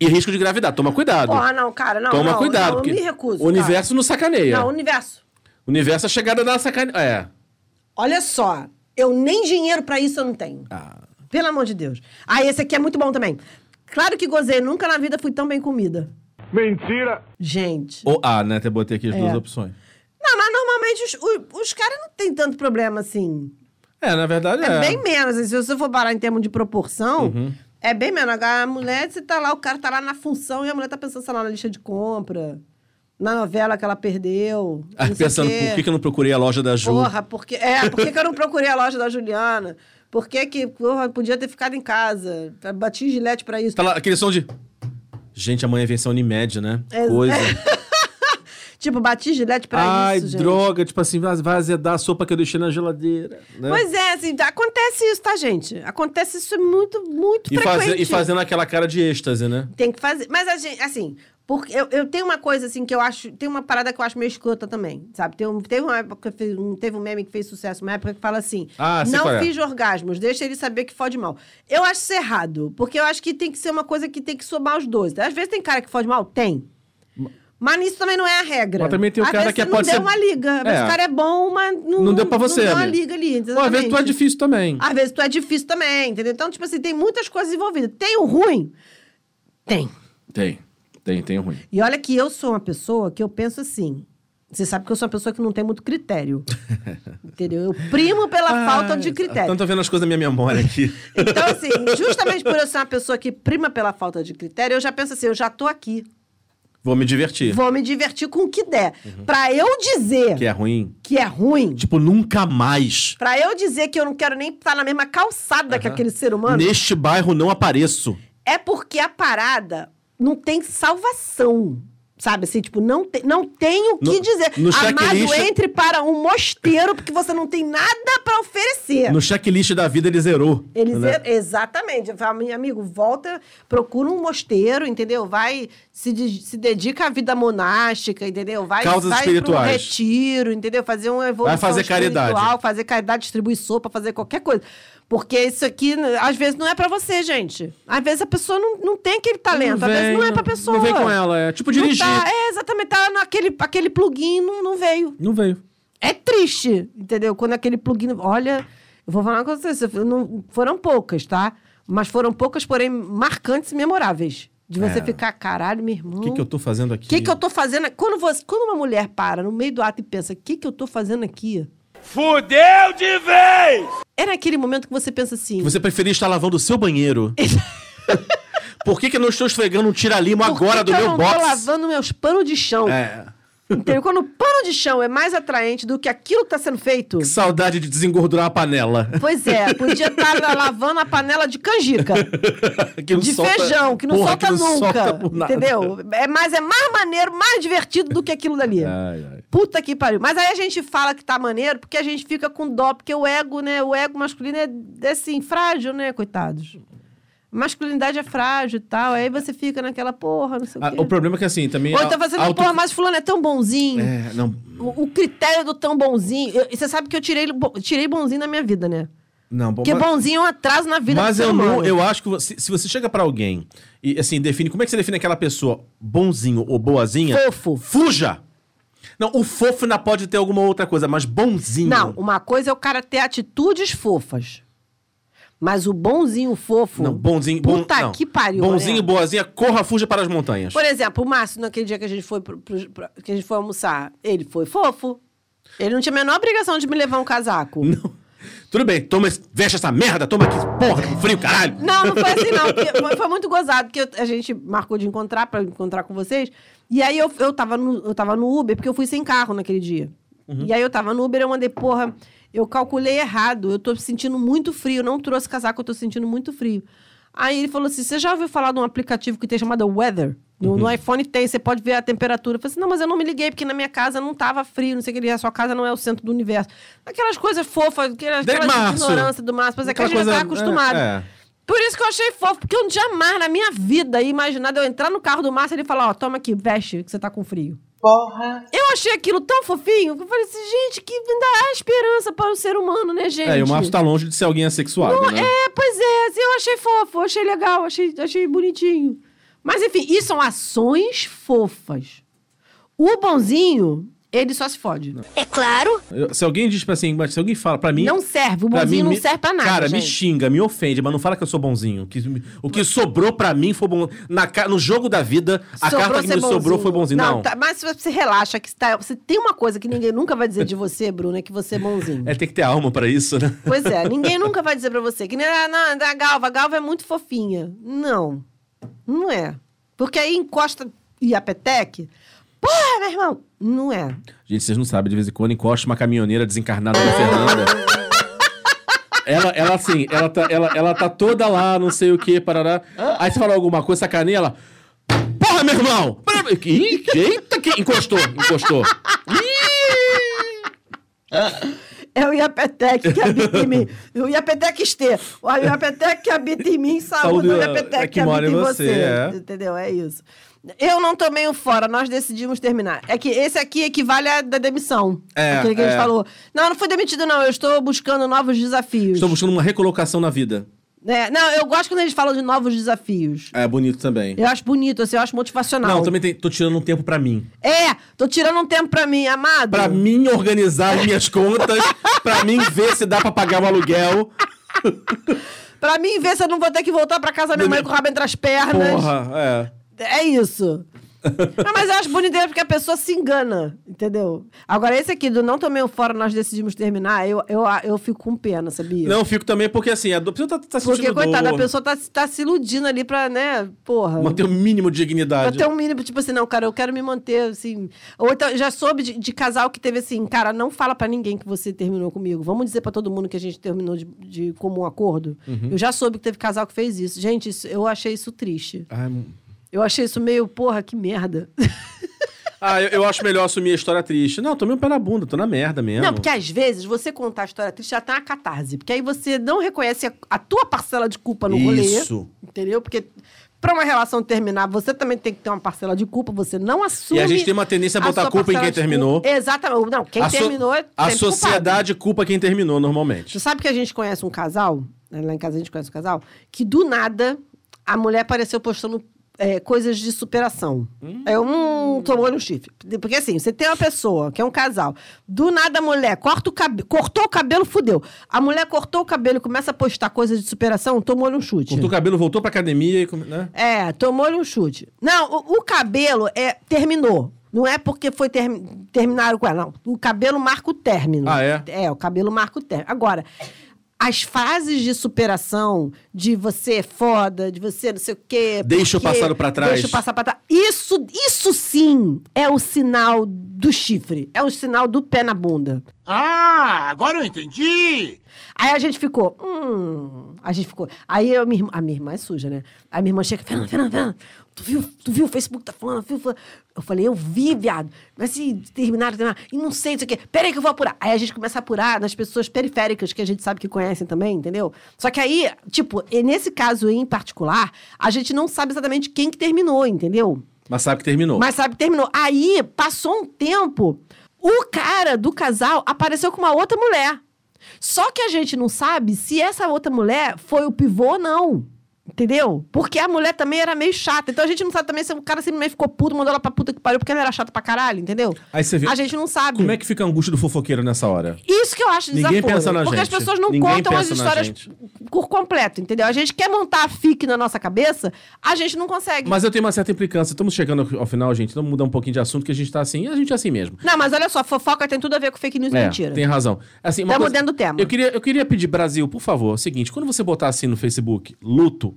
Speaker 2: e risco de gravidade. Toma cuidado.
Speaker 1: Porra, não, cara, não.
Speaker 2: toma
Speaker 1: não,
Speaker 2: cuidado.
Speaker 1: Não, eu
Speaker 2: porque
Speaker 1: me recuso.
Speaker 2: O universo não sacaneia.
Speaker 1: Cara. Não, universo.
Speaker 2: O universo é chegada da sacaneia. É.
Speaker 1: Olha só. Eu nem dinheiro pra isso eu não tenho.
Speaker 2: Ah.
Speaker 1: Pelo amor de Deus. Ah, esse aqui é muito bom também. Claro que gozei. Nunca na vida fui tão bem comida.
Speaker 11: Mentira!
Speaker 1: Gente.
Speaker 2: Ou A, né? Até botei aqui as duas
Speaker 1: É.
Speaker 2: opções.
Speaker 1: Não, mas normalmente os, os, os caras não têm tanto problema assim.
Speaker 2: É, na verdade é. Uhum.
Speaker 1: É bem menos. assim, Se você for parar em termos de proporção, é bem menos. Agora, a mulher, você tá lá, o cara tá lá na função e a mulher tá pensando, sei lá, na lista de compra, na novela que ela perdeu.
Speaker 2: Ah,
Speaker 1: não sei o
Speaker 2: [LAUGHS] pensando,
Speaker 1: quê.
Speaker 2: por que, que eu não procurei a loja da Ju?
Speaker 1: Porra, porque, é, por que, que eu não procurei a loja da Juliana? Por que que, porra, podia ter ficado em casa? Bati gilete pra isso.
Speaker 2: Tá lá, aquele som de. Gente, amanhã vem essa Unimed, né?
Speaker 1: É-
Speaker 2: Coisa.
Speaker 1: [LAUGHS] Tipo, bati gilete pra
Speaker 2: Ai,
Speaker 1: isso, gente.
Speaker 2: droga, tipo assim, vai vai azedar a sopa que eu deixei na geladeira. Né?
Speaker 1: Pois é, assim, acontece isso, tá, gente? Acontece isso é muito, muito
Speaker 2: e, faze-
Speaker 1: frequente.
Speaker 2: e fazendo aquela cara de êxtase, né?
Speaker 1: Tem que fazer. Mas a gente, assim, porque eu, eu tenho uma coisa assim que eu acho. Tem uma parada que eu acho meio escrota também. Sabe? Tem um- teve uma época que fez, um, teve um meme que fez sucesso, uma época que fala assim:
Speaker 2: Ah, sei
Speaker 1: não
Speaker 2: qual é.
Speaker 1: fiz orgasmos, deixa ele saber que fode mal. Eu acho isso errado, porque eu acho que tem que ser uma coisa que tem que somar os dois. Às vezes tem cara que fode mal? Tem. Mas nisso também não é a regra.
Speaker 2: Mas também tem o
Speaker 1: Às
Speaker 2: cara
Speaker 1: vezes
Speaker 2: que
Speaker 1: você
Speaker 2: pode
Speaker 1: não deu
Speaker 2: ser-
Speaker 1: uma liga. Mas
Speaker 2: É.
Speaker 1: o cara é bom, mas não,
Speaker 2: Não, deu pra você,
Speaker 1: Não deu uma liga
Speaker 2: amigo.
Speaker 1: ali.
Speaker 2: Ou às vezes tu é
Speaker 1: exatamente.
Speaker 2: difícil também.
Speaker 1: Às vezes tu é difícil também, entendeu? Então, tipo assim, tem muitas coisas envolvidas. Tem o ruim? Tem.
Speaker 2: Tem, tem, tem ruim.
Speaker 1: E olha que eu sou uma pessoa que eu penso assim. Você sabe que eu sou uma pessoa que não tem muito [LAUGHS] critério. entendeu? Eu primo pela falta Tá de critério.
Speaker 2: Tanto Ah, então vendo as coisas na minha memória aqui.
Speaker 1: Então, assim, justamente por eu ser uma pessoa que prima pela falta de critério, eu já penso assim, eu já tô aqui.
Speaker 2: Vou me divertir.
Speaker 1: Vou me divertir com o que der. Pra eu dizer
Speaker 2: Que é ruim.
Speaker 1: Uhum. que é ruim,
Speaker 2: Tipo, nunca mais.
Speaker 1: pra eu dizer que eu não quero nem estar na mesma calçada que aquele ser humano,
Speaker 2: Neste bairro não apareço.
Speaker 1: é porque a parada não tem salvação. Sabe assim, tipo, não, te, não tem o que
Speaker 2: No-
Speaker 1: dizer.
Speaker 2: no
Speaker 1: Amado,
Speaker 2: checklist-
Speaker 1: entre para um mosteiro porque você não tem nada pra oferecer.
Speaker 2: No checklist da vida ele zerou.
Speaker 1: Eles, é,
Speaker 2: né?
Speaker 1: Exatamente. Eu falo, "Meu amigo, volta, procura um mosteiro, entendeu? Vai, se, de- se dedica à vida monástica, entendeu? Vai,
Speaker 2: Causas
Speaker 1: vai
Speaker 2: espirituais.
Speaker 1: um retiro, entendeu? Fazer uma evolução
Speaker 2: fazer caridade.
Speaker 1: espiritual, fazer caridade, distribuir sopa, fazer qualquer coisa. Porque isso aqui, n- às vezes, não é pra você, gente. Às vezes a pessoa não, não tem aquele talento, às vezes não é pra pessoa.
Speaker 2: Não vem com ela, é tipo
Speaker 1: Não
Speaker 2: dirigir.
Speaker 1: tá- é, exatamente. Tá naquele aquele plugin, não, não veio.
Speaker 2: Não veio.
Speaker 1: É triste, entendeu? Quando aquele plugin. Olha, eu vou falar uma coisa pra você. eu Não, foram poucas, tá? Mas foram poucas, porém, marcantes e memoráveis. De você
Speaker 2: É.
Speaker 1: ficar, caralho, meu irmão.
Speaker 2: O que, que eu tô fazendo aqui?
Speaker 1: O que, que eu tô fazendo? aqui?" Quando, você, quando uma mulher para no meio do ato e pensa, o que, que eu tô fazendo aqui?
Speaker 8: Fudeu de vez!
Speaker 1: É naquele momento que você pensa assim.
Speaker 2: Você preferia estar lavando o
Speaker 1: [LAUGHS]
Speaker 2: seu banheiro. [LAUGHS] Por que, que eu não estou esfregando um tiralimo
Speaker 1: "Por que
Speaker 2: agora
Speaker 1: que
Speaker 2: do
Speaker 1: eu
Speaker 2: meu
Speaker 1: não
Speaker 2: box?
Speaker 1: tô lavando meus panos de chão.
Speaker 2: É.
Speaker 1: Entendeu? Quando o pano de chão é mais atraente do que aquilo que tá sendo feito.
Speaker 2: Que saudade de desengordurar a panela.
Speaker 1: Pois é, podia estar [LAUGHS] lavando a panela de canjica.
Speaker 2: [LAUGHS] que não
Speaker 1: de
Speaker 2: solta-
Speaker 1: feijão, que não
Speaker 2: Porra,
Speaker 1: solta
Speaker 2: que não
Speaker 1: nunca.
Speaker 2: solta por nada.
Speaker 1: entendeu? É, mas é mais maneiro, mais divertido do que aquilo dali.
Speaker 2: Ai, ai.
Speaker 1: Puta que pariu. Mas aí a gente fala que tá maneiro porque a gente fica com dó, porque o ego, né? O ego masculino é assim, frágil, né, coitados? Masculinidade é frágil e tal. Aí você fica naquela porra, não sei
Speaker 2: Ah,
Speaker 1: o quê.
Speaker 2: o problema é que assim, também.
Speaker 1: Ou então
Speaker 2: a-
Speaker 1: você fala,
Speaker 2: auto-
Speaker 1: porra, mas fulano é tão bonzinho.
Speaker 2: É, não.
Speaker 1: O, o critério do tão bonzinho. Eu- e você sabe que eu tirei, bo- tirei bonzinho da minha vida, né?
Speaker 2: Não, bom.
Speaker 1: Porque bonzinho é um atraso na vida
Speaker 2: Mas
Speaker 1: do ser
Speaker 2: eu não,
Speaker 1: humano.
Speaker 2: eu acho que você- se você chega pra alguém e assim define, como é que você define aquela pessoa bonzinho ou boazinha?
Speaker 1: Fofo.
Speaker 2: Fuja. Não, o fofo ainda pode ter alguma outra coisa, mas bonzinho.
Speaker 1: Não, uma coisa é o cara ter atitudes fofas. Mas o bonzinho fofo.
Speaker 2: Não, bonzinho, bom,
Speaker 1: Tipo, Puta
Speaker 2: não.
Speaker 1: que pariu.
Speaker 2: Bonzinho,
Speaker 1: né?
Speaker 2: boazinha, corra, fuja para as montanhas.
Speaker 1: Por exemplo, o Márcio, naquele dia que a gente foi pro- pro- pro- que a gente foi almoçar, ele foi fofo. Ele não tinha a menor obrigação de me levar um casaco.
Speaker 2: [LAUGHS] Não. Tudo bem, toma, esse- veste essa merda, toma aqui, porra, que frio, caralho.
Speaker 1: [LAUGHS] Não, não foi assim, não. porque foi- Foi muito gozado, porque eu- a gente marcou de encontrar pra encontrar com vocês. E aí eu, eu, tava no, eu tava no Uber, porque eu fui sem carro naquele dia.
Speaker 2: Uhum.
Speaker 1: E aí eu tava no Uber, eu mandei, porra, eu calculei errado. Eu tô sentindo muito frio, não trouxe casaco, eu tô sentindo muito frio. Aí ele falou assim: você já ouviu falar de um aplicativo que tem chamado Weather? No,
Speaker 2: Uhum.
Speaker 1: no iPhone tem, você pode ver a temperatura. Eu falei assim, não, mas eu não me liguei, porque na minha casa não tava frio, não sei o que ele é, a sua casa não é o centro do universo. Aquelas coisas fofas, aquelas,
Speaker 2: Desde
Speaker 1: aquelas
Speaker 2: março.
Speaker 1: ignorância do máximo, mas é que a
Speaker 2: Aquela
Speaker 1: gente já tá
Speaker 2: coisa- é,
Speaker 1: acostumado.
Speaker 2: é.
Speaker 1: Por isso que eu achei fofo, porque eu jamais na minha vida ia imaginar de eu entrar no carro do Márcio e ele falar, ó, toma aqui, veste, que você tá com frio. Porra! Eu achei aquilo tão fofinho, que eu falei assim, gente, que ainda há esperança para o ser humano, né, gente?
Speaker 2: [LAUGHS] É, e o Márcio tá longe de ser alguém assexuado,
Speaker 1: Não,
Speaker 2: né?
Speaker 1: É, pois é, assim, eu achei fofo, eu achei legal, achei, achei bonitinho. Mas enfim, isso são ações fofas. O bonzinho, ele só se fode. Não,
Speaker 3: É claro.
Speaker 2: Eu- se alguém diz pra assim, mas se alguém fala pra mim...
Speaker 1: serve, o
Speaker 2: pra mim,
Speaker 1: bonzinho não
Speaker 2: me-
Speaker 1: serve pra nada,
Speaker 2: Cara, me
Speaker 1: gente.
Speaker 2: xinga, me ofende, mas não fala que eu sou bonzinho. Que, o que sobrou pra mim foi bom. Na, ca- no jogo da vida, a
Speaker 1: Sobrou
Speaker 2: carta que
Speaker 1: ser
Speaker 2: me sobrou foi bonzinho. Não,
Speaker 1: tá, mas se você relaxa, que tá, você tem uma coisa que ninguém nunca vai dizer de você, Bruno, é que você é bonzinho.
Speaker 2: é ter que ter alma pra isso, né?
Speaker 1: Pois é, ninguém nunca vai dizer pra você. Que nem a, na- da Galva, a Galva é muito fofinha. Não, não é. Porque aí encosta e a Petec, porra, meu irmão, não é.
Speaker 2: Gente, vocês não sabem, de vez em quando encosta uma caminhoneira desencarnada da Fernanda. Ela, ela assim, ela tá, ela, ela tá toda lá, não sei o que, parará. Aí você fala alguma coisa, sacaneia, ela. Porra, meu irmão! Ih, Eita, que encostou, encostou.
Speaker 1: É o Iapetec que habita em
Speaker 2: [LAUGHS]
Speaker 1: mim. O Iapetec Estê. O Iapetec que habita em mim, saúde
Speaker 2: Saúde
Speaker 1: o
Speaker 2: é
Speaker 1: Iapetec
Speaker 2: que
Speaker 1: que habita
Speaker 2: mora
Speaker 1: em
Speaker 2: em
Speaker 1: você.
Speaker 2: você, é.
Speaker 1: Entendeu? É isso. Eu não tomei o fora, nós decidimos terminar. É que esse aqui equivale à da demissão.
Speaker 2: É,
Speaker 1: Aquele que a gente
Speaker 2: é.
Speaker 1: falou. Não, não fui demitido, não. Eu estou buscando novos desafios.
Speaker 2: Estou buscando uma recolocação na vida.
Speaker 1: É, não, eu gosto quando eles falam de novos desafios.
Speaker 2: É bonito também.
Speaker 1: Eu acho bonito, assim, eu acho motivacional.
Speaker 2: Não, também tem- tô tirando um tempo pra mim.
Speaker 1: É, tô tirando um tempo pra mim, amado.
Speaker 2: Pra mim organizar as minhas contas, pra mim ver se dá pra pagar o aluguel.
Speaker 1: Pra mim ver se eu não vou ter que voltar pra casa da minha mãe com o rabo entre as pernas.
Speaker 2: Porra, é.
Speaker 1: É isso. Não, mas eu acho bonito porque a pessoa se engana, entendeu? Agora, esse aqui do não tomei o fora, nós decidimos terminar, eu, eu, eu fico com pena, sabia?
Speaker 2: Não, eu fico também porque assim, a do- a pessoa tá, tá sentindo
Speaker 1: porque,
Speaker 2: dor.
Speaker 1: coitada, a pessoa tá, se- tá se iludindo ali pra, né, porra.
Speaker 2: Manter o mínimo de
Speaker 1: Pra
Speaker 2: dignidade.
Speaker 1: ter um mínimo, tipo assim, não, cara, eu quero me manter, assim. Ou então, já soube de, de casal que teve assim, cara, não fala pra ninguém que você terminou comigo. Vamos dizer pra todo mundo que a gente terminou de, de comum acordo. Eu já soube que teve casal que fez isso. Gente, isso- eu achei isso triste.
Speaker 2: Ai, m-
Speaker 1: Eu achei isso meio, porra, que merda.
Speaker 2: Ah, eu, eu acho melhor assumir a história triste. Não, tomei um pé na bunda, tô na merda mesmo.
Speaker 1: Não, porque às vezes você contar a história triste já tá uma catarse. Porque aí você não reconhece a, a tua parcela de culpa no
Speaker 2: Isso.
Speaker 1: rolê. Entendeu? Porque pra uma relação terminar, você também tem que ter uma parcela de culpa. Você não assume.
Speaker 2: E a gente tem uma tendência a botar
Speaker 1: sua
Speaker 2: culpa em
Speaker 1: parcela
Speaker 2: quem
Speaker 1: de
Speaker 2: terminou.
Speaker 1: culpa. Exatamente. Não, quem
Speaker 2: a so-
Speaker 1: terminou é
Speaker 2: A
Speaker 1: sempre
Speaker 2: sociedade culpa quem terminou, normalmente.
Speaker 1: Você sabe que a gente conhece um casal, né, lá em casa a gente conhece um casal, que do nada a mulher apareceu postando é, coisas de superação.
Speaker 2: Hum.
Speaker 1: É um tomou no chifre. Porque assim, você tem uma pessoa que é um casal, do nada a mulher corta o cabelo, cortou o cabelo, fudeu. A mulher cortou o cabelo e começa a postar coisas de superação, tomou-lhe um chute.
Speaker 2: Cortou o cabelo, voltou pra academia e... come- Né?
Speaker 1: É, tomou-lhe um chute. Não, o, o cabelo é, terminou. Não é porque foi ter, terminaram com ela, não. O cabelo marca o término.
Speaker 2: Ah, é?
Speaker 1: É, o cabelo marca o término. Agora, as frases de superação, de você é foda, de você não sei o quê...
Speaker 2: Deixa o
Speaker 1: porque-
Speaker 2: passado pra trás.
Speaker 1: Deixa o passado pra trás. Isso, isso sim é o sinal do chifre. É o sinal do pé na bunda.
Speaker 8: Ah, agora eu entendi!
Speaker 1: Aí a gente ficou, hum. A gente ficou. Aí eu, minha irmã, a minha irmã é suja, né? Aí minha irmã chega, Fernanda, Fernanda, Fernanda, tu viu, tu viu o Facebook tá falando, viu? fulano?" Eu falei, eu vi, viado. Mas se terminaram, terminaram, e não sei, não sei o quê. Peraí que eu vou apurar. Aí a gente começa a apurar nas pessoas periféricas que a gente sabe que conhecem também, entendeu? Só que aí, tipo, e nesse caso em particular, a gente não sabe exatamente quem que terminou, entendeu?
Speaker 2: Mas sabe que terminou.
Speaker 1: Mas sabe, que terminou. Aí, passou um tempo, o cara do casal apareceu com uma outra mulher. Só que a gente não sabe se essa outra mulher foi o pivô ou não. Entendeu? Porque a mulher também era meio chata. Então a gente não sabe também se o cara simplesmente ficou puto, mandou ela pra puta que pariu porque ela era chata pra caralho, entendeu?
Speaker 2: Aí você vê-
Speaker 1: A gente não sabe.
Speaker 2: Como é que fica a angústia do fofoqueiro nessa hora?
Speaker 1: Isso que eu acho
Speaker 2: Ninguém
Speaker 1: desaforo.
Speaker 2: pensa na
Speaker 1: porque
Speaker 2: gente.
Speaker 1: as pessoas não
Speaker 2: Ninguém
Speaker 1: contam as
Speaker 2: pensa na
Speaker 1: histórias
Speaker 2: gente.
Speaker 1: por completo, entendeu? A gente quer montar a fic na nossa cabeça, a gente não consegue.
Speaker 2: Mas eu tenho uma certa implicância. Estamos chegando ao- ao final, gente. Vamos mudar um pouquinho de assunto, que a gente tá assim. A gente é assim mesmo.
Speaker 1: Não, mas olha só, fofoca tem tudo a ver com fake news e
Speaker 2: É,
Speaker 1: mentira.
Speaker 2: Tem razão. Assim, uma
Speaker 1: Tamo
Speaker 2: coisa-
Speaker 1: dentro do tema.
Speaker 2: Eu queria, eu queria pedir, Brasil, por favor, é o seguinte: quando você botar assim no Facebook, luto.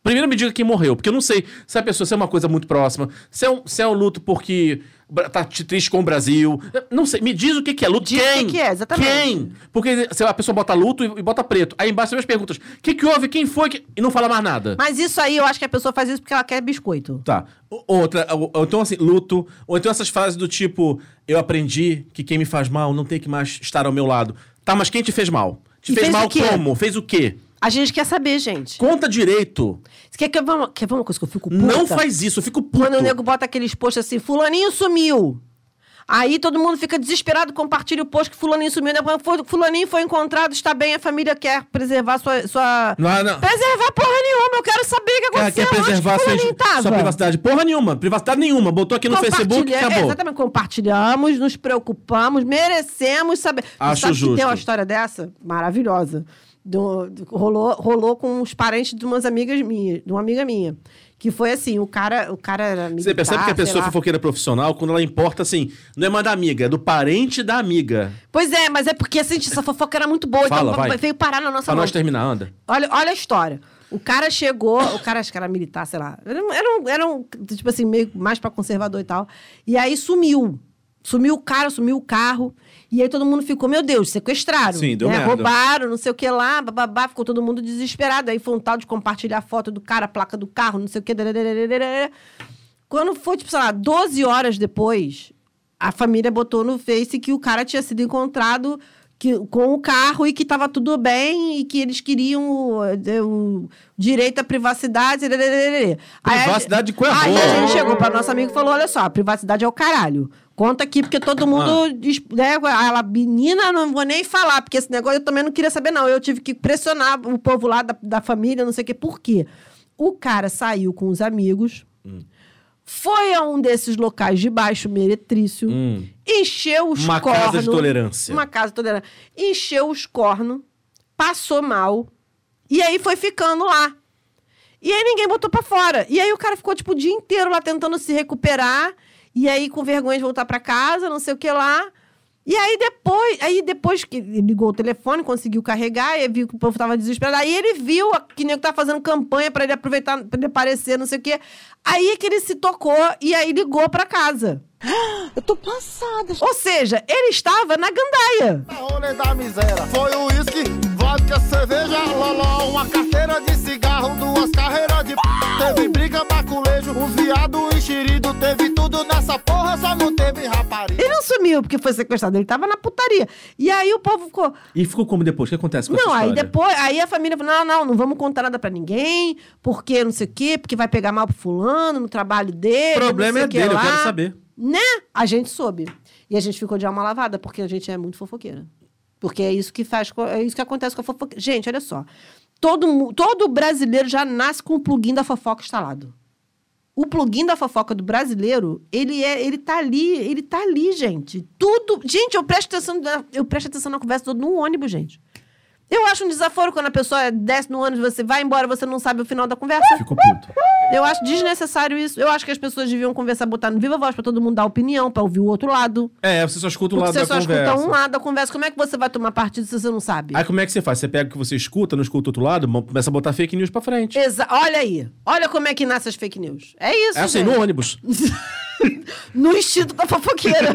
Speaker 2: Primeiro me diga quem morreu, porque eu não sei se a pessoa se é uma coisa muito próxima, se é um, se é um luto porque bra- tá t- triste com o Brasil. Eu Não sei, me diz o que, que é luto.
Speaker 1: Diz o que
Speaker 2: quem?
Speaker 1: que é, exatamente.
Speaker 2: Quem? Porque se a pessoa bota luto e, e bota preto. Aí embaixo tem as perguntas: o que, que houve? Quem foi? que-" E não fala mais nada.
Speaker 1: Mas isso aí eu acho que a pessoa faz isso porque ela quer biscoito.
Speaker 2: Tá. O- Outra, ou, ou então assim, luto, ou então essas frases do tipo, eu aprendi que quem me faz mal não tem que mais estar ao meu lado. Tá, mas quem te fez mal? Te
Speaker 1: E
Speaker 2: fez,
Speaker 1: fez o
Speaker 2: mal
Speaker 1: quê?
Speaker 2: como? Fez o quê?
Speaker 1: A gente quer saber, gente.
Speaker 2: Conta direito.
Speaker 1: Você quer que eu vá uma, quer ver uma coisa que eu fico puta?
Speaker 2: Não faz isso, eu fico puto.
Speaker 1: Quando o nego bota aqueles posts assim, fulaninho sumiu. Aí todo mundo fica desesperado, compartilha o post que fulaninho sumiu. Depois, fu- Fulaninho foi encontrado, está bem, a família quer preservar sua... sua...
Speaker 2: Não, não.
Speaker 1: Preservar porra nenhuma, eu quero saber o que
Speaker 2: Cara,
Speaker 1: aconteceu.
Speaker 2: quer preservar
Speaker 1: onde
Speaker 2: sua,
Speaker 1: que fulaninho tava.
Speaker 2: sua privacidade? Porra nenhuma, privacidade nenhuma. Botou aqui no Facebook,
Speaker 1: Compartilha-
Speaker 2: acabou.
Speaker 1: É, exatamente, compartilhamos, nos preocupamos, merecemos saber. Você
Speaker 2: Acho
Speaker 1: sabe
Speaker 2: justo.
Speaker 1: Que tem uma história dessa maravilhosa. Do- do- rolou, rolou com os parentes de umas amigas minhas, de uma amiga minha. Que foi assim, o cara, o cara era militar,
Speaker 2: Você percebe que a
Speaker 1: Ah, sei
Speaker 2: pessoa
Speaker 1: lá.
Speaker 2: fofoqueira profissional, quando ela importa, assim, não é mais da amiga, é do parente da amiga.
Speaker 1: Pois é, mas é porque assim, essa fofoca era muito boa,
Speaker 2: Fala,
Speaker 1: então
Speaker 2: vai.
Speaker 1: veio parar na nossa
Speaker 2: Pra nós
Speaker 1: mão.
Speaker 2: terminar, anda.
Speaker 1: Olha, olha a história. O cara chegou, o cara acho que era militar, sei lá. Era um, era um- era um, tipo assim, meio mais pra conservador e tal. E aí sumiu. Sumiu o cara, sumiu o carro. E aí todo mundo ficou, meu Deus, sequestraram.
Speaker 2: Sim, deu
Speaker 1: né?
Speaker 2: merda.
Speaker 1: Roubaram, não sei o que lá, bababá. Ficou todo mundo desesperado. Aí foi um tal de compartilhar foto do cara, a placa do carro, não sei o que. dadadadadadadada. Quando foi, tipo, sei lá, 12 horas depois, a família botou no Face que o cara tinha sido encontrado que- com o carro e que estava tudo bem e que eles queriam o, o direito à privacidade. lê, lê, lê, lê, lê. Aí a
Speaker 2: Privacidade
Speaker 1: gente-
Speaker 2: com a
Speaker 1: Aí
Speaker 2: boa.
Speaker 1: a gente chegou para nosso amigo e falou: olha só, a privacidade é o caralho. Conta aqui, porque
Speaker 2: Ah.
Speaker 1: todo mundo. diz- Né, aí ela, menina, não vou nem falar, porque esse negócio eu também não queria saber, não. Eu tive que pressionar o povo lá da, da família, não sei o quê. Por quê? O cara saiu com os amigos
Speaker 2: Hum.
Speaker 1: foi a um desses locais de baixo meretrício, encheu os
Speaker 2: Hum. Uma
Speaker 1: cornos.
Speaker 2: casa de tolerância.
Speaker 1: Uma casa de tolerância. Encheu os cornos, passou mal, e aí foi ficando lá. E aí ninguém botou pra fora. E aí o cara ficou, tipo, o dia inteiro lá tentando se recuperar, e aí com vergonha de voltar pra casa, não sei o que lá. E aí depois, aí depois que ele ligou o telefone, conseguiu carregar, e aí viu que o povo tava desesperado. Aí ele viu a- que o nego tava fazendo campanha pra ele aproveitar, pra ele aparecer, não sei o quê. Aí é que ele se tocou e aí ligou pra casa.
Speaker 3: Eu tô passada.
Speaker 1: Ou seja, ele estava na gandaia.
Speaker 5: Olha da miséria. Foi o uísque, vodka, cerveja, loló, uma carteira de cigarro, duas carreiras de p... Teve briga, baculejo, um viado enxerido, teve tudo nessa porra, só não teve rapariga.
Speaker 1: Ele não sumiu porque foi sequestrado, ele estava na putaria. E aí o povo ficou.
Speaker 2: E ficou como depois? O que acontece com essa
Speaker 1: Não, aí
Speaker 2: história?
Speaker 1: depois, aí a família falou: não, não, não vamos contar nada pra ninguém, porque não sei o quê, porque vai pegar mal pro fulano no trabalho dele.
Speaker 2: O
Speaker 1: não
Speaker 2: problema
Speaker 1: sei
Speaker 2: é
Speaker 1: o quê
Speaker 2: dele, eu
Speaker 1: lá.
Speaker 2: quero saber.
Speaker 1: Né? A gente soube. E a gente ficou de alma lavada, porque a gente é muito fofoqueira. Porque é isso que faz, co- é isso que acontece com a fofoqueira. Gente, olha só. Todo, mu- todo brasileiro já nasce com o plugin da fofoca instalado. O plugin da fofoca do brasileiro, ele é, ele tá ali, ele tá ali, gente. Tudo, gente, eu presto atenção, na- eu presto atenção na conversa toda no ônibus, gente. Eu acho um desaforo quando a pessoa desce no ônibus, você vai embora, você não sabe o final da conversa.
Speaker 2: Ficou puto.
Speaker 1: Eu acho desnecessário isso. Eu acho que as pessoas deviam conversar, botar no viva voz pra todo mundo dar opinião, pra ouvir o outro lado.
Speaker 2: É, você só escuta o
Speaker 1: Porque
Speaker 2: lado
Speaker 1: você
Speaker 2: da
Speaker 1: só
Speaker 2: conversa.
Speaker 1: escuta um lado da conversa. Como é que você vai tomar partido se você não sabe?
Speaker 2: Aí como é que você faz? Você pega o que você escuta, não escuta o outro lado, mo- começa a botar fake news pra frente.
Speaker 1: Exa- olha aí. Olha como é que nasce as fake news. É isso,
Speaker 2: É assim,
Speaker 1: gente.
Speaker 2: no ônibus.
Speaker 1: No instinto da
Speaker 2: [LAUGHS]
Speaker 1: fofoqueira.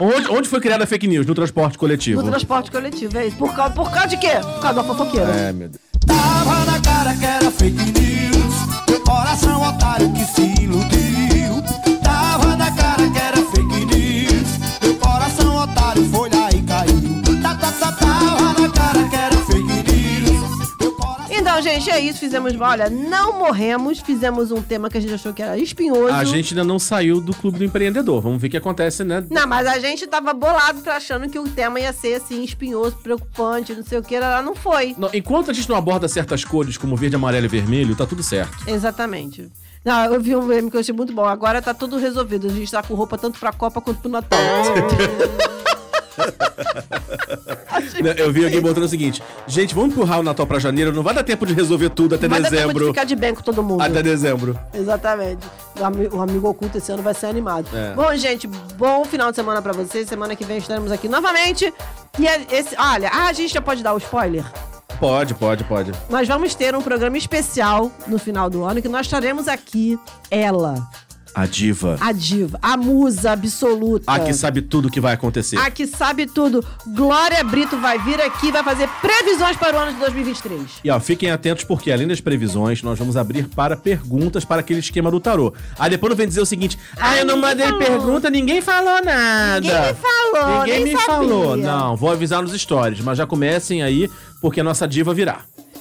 Speaker 2: onde, onde foi criada a fake news? No transporte coletivo.
Speaker 1: no transporte coletivo, é isso. Por causa, por causa de quê? Por causa da fofoqueira.
Speaker 2: É, meu Deus.
Speaker 11: Tava na cara que era fake news. Meu coração otário que se iludiu. Tava na cara que era fake news. Meu coração otário foi lá e caiu. Tá, tá, tá, tava na cara que era fake news. Meu coração
Speaker 1: Então, gente, gente é isso, fizemos. Olha, não morremos, fizemos um tema que a gente achou que era espinhoso.
Speaker 2: A gente ainda não saiu do clube do empreendedor. Vamos ver o que acontece, né?
Speaker 1: Não, mas a gente tava bolado pra achando que o tema ia ser assim, espinhoso, preocupante, não sei o que, ela não foi.
Speaker 2: Não, Enquanto a gente não aborda certas cores, como verde, amarelo e vermelho, tá tudo certo.
Speaker 1: Exatamente. Não, eu vi um meme que eu achei muito bom. Agora tá tudo resolvido. A gente tá com roupa tanto pra Copa quanto pro Natal.
Speaker 2: Né, Eu vi alguém botando o seguinte: gente, vamos empurrar o Natal pra janeiro, não vai dar tempo de resolver tudo [LAUGHS] até
Speaker 1: Mas dá tempo de
Speaker 2: dezembro.
Speaker 1: ficar de bem com todo mundo.
Speaker 2: Até dezembro.
Speaker 1: Exatamente. O ami- O amigo oculto esse ano vai ser animado.
Speaker 2: É.
Speaker 1: Bom, gente, bom final de semana pra vocês. Semana que vem estaremos aqui novamente. E é esse, olha, ah, a gente já pode dar o spoiler.
Speaker 2: Pode, pode, pode.
Speaker 1: Nós vamos ter um programa especial no final do ano que nós estaremos aqui ela,
Speaker 2: A diva.
Speaker 1: a diva, a musa absoluta.
Speaker 2: A que sabe tudo o que vai acontecer.
Speaker 1: A que sabe tudo. Glória Brito vai vir aqui e vai fazer previsões para o ano de 2023.
Speaker 2: E ó, fiquem atentos porque além das previsões, nós vamos abrir para perguntas para aquele esquema do tarô. Aí depois não vem dizer o seguinte: "Ah, eu não mandei pergunta, ninguém falou nada".
Speaker 1: Ninguém me falou,
Speaker 2: Ninguém
Speaker 1: nem
Speaker 2: me
Speaker 1: sabia.
Speaker 2: falou. Não, vou avisar nos stories, mas já comecem aí porque a nossa diva virá.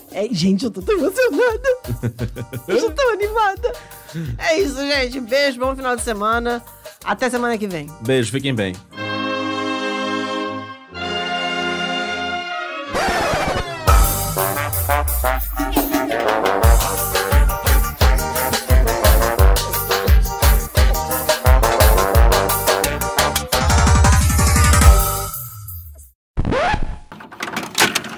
Speaker 1: É, gente, eu tô tão
Speaker 2: [LAUGHS]
Speaker 1: emocionada. eu já tô animada. É isso, gente. Beijo, bom final de semana. Até semana que vem.
Speaker 2: Beijo, fiquem bem.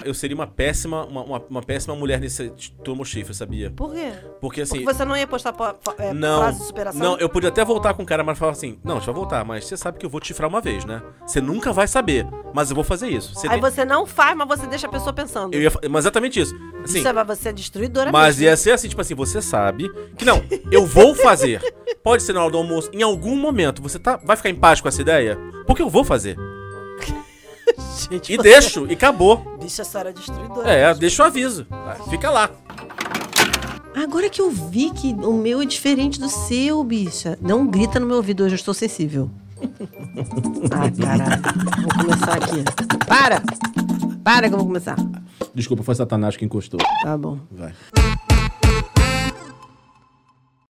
Speaker 2: Eu seria uma péssima, uma, uma, uma péssima mulher nesse tomo chifre, sabia?
Speaker 1: Por quê?
Speaker 2: Porque assim.
Speaker 1: Porque você não ia postar po- po- é,
Speaker 2: Não,
Speaker 1: frase de superação?
Speaker 2: não, eu podia até voltar com o cara, mas falar assim: Não, deixa eu voltar, mas você sabe que eu vou te chifrar uma vez, né? Você nunca vai saber, mas eu vou fazer isso. Você
Speaker 1: Aí
Speaker 2: tem-
Speaker 1: você não faz, mas você deixa a pessoa pensando.
Speaker 2: Eu ia fa- mas exatamente isso. Assim,
Speaker 1: Isso é, mas você é destruidora
Speaker 2: mas
Speaker 1: mesmo.
Speaker 2: ia ser assim: Tipo assim, você sabe que não, eu vou
Speaker 1: [LAUGHS]
Speaker 2: fazer. Pode ser na hora do almoço, em algum momento. Você tá, vai ficar em paz com essa ideia? Porque eu vou fazer.
Speaker 1: Gente,
Speaker 2: E
Speaker 1: você-
Speaker 2: deixo, e acabou.
Speaker 1: [LAUGHS] Bicha, a senhora é destruidora.
Speaker 2: É, deixa o aviso. Ah, Fica lá.
Speaker 1: Agora que eu vi que o meu é diferente do seu, bicha. Não grita no meu ouvido, hoje eu estou
Speaker 2: [LAUGHS]
Speaker 1: sensível. Ai, caralho. Vou começar aqui. Para! Para que eu vou começar.
Speaker 2: Desculpa, foi Satanás que encostou.
Speaker 1: Tá bom.
Speaker 2: Vai.